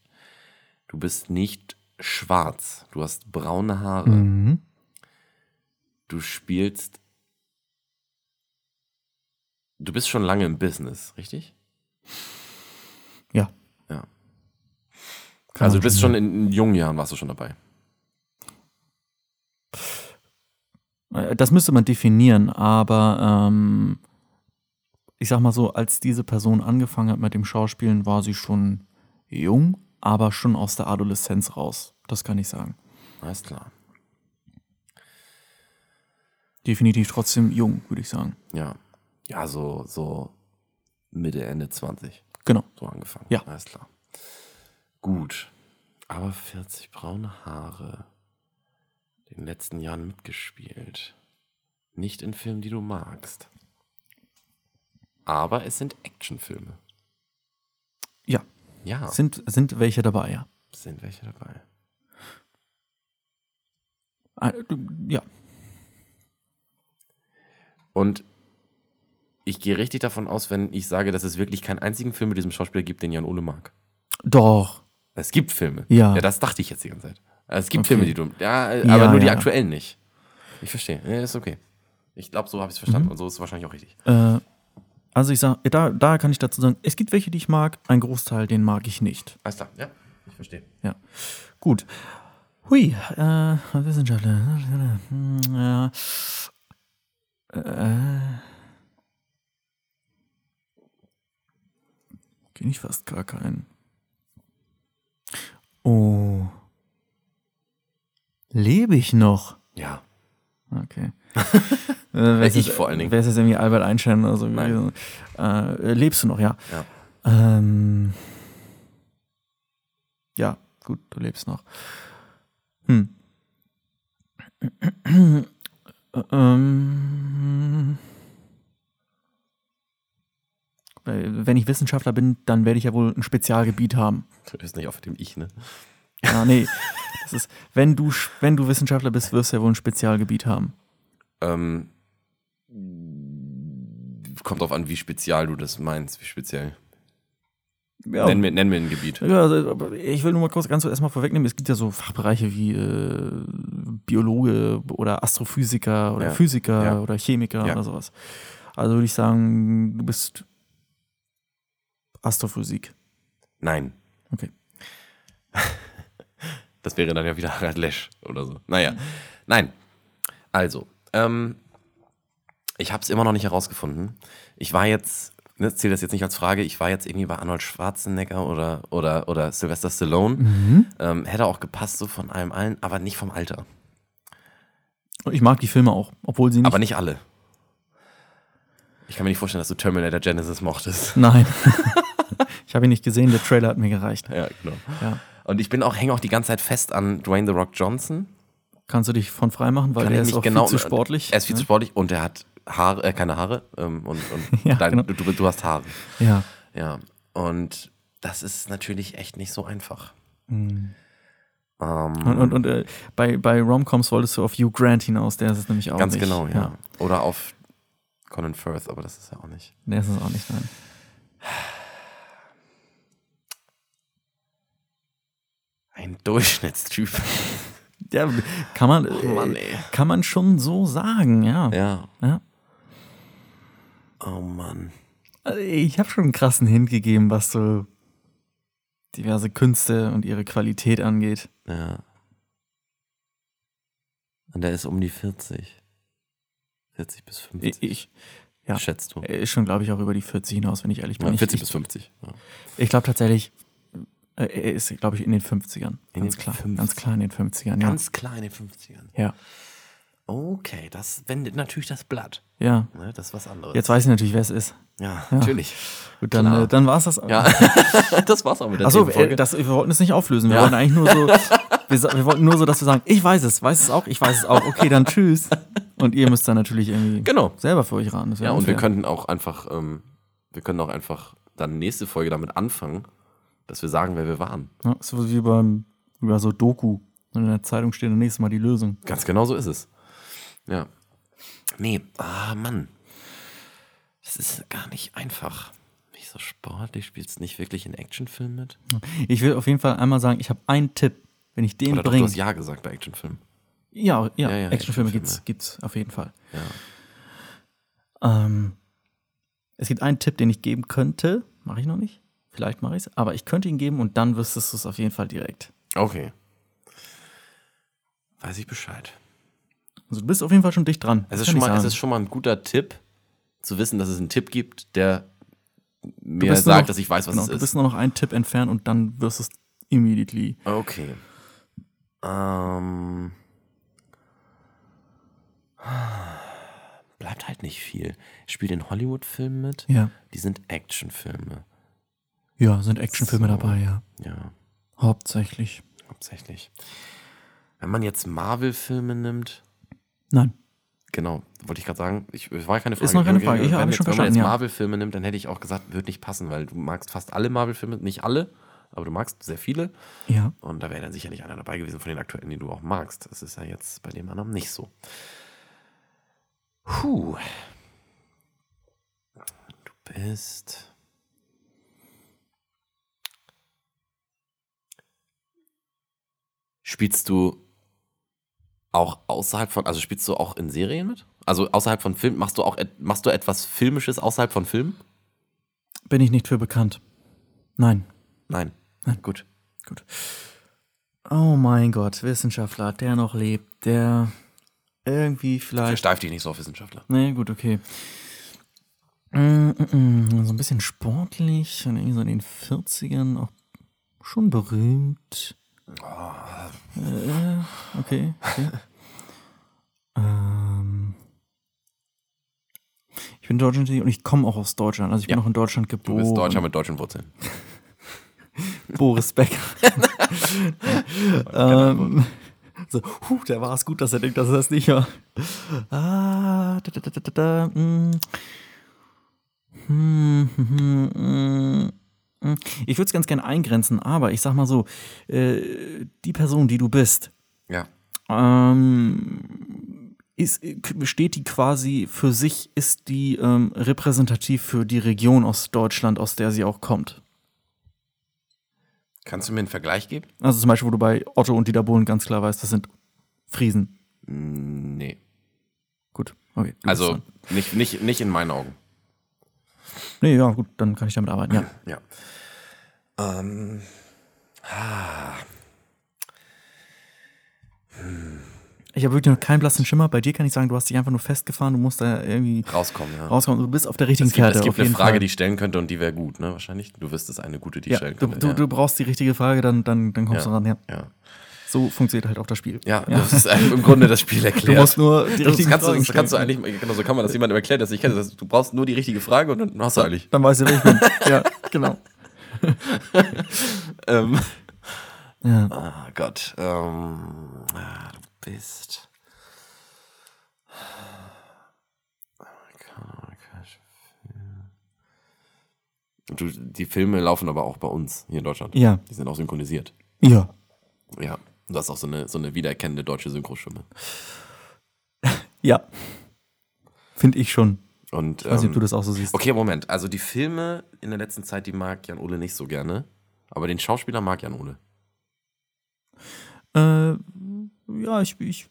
Du bist nicht schwarz. Du hast braune Haare.
Mhm.
du spielst. Du bist schon lange im Business, richtig?
Ja.
Ja.
Kann
also
man
du bist
schon
schon in, in jungen Jahren warst du schon dabei.
Äh, Das müsste man definieren, aber ähm, ich sag mal so, als diese Person angefangen hat mit dem Schauspielen, war sie schon jung, aber schon aus der Adoleszenz raus. Das kann ich sagen.
Alles klar.
Definitiv trotzdem jung, würde ich sagen.
Ja. Ja, so, so Mitte, Ende 20.
Genau.
So angefangen.
Ja.
Alles klar. Gut. Aber 40 braune Haare. In den letzten Jahren mitgespielt. Nicht in Filmen, die du magst. Aber es sind Actionfilme.
Ja,
Ja.
sind, sind welche dabei, ja.
Sind welche dabei?
Äh, du- Ja,
Und ich gehe richtig davon aus, wenn ich sage, dass es wirklich keinen einzigen Film mit diesem Schauspieler gibt, den Jan Ole mag.
doch.
Es gibt Filme.
Ja.
Ja, das dachte ich jetzt die ganze Zeit. Es gibt
Okay.
Filme, die du. Ja, äh,
Ja,
aber nur die
ja.
aktuellen nicht. Ich verstehe. Ja, ist okay. Ich glaube, so habe ich es
Mhm.
verstanden. Und so ist es wahrscheinlich auch richtig.
Äh, also ich sag, da, da kann ich dazu sagen, es gibt welche, die ich mag, ein Großteil, den mag ich nicht.
Alles klar. Ja, ich verstehe.
Ja. Gut. Hui, äh, Wissenschaftler. Hm, Ja. Äh. Kenne ich fast gar keinen. Oh. Lebe ich noch?
Ja. [LAUGHS]
Okay. Äh, wer ist
Ich
jetzt-
vor allen Dingen.
Wer ist jetzt irgendwie Albert Einstein oder so?
Nein.
Äh, lebst du noch, ja?
Ja.
Ähm, ja, gut, du lebst noch. Hm. Äh, ähm, weil, wenn ich Wissenschaftler bin, dann werde ich ja wohl ein Spezialgebiet haben.
Du bist nicht auf dem Ich, ne?
Ja,
[LAUGHS]
nee. Das ist, wenn du, sch- wenn du Wissenschaftler bist, wirst du ja wohl ein Spezialgebiet haben.
Ähm, kommt drauf an, wie spezial du das meinst. Wie speziell.
Ja,
Nenn, mir, nenn mir ein Gebiet.
Ja, also, aber ich will nur mal kurz ganz so erstmal vorwegnehmen, es gibt ja so Fachbereiche wie äh, Biologe oder Astrophysiker oder
Ja.
Physiker
Ja.
oder Chemiker
Ja.
oder sowas. Also würde ich sagen, du bist Astrophysik.
Nein.
Okay.
[LAUGHS] Das wäre dann ja wieder Harald Lesch oder so. Naja. Nein. Also, ähm, ich habe es immer noch nicht herausgefunden. Ich war jetzt ne, zähle das jetzt nicht als Frage, ich war jetzt irgendwie bei Arnold Schwarzenegger oder, oder, oder Sylvester Stallone.
Mhm.
Ähm, hätte auch gepasst, so von allem allen, aber nicht vom Alter.
Ich mag die Filme auch, obwohl sie nicht.
Aber nicht alle. Ich kann mir nicht vorstellen, dass du Terminator Genesis
[LAUGHS]
mochtest. [LAUGHS]
Nein. ich habe ihn nicht gesehen, der Trailer hat mir gereicht.
Ja, genau.
Ja.
Und ich bin auch, hänge auch die ganze Zeit fest an Dwayne The Rock Johnson.
Kannst du dich von frei machen, weil
Kann
der ist
ich nicht
auch
genau-
viel zu sportlich. ne?
Er ist viel zu sportlich und er hat Haare, äh, keine Haare. Ähm, und
[LAUGHS]
und
Ja,
dein,
genau.
du, du hast Haare.
ja.
Ja. Und das ist natürlich echt nicht so einfach. Ähm,
Und, und, und äh, bei, bei Romcoms wolltest du auf Hugh Grant hinaus, der ist es nämlich auch
ganz
nicht.
genau, ja. Oder auf Colin Firth, aber das ist ja auch nicht.
Der ist es auch nicht, nein.
Ein [LAUGHS] Durchschnittstyp.
Ja, kann man, äh,
Mann, ey.
kann man schon so sagen, ja.
Ja.
Ja.
Oh Mann.
Also, Ich habe schon einen krassen Hint gegeben, was so diverse Künste und ihre Qualität angeht.
Ja. Und der ist um die 40. 40 bis 50.
Ich, ich ja.
Schätzt du.
er ist schon, glaube ich, auch über die 40 hinaus, wenn ich ehrlich bin.
Ja,
Ich-
40
ich
bis 50. Ja.
ich glaube tatsächlich, äh, er ist, glaube ich, in den 50ern.
In
ganz
den
klar.
50ern.
Ganz klar in den 50ern, ja.
Ganz klar in den 50ern.
ja.
Okay, das wendet natürlich das Blatt.
Ja.
Ne? Das ist was anderes.
Jetzt weiß ich natürlich, wer es ist.
ja, natürlich.
Gut, dann,
Klar.
äh, dann war es das. auch.
Ja, [LAUGHS] das war's auch mit der
Achso,
Themenfolge.
äh, das, wir wollten es nicht auflösen. Wir
Ja.
wollten eigentlich nur
[LAUGHS]
so, wir, sa- wir wollten nur so, dass wir sagen, ich weiß es, weiß es auch, ich weiß es auch. Okay, dann tschüss. Und ihr müsst dann natürlich irgendwie
Genau.
selber für euch raten. Das wär
Ja, und wir
unfair.
könnten auch einfach, ähm, wir können auch einfach dann nächste Folge damit anfangen, dass wir sagen, wer wir waren.
Ja, so wie beim, über so Doku. Und in der Zeitung steht dann nächstes Mal die Lösung.
Ganz genau so ist es. Ja. Nee, ah Mann. Das ist gar nicht einfach. Nicht so sportlich, spielst nicht wirklich in Actionfilmen mit?
Ich will auf jeden Fall einmal sagen, ich habe einen Tipp. Wenn ich den
Oder doch, du
bringe.
hast Ja gesagt bei Actionfilmen.
Ja, ja,
Ja, ja,
Actionfilme
Actionfilme.
gibt's, gibt's auf jeden Fall.
Ja.
Ähm, es gibt einen Tipp, den ich geben könnte. Mache ich noch nicht. Vielleicht mache ich es. Aber ich könnte ihn geben und dann wüsstest du es auf jeden Fall direkt.
Okay. Weiß ich Bescheid.
Also du bist auf jeden Fall schon dicht dran.
Es ist,
kann
schon
ich
mal, es
sagen.
ist schon mal ein guter Tipp, zu wissen, dass es einen Tipp gibt, der mir
bist nur
sagt,
noch-
dass ich weiß, was
genau,
es
Du
ist.
bist nur noch einen Tipp entfernt und dann wirst du es immediately.
Okay. Ähm. Bleibt halt nicht viel. Spielt in Hollywood-Filmen mit.
Ja.
Die sind Actionfilme.
Ja, sind Actionfilme
So.
dabei, ja.
Ja,
Hauptsächlich.
hauptsächlich. Wenn man jetzt Marvel-Filme nimmt,
Nein.
genau, wollte ich gerade sagen, ich, es war ja keine Frage.
Ist noch keine Frage, ich
Wenn,
habe
jetzt,
schon
wenn man jetzt
verstanden, ja.
Marvel-Filme nimmt, dann hätte ich auch gesagt, wird nicht passen, weil du magst fast alle Marvel-Filme, nicht alle, aber du magst sehr viele.
Ja.
Und da wäre dann sicherlich einer dabei gewesen von den aktuellen, den du auch magst. Das ist ja jetzt bei dem anderen nicht so. Puh. Du bist. Spielst du auch außerhalb von, also spielst du auch in Serien mit? Also außerhalb von Filmen, machst du auch et- machst du etwas Filmisches außerhalb von Filmen?
Bin ich nicht für bekannt. Nein.
Nein. Gut.
Gut. Oh mein Gott, Wissenschaftler, der noch lebt, der irgendwie vielleicht.
Versteif dich nicht so auf Wissenschaftler.
Nee, gut, okay. Mm, mm, mm, So ein bisschen sportlich und irgendwie so in den 40ern auch schon berühmt. Äh, okay,
[LAUGHS]
okay. ähm, ich bin Deutschland und ich komme auch aus Deutschland. Also ich bin
Ja.
auch in Deutschland
Du
geboren.
bist Deutscher mit deutschen Wurzeln.
Boris Becker. ähm, so, huh, der war es gut, dass er denkt, dass er das nicht war. Ah, da, da, da, da, da, da, mm. Hm, hm, hm, hm, hm. Ich würde es ganz gerne eingrenzen, aber ich sag mal so, äh, die Person, die du bist,
Ja.
ähm, ist, steht die quasi für sich, ist die ähm, repräsentativ für die Region aus Deutschland, aus der sie auch kommt?
Kannst du mir einen Vergleich geben?
Also zum Beispiel, wo du bei Otto und Dieter Bohlen ganz klar weißt, das sind Friesen.
Nee.
Gut, okay.
Also nicht, nicht, nicht in meinen Augen.
Nee, ja, gut, dann kann ich damit arbeiten, ja.
Ja. Ähm. Ah. Hm.
Ich habe wirklich noch keinen blassen Schimmer. Bei dir kann ich sagen, du hast dich einfach nur festgefahren, du musst da irgendwie
Rauskommen, ja.
rauskommen. Du bist auf der richtigen
es gibt,
Fährte.
es gibt
auf
eine
jeden
Frage,
Fall.
die ich stellen könnte und die wäre gut, ne? Wahrscheinlich. Du wirst es eine gute, die ich
ja,
stellen
du,
könnte.
du,
ja.
du brauchst die richtige Frage, dann, dann, dann kommst
Ja.
du ran. Ja.
ja.
So funktioniert halt auch das Spiel.
Ja, das ist eigentlich im Grunde das Spiel
Du
erklärt.
musst nur die
das
richtigen
kannst, du,
Fragen
das
stellen.
kannst du eigentlich, genau so kann man das jemandem erklären, dass ich kenne. Das- Du brauchst nur die richtige Frage und dann hast du eigentlich.
Dann weißt du, wer ich
[LAUGHS]
bin. ja, genau.
Ähm,
Ja.
ah Gott. Ähm, ah, du bist. Du, die Filme laufen aber auch bei uns hier in Deutschland.
Ja.
Die sind auch synchronisiert.
ja.
Ja. Du hast auch so eine, so eine wiedererkennende deutsche Synchrostimme.
Ja. Finde ich schon.
Und,
Ich weiß nicht, ob
ähm,
du das auch so siehst.
Okay, Moment. Also die Filme in der letzten Zeit, die mag Jan Ole nicht so gerne. Aber den Schauspieler mag Jan Ole.
Äh, ja, ich, ich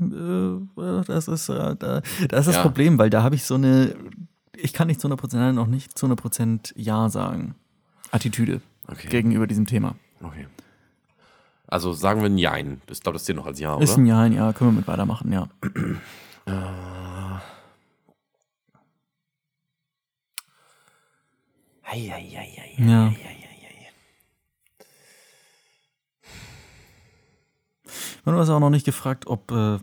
äh, das ist, äh, da, das ist das
Ja.
Problem, weil da habe ich so eine, ich kann nicht zu 100 Prozent nein, noch nicht zu 100 Prozent ja sagen. Attitüde
Okay.
gegenüber diesem Thema.
okay. Also sagen wir ein Jein. Ich glaube, das zählt noch als Ja,
Ist
oder?
ein Ja, ein Ja, können wir mit weitermachen,
[CLEARS THROAT]
ja.
Äh.
Ja. Man hast auch noch nicht gefragt, ob, äh,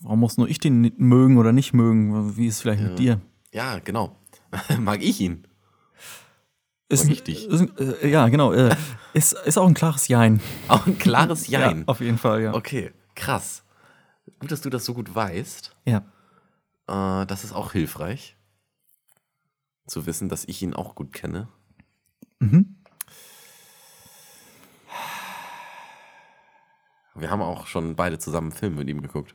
warum muss nur ich den nicht mögen oder nicht mögen? Wie ist es vielleicht mit dir?
Ja, genau. [LAUGHS] mag ich ihn.
Ist,
Richtig.
Ist, äh, ja, genau. Äh, ist, ist auch ein klares Jein.
Auch ein klares Jein.
Ja, auf jeden Fall, ja.
okay, krass. Gut, dass du das so gut weißt.
ja.
Äh, das ist auch hilfreich. Zu wissen, dass ich ihn auch gut kenne.
Mhm.
Wir haben auch schon beide zusammen einen Film mit ihm geguckt.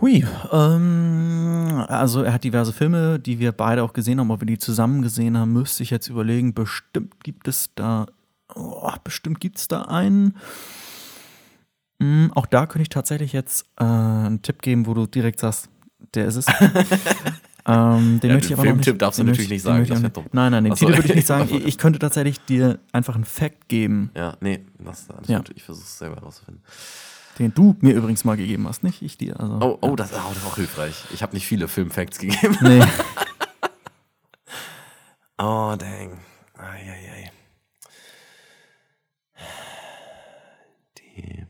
Hui, ähm, also er hat diverse Filme, die wir beide auch gesehen haben. Ob wir die zusammen gesehen haben, müsste ich jetzt überlegen. Bestimmt gibt es da, oh, bestimmt gibt es da einen. Mm, auch da könnte ich tatsächlich jetzt äh, einen Tipp geben, wo du direkt sagst, der
[LAUGHS]
ist es. ähm, den möchte
Ja, den
ich aber noch
Filmtipp
nicht,
darfst du
den
natürlich
möchte-
nicht
den möchte
sagen,
ich auch
das wär
nicht-
dumm.
Nein, nein, den
Ach so.
Titel würde ich nicht
[LAUGHS]
sagen. Ich, ich könnte tatsächlich dir einfach einen Fact geben,
Ja, nee, das alles
Ja.
gut. Ich versuche es selber herauszufinden.
den du mir übrigens mal gegeben hast, nicht ich dir. Also,
Oh, oh, das, oh, das ist auch hilfreich. Ich habe nicht viele Filmfacts [LAUGHS] gegeben.
Nee.
Oh, dang. Eieiei. Die.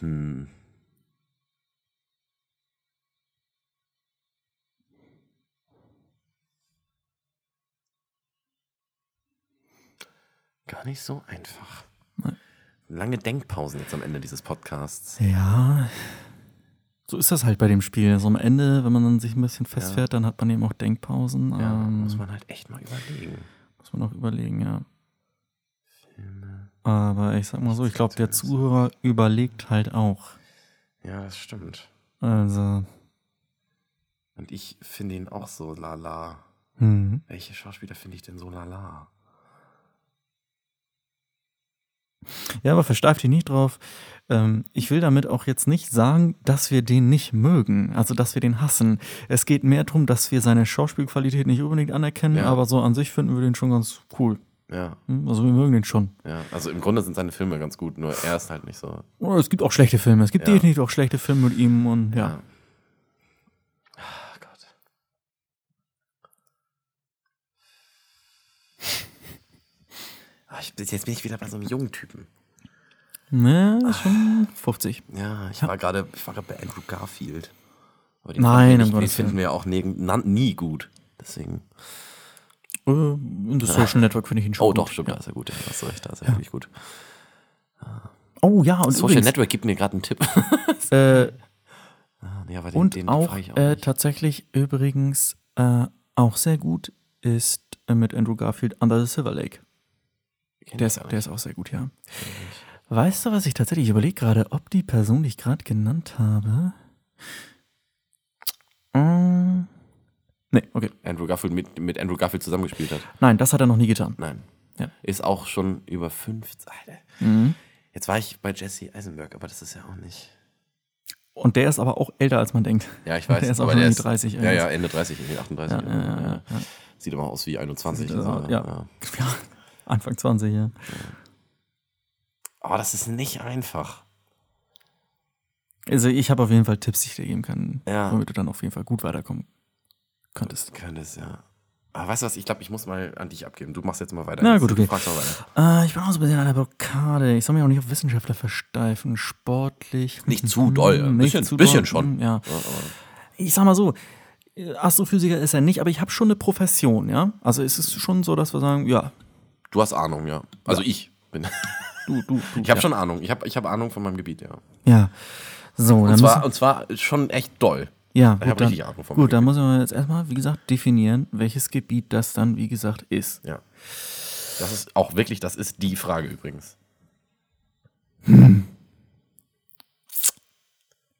Hm. Gar nicht so einfach.
Nein.
Lange Denkpausen jetzt am Ende dieses Podcasts.
Ja. So ist das halt bei dem Spiel. Also am Ende, wenn man dann sich ein bisschen festfährt, dann hat man eben auch Denkpausen.
Ja,
ähm,
muss man halt echt mal überlegen.
muss man auch überlegen, ja. Aber ich sag mal so, ich glaube, der Zuhörer überlegt halt auch.
Ja, das stimmt.
Also,
Und ich finde ihn auch so lala.
hm.
Welche Schauspieler finde ich denn so lala?
Ja, aber versteift dich nicht drauf. Ähm, ich will damit auch jetzt nicht sagen, dass wir den nicht mögen, also dass wir den hassen. Es geht mehr darum, dass wir seine Schauspielqualität nicht unbedingt anerkennen,
Ja.
aber so an sich finden wir den schon ganz cool.
Ja,
Hm? Also wir mögen den schon.
ja. Also im Grunde sind seine Filme ganz gut, nur er ist halt nicht so.
Oh, es gibt auch schlechte Filme. Es gibt
Ja.
definitiv auch schlechte Filme mit ihm und ja.
Ah, Gott. Ah, ich, jetzt bin ich wieder bei so einem jungen Typen.
Ne, ist schon 50.
Ja, ich war gerade ich war gerade bei Andrew Garfield. Aber den
Nein, um
finden wir nicht- den
Gottes
finden wir auch nie, nie gut. Deswegen.
Äh, in The Social Network finde ich ihn schon.
Oh,
gut.
doch, stimmt, da ist er gut. Da hast du recht, da ist er wirklich gut.
Oh ja, und
Social
übrigens,
Network gibt mir gerade
[LAUGHS]
einen Tipp.
äh,
Ah, nee, aber den-
und
den
auch,
frag ich
äh,
nicht.
tatsächlich übrigens äh, auch sehr gut ist äh, mit Andrew Garfield Under the Silver Lake.
Kenn
Der
ich
ist,
gar
der ist auch sehr gut, ja. Weißt du, was ich tatsächlich überlege gerade, ob die Person, die ich gerade genannt habe. Mm, nee, okay.
Andrew Garfield mit, mit Andrew Garfield zusammengespielt hat.
Nein, das hat er noch nie getan.
Nein.
Ja.
Ist auch schon über 50. Alter.
Mhm.
Jetzt war ich bei Jesse Eisenberg, aber das ist ja auch nicht.
Und der ist aber auch älter, als man
[LAUGHS]
denkt.
Ja, ich
Der [LAUGHS]
weiß.
ist auch
aber
schon
der
um die
ist
30
Ja,
irgendwas.
ja, Ende 30, irgendwie 38.
Ja, ja, ja, ja.
Sieht aber aus wie 21.
Sieht aus-
so,
ja. Ja, Anfang 20, ja.
Oh, das ist nicht einfach.
Also ich habe auf jeden Fall Tipps, die ich dir geben kann,
Ja.
womit du dann auf jeden Fall gut weiterkommen könntest.
Könnte es, ja. Aber weißt du was, ich glaube, ich muss mal an dich abgeben. Du machst jetzt mal weiter.
Na
Jetzt
gut, okay.
Frag mal weiter.
Äh, ich bin auch so ein bisschen an der Blockade. Ich soll mich auch nicht auf Wissenschaftler versteifen. Sportlich.
Nicht zu doll. Ein bisschen- bisschen schon.
Ja. Ich sag mal so, äh, Astrophysiker ist er nicht, aber ich habe schon eine Profession, ja? Also es ist schon so, dass wir sagen, ja,
Du hast Ahnung, ja. Also ich bin. [LAUGHS]
du, du, du.
Ich habe
ja.
schon Ahnung. Ich habe ich hab Ahnung von meinem Gebiet, ja.
Ja. So,
Und
dann
zwar,
müssen,
und zwar schon echt doll.
ja,
ich hab
gut, dann,
richtig Ahnung vom
gut, dann müssen wir jetzt erstmal, wie gesagt, definieren, welches Gebiet das dann, wie gesagt, ist.
Ja. Das ist auch wirklich, das ist die Frage übrigens.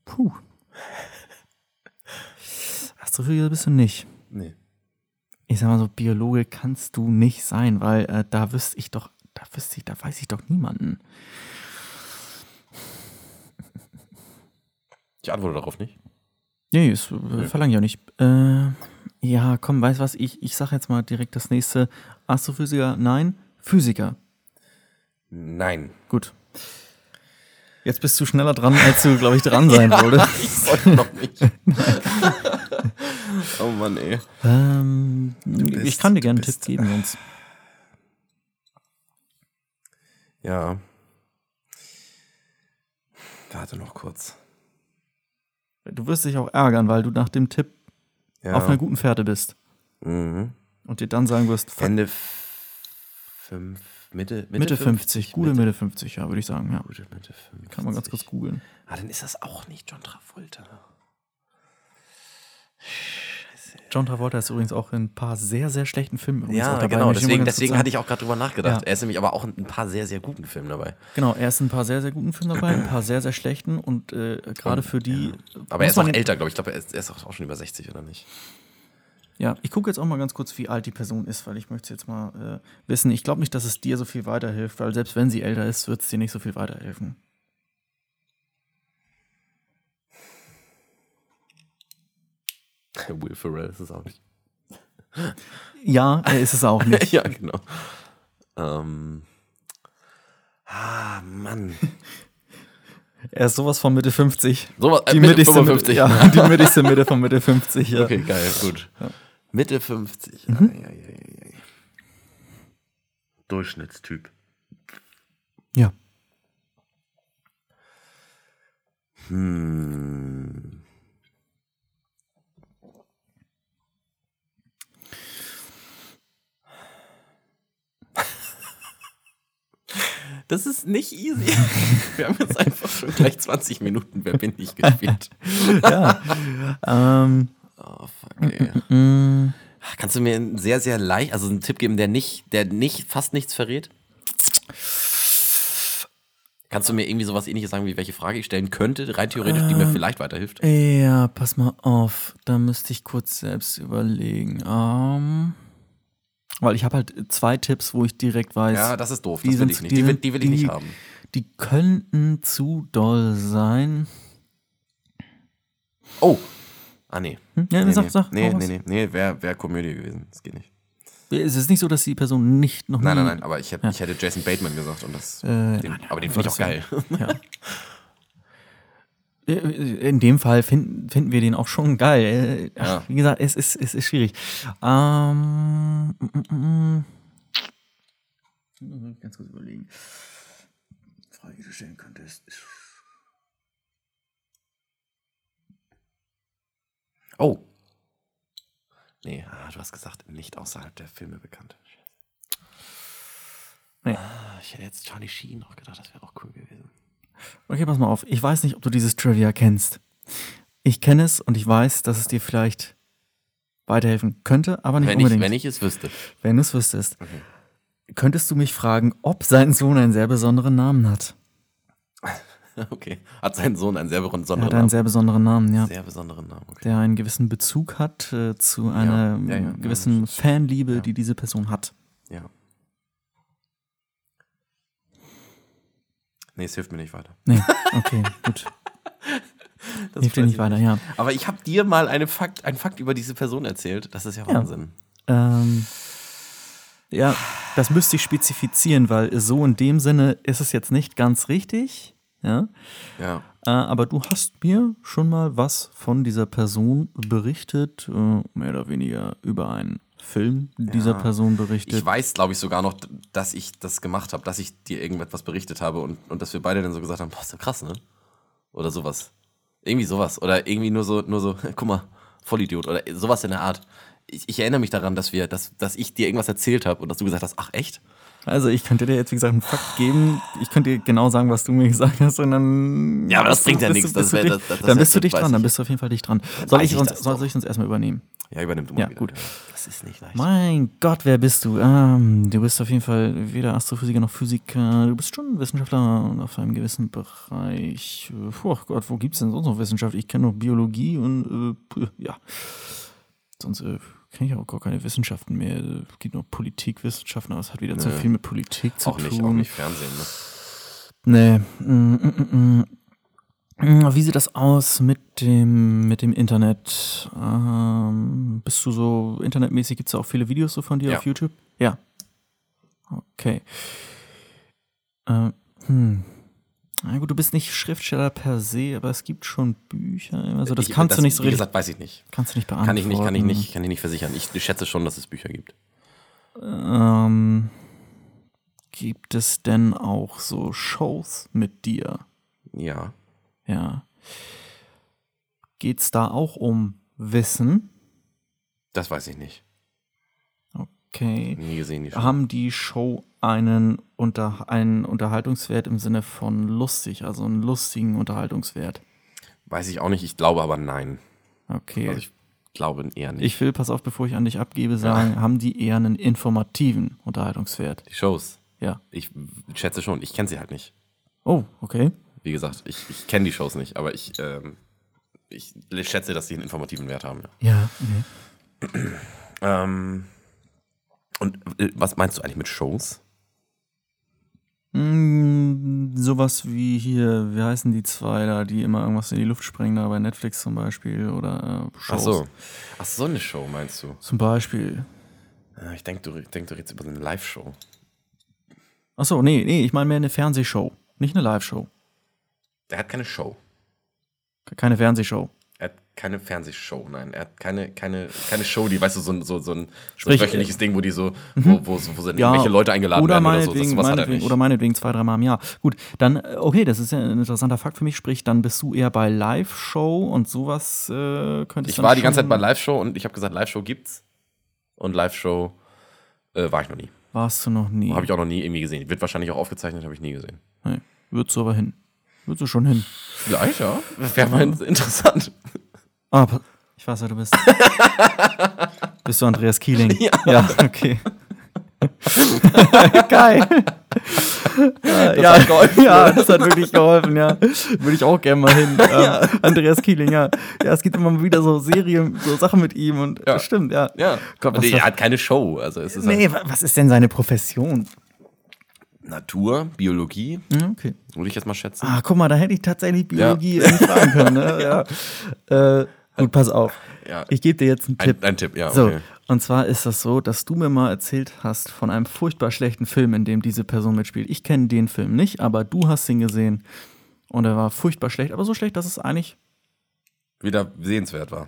Puh. Astrophysiker bist du nicht.
Nee.
Ich sag mal so, Biologe kannst du nicht sein, weil äh, da wüsste ich doch, da wüsste ich, da weiß ich doch niemanden.
Ich antworte darauf nicht.
Nee, das äh, verlange ich auch nicht. Äh, ja, komm, weißt du was? Ich, ich sag jetzt mal direkt das nächste. Astrophysiker, nein. Physiker.
Nein.
Gut. Jetzt bist du schneller dran, als du, glaube ich, [LAUGHS] dran sein wolltest.
Ich wollte noch nicht. [LAUGHS] oh Mann, ey.
Ähm, ich
bist-
kann dir gerne einen
du
Tipp
bist-
geben, sonst.
Ja. Warte noch kurz.
Du wirst dich auch ärgern, weil du nach dem Tipp
Ja.
auf einer guten Fährte bist
mhm.
und dir dann sagen wirst, fuck,
Ende f- fünf, Mitte, Mitte,
Mitte 50, gute
Mitte,
Mitte 50, ja, würde ich sagen, ja.
gute Mitte 50.
Kann man ganz kurz googeln.
Ah, dann ist das auch nicht John Travolta.
John Travolta ist übrigens auch in ein paar sehr, sehr schlechten Filmen. übrigens auch
Ja,
dabei,
genau.
möchte ich mal
Deswegen,
ganz kurz
deswegen
sagen.
hatte ich auch gerade drüber nachgedacht.
Ja.
Er ist nämlich aber auch in ein paar sehr, sehr guten Filmen dabei.
Genau, er ist in ein paar sehr, sehr guten Filmen dabei, ein paar sehr, sehr schlechten und äh, gerade für die.
Ähm, Aber er
muss
ist auch
man-
älter, glaube ich. Ich glaube, er ist, er ist auch schon über 60, oder nicht?
Ja, ich gucke jetzt auch mal ganz kurz, wie alt die Person ist, weil ich möchte jetzt mal äh, wissen. Ich glaube nicht, dass es dir so viel weiterhilft, weil selbst wenn sie älter ist, wird es dir nicht so viel weiterhelfen.
Will Ferrell ist es auch nicht.
[LAUGHS] Ja, er ist es auch
[LAUGHS]
nicht.
ja, genau. Ähm. Ah, Mann.
Er ist sowas von Mitte 50.
Sowas- äh,
die
Mitte
mittigste,
55.
Ja, [LAUGHS] die mittigste Mitte von Mitte 50. Ja. Mhm.
Okay, geil, gut. Mitte 50. Eieieiei. Durchschnittstyp.
ja.
Hm. [LAUGHS] Das ist nicht easy. Wir haben jetzt einfach schon gleich 20 Minuten Wer bin ich gespielt.
Ähm,
Oh, fuck, ey.
Mm, mh,
Kannst du mir einen sehr, sehr leicht, also einen Tipp geben, der nicht, der nicht fast nichts verrät? Kannst du mir irgendwie sowas ähnliches sagen, wie welche Frage ich stellen könnte, rein theoretisch, die
Äh,
mir vielleicht weiterhilft?
ja, pass mal auf. Da müsste ich kurz selbst überlegen. Ähm, weil ich habe halt zwei Tipps, wo ich direkt weiß.
Ja, das ist doof.
die
Das will
sind-
ich nicht.
die
Die, will,
sind-
die will ich nicht
die-
haben.
Die könnten zu doll sein.
Oh. Ah, nee.
Hm? Ja,
nee,
sag,
nee.
sag.
nee,
hau raus.
nee, nee, nee, wäre wär Komödie gewesen. Das geht nicht.
Es ist nicht so, dass die Person nicht noch
Nein,
nie-
nein, nein, aber ich, hätt, ich hätte Jason Bateman gesagt und das.
nein,
den,
nein,
aber den
um
finde ich auch geil.
Gottes Äh, In dem Fall finden, finden wir den auch schon geil. Äh,
Ja.
Wie gesagt, es ist, es ist schwierig. Ähm, mm, mm, mm. Ganz kurz überlegen. Frage, die du stellen könntest.
Oh. Nee, ah, du hast gesagt, nicht außerhalb der Filme bekannt.
Nee.
Ah, ich hätte jetzt Charlie Sheen noch gedacht, das wäre auch cool gewesen.
Okay, pass mal auf. Ich weiß nicht, ob du dieses Trivia kennst. Ich kenne es und ich weiß, dass es dir vielleicht weiterhelfen könnte, aber nicht Mhm.
Wenn ich,
unbedingt.
wenn ich es wüsste. [LAUGHS]
Wenn du es wüsstest, könntest du mich fragen, ob sein Sohn einen sehr besonderen Namen hat.
Okay. Hat sein Sohn einen sehr besonderen
Er hat einen
Namen.
sehr besonderen Namen, ja.
Sehr besonderen Namen, okay.
Der einen gewissen Bezug hat äh, zu einer
ja, ja,
ähm, gewissen
ja,
Fanliebe,
ja.
die diese Person hat.
Ja. Nee, es hilft mir nicht weiter.
[LAUGHS] Nee, okay, gut.
Das
Hilft dir
weiß
nicht
ich
weiter, ja.
Aber ich habe dir mal einen Fakt, einen Fakt über diese Person erzählt. Das ist ja Wahnsinn.
Ähm, ja, das müsste ich spezifizieren, weil so in dem Sinne ist es jetzt nicht ganz richtig. Ja.
Ja.
Äh, aber du hast mir schon mal was von dieser Person berichtet, äh, mehr oder weniger über einen Film dieser Person berichtet.
Ich weiß, glaube ich, sogar noch, dass ich das gemacht habe, dass ich dir irgendetwas berichtet habe und, und dass wir beide dann so gesagt haben, boah, ist ja krass, ne? Oder sowas. Irgendwie sowas. Oder irgendwie nur so, nur so, [LAUGHS] guck mal, Vollidiot. Oder sowas in der Art. Ich, ich erinnere mich daran, dass wir, dass, dass ich dir irgendwas erzählt habe und dass du gesagt hast, ach echt?
Also ich könnte dir jetzt, wie gesagt, einen Fakt geben. Ich könnte dir genau sagen, was du mir gesagt hast und dann...
Ja, aber das bringt ja
bist du-
nichts.
bist
Das
du
wär-
dich-
das- das- das
Dann bist du
heißt,
dich
weiß
dran, dann
ich.
bist du auf jeden Fall dich dran. Soll
weiß
ich,
ich
uns,
das
soll
doch.
ich uns erstmal übernehmen?
Ja, übernimm du mal
Ja,
wieder.
gut.
Das ist nicht leicht.
Mein Gott, wer bist du? Ähm, du bist auf jeden Fall weder Astrophysiker noch Physiker. Du bist schon Wissenschaftler und auf einem gewissen Bereich. Äh, Puh, Gott, wo gibt's denn sonst noch Wissenschaft? Ich kenne nur Biologie und äh, puh, ja. Sonst äh, kenne ich auch gar keine Wissenschaften mehr. Äh, Es gibt nur Politikwissenschaften, aber es hat wieder zu
Nö.
viel mit Politik zu
Auch
tun.
nicht, auch nicht Fernsehen, ne?
Nee. Mm, mm, mm, mm. Wie sieht das aus mit dem, mit dem Internet? Ähm, bist du so internetmäßig? Gibt es auch viele Videos so von dir
Ja.
auf YouTube? Ja. Okay. Ähm, hm. Na gut, du bist nicht Schriftsteller per se, aber es gibt schon Bücher. Also das
Ich-
kannst du nicht so
Wie
richtig.
gesagt, weiß ich nicht.
kannst du nicht beantworten.
Kann ich nicht, kann ich nicht, kann ich nicht versichern. Ich schätze schon, dass es Bücher gibt.
Ähm, gibt es denn auch so Shows mit dir?
Ja.
Ja. Geht's da auch um Wissen?
Das weiß ich nicht.
Okay.
Nie gesehen, die Show.
Haben die Show einen, unter, einen Unterhaltungswert im Sinne von lustig, also einen lustigen Unterhaltungswert?
Weiß ich auch nicht. Ich glaube aber nein.
Okay.
Also ich glaube eher nicht.
ich will, pass auf, bevor ich an dich abgebe, sagen, haben die eher einen informativen Unterhaltungswert?
die Shows.
Ja.
Ich schätze schon. Ich kenne sie halt nicht.
Oh, okay.
Wie gesagt, ich, ich kenne die Shows nicht, aber ich, ähm, ich schätze, dass sie einen informativen Wert haben.
Ja. Okay.
Ja. Ähm, und äh, was meinst du eigentlich mit Shows?
Mm, sowas wie hier, wie heißen die zwei da, die immer irgendwas in die Luft sprengen, da bei Netflix zum Beispiel oder äh, Shows.
Ach, so eine Show meinst du?
Zum Beispiel.
Ah, Ich denke, du, ich denk, du redest über so eine Live-Show.
Achso, nee, nee, ich meine mehr eine Fernsehshow. Nicht eine Live-Show.
Er hat keine Show.
Keine Fernsehshow.
Er hat keine Fernsehshow, nein. Er hat keine, keine, keine Show, die, weißt du, so ein, so, so ein, so ein
Sprich,
wöchentliches Ding, wo die so, wo, wo, wo,
Ja,
so äh, mhm. irgendwelche Leute eingeladen
Oder
werden oder so.
meinetwegen,
sowas hat er
meinetwegen,
nicht.
oder meinetwegen zwei, dreimal im Jahr. Gut, dann, äh, okay, das ist ja ein interessanter Fakt für mich. Sprich, dann bist du eher bei Live-Show und sowas äh, könntest
ich
dann
war die ganze Zeit
schon-
bei Live-Show und ich habe gesagt, Live-Show gibt's. Und Live-Show äh, war ich noch nie.
Warst du noch nie.
Habe ich auch noch nie irgendwie gesehen. Wird wahrscheinlich auch aufgezeichnet, habe ich nie gesehen.
Nee, würdest du aber hin. Würdest du schon hin.
Vielleicht, ja. Wäre mal interessant.
Ah, pa- ich weiß, wer du bist. [LAUGHS] bist du Andreas Keeling? Ja. okay. [LAUGHS] Geil. Das Ah, ja, hat geholfen, ja, das hat wirklich geholfen, ja. Würde ich auch gerne mal [LAUGHS] hin. Ähm, Andreas Keeling, ja. Ja, es gibt immer wieder so Serien, so Sachen mit ihm und
Ja.
stimmt, ja.
Ja.
Gott, was
und er
das-
hat keine Show. Also es ist
Nee,
halt
wa- was ist denn seine Profession?
Natur, Biologie,
Ja, Okay.
würde ich jetzt mal schätzen.
Ah, guck mal, da hätte ich tatsächlich Biologie irgendwie fragen können,
[LAUGHS]
ne? ja. Äh, gut, pass auf.
Ja.
Ich gebe dir jetzt einen Tipp.
Ein, ein Tipp, ja,
So,
okay.
und zwar ist das so, dass du mir mal erzählt hast von einem furchtbar schlechten Film, in dem diese Person mitspielt. Ich kenne den Film nicht, aber du hast ihn gesehen und er war furchtbar schlecht, aber so schlecht, dass es eigentlich
Wieder sehenswert war.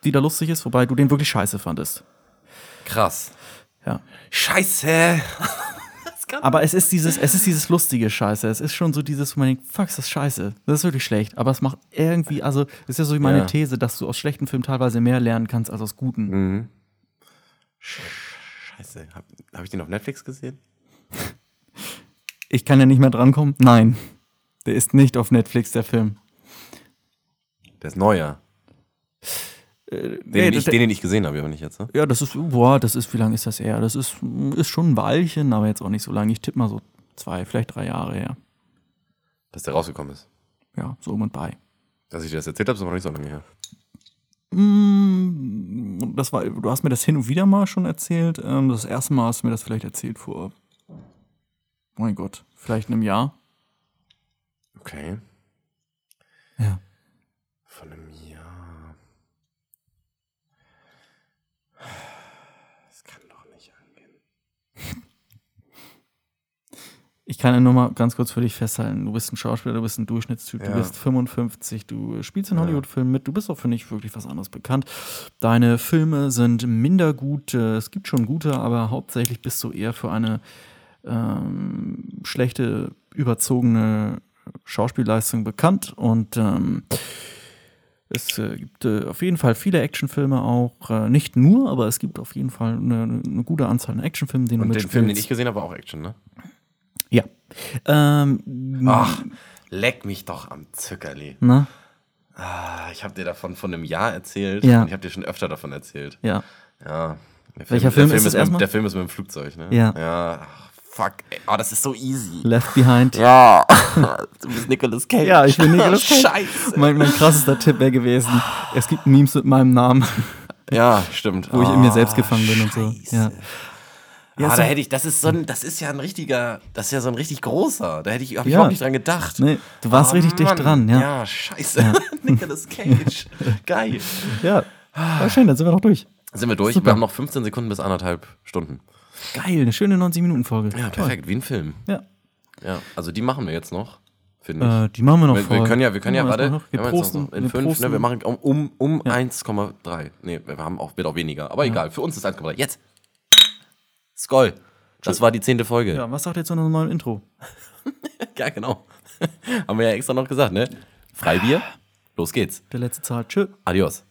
wieder lustig ist, wobei du den wirklich scheiße fandest.
Krass.
Ja.
Scheiße.
Aber es ist dieses, es ist dieses lustige Scheiße. Es ist schon so dieses, wo man denkt, fuck, ist das scheiße. Das ist wirklich schlecht. Aber es macht irgendwie, also es ist ja so wie meine
Ja.
These, dass du aus schlechten Filmen teilweise mehr lernen kannst als aus guten.
Mhm. Scheiße. Habe hab ich den auf Netflix gesehen?
Ich kann ja nicht mehr drankommen. Nein. Der ist nicht auf Netflix, der Film.
Der ist neuer. Den, den, ich,
der-
den, den ich gesehen habe, aber nicht jetzt. Ne?
Äh, Ja, das ist, boah, das ist, wie lange ist das her? Das ist, ist schon ein Weilchen, aber jetzt auch nicht so lange. Ich tippe mal so zwei, vielleicht drei Jahre her.
Dass der rausgekommen ist.
Ja, so um und bei.
Dass ich dir das erzählt habe, ist aber noch nicht so lange her.
Mm, Das war, du hast mir das hin und wieder mal schon erzählt. Ähm, Das erste Mal hast du mir das vielleicht erzählt vor, mein Gott, vielleicht einem Jahr.
Okay.
Ja.
Von einem Jahr. Das kann doch nicht angehen.
Ich kann ja nur mal ganz kurz für dich festhalten. Du bist ein Schauspieler, du bist ein Durchschnittstyp,
Ja.
du bist 55, du spielst in
Ja.
Hollywood-Filmen mit, du bist auch für nicht wirklich was anderes bekannt. Deine Filme sind minder gut, äh, es gibt schon gute, aber hauptsächlich bist du eher für eine ähm, schlechte, überzogene Schauspielleistung bekannt und ähm, es äh, gibt äh, auf jeden Fall viele Actionfilme auch, äh, nicht nur, aber es gibt auf jeden Fall eine, eine gute Anzahl an Actionfilmen, den du
Und den Film, den
mitspielst.
ich gesehen habe, war auch Action, ne?
Ja. Ähm,
Ach, leck mich doch am Zückerli.
Na?
Ah, ich habe dir davon von einem Jahr erzählt
Ja.
und ich habe dir schon öfter davon erzählt.
Ja.
Ja. Der
Welcher Film ist es
mit, dem-
erstmal?
Der Film ist mit dem Flugzeug, ne?
Ja.
Ja, ach, fuck. Ey. Oh, das ist so easy.
Left Behind.
Ja. [LAUGHS] du bist Nicolas Cage.
Ja, ich bin
[LAUGHS]
Nicolas Cage.
Scheiße.
Mein, mein krassester Tipp wäre gewesen, es gibt Memes mit meinem Namen, [LAUGHS]
ja, stimmt.
wo ich in mir selbst
Ah,
gefangen bin und so.
Scheiße.
Ja. Ja,
ah,
so-
da hätte ich, das ist so ein, das ist ja ein richtiger, das ist ja so ein richtig großer. Da hätte ich, habe ich
Ja.
überhaupt nicht dran gedacht.
Nee, du warst
Ah,
richtig dicht
Mann.
dran, ja.
Ja, scheiße. [LAUGHS]
[LAUGHS]
Nicolas Cage. Geil.
Ja. War schön, dann sind wir noch durch.
Sind wir durch?
Super.
Wir haben noch 15 Sekunden bis anderthalb Stunden.
Geil, eine schöne 90-Minuten-Folge. Toll.
Ja, perfekt, wie ein Film.
Ja.
Ja, also die machen wir jetzt noch, finde ich.
Äh, die machen wir noch
wir,
voll.
wir können ja, wir können ja,
machen
warte,
noch. Wir
haben jetzt
prosten.
noch in
wir
fünf,
prosten.
ne, wir machen um, um, um 1,3. Ne, wir haben auch, wird auch weniger, aber egal, für uns ist 1,3. Jetzt! Skoll! Das war die zehnte Folge. Ja,
Ja, was sagt ihr zu unserem neuen Intro?
genau. [LAUGHS] haben wir ja extra noch gesagt, ne? Freibier, los geht's.
Der letzte Zahl. Tschö.
Adios.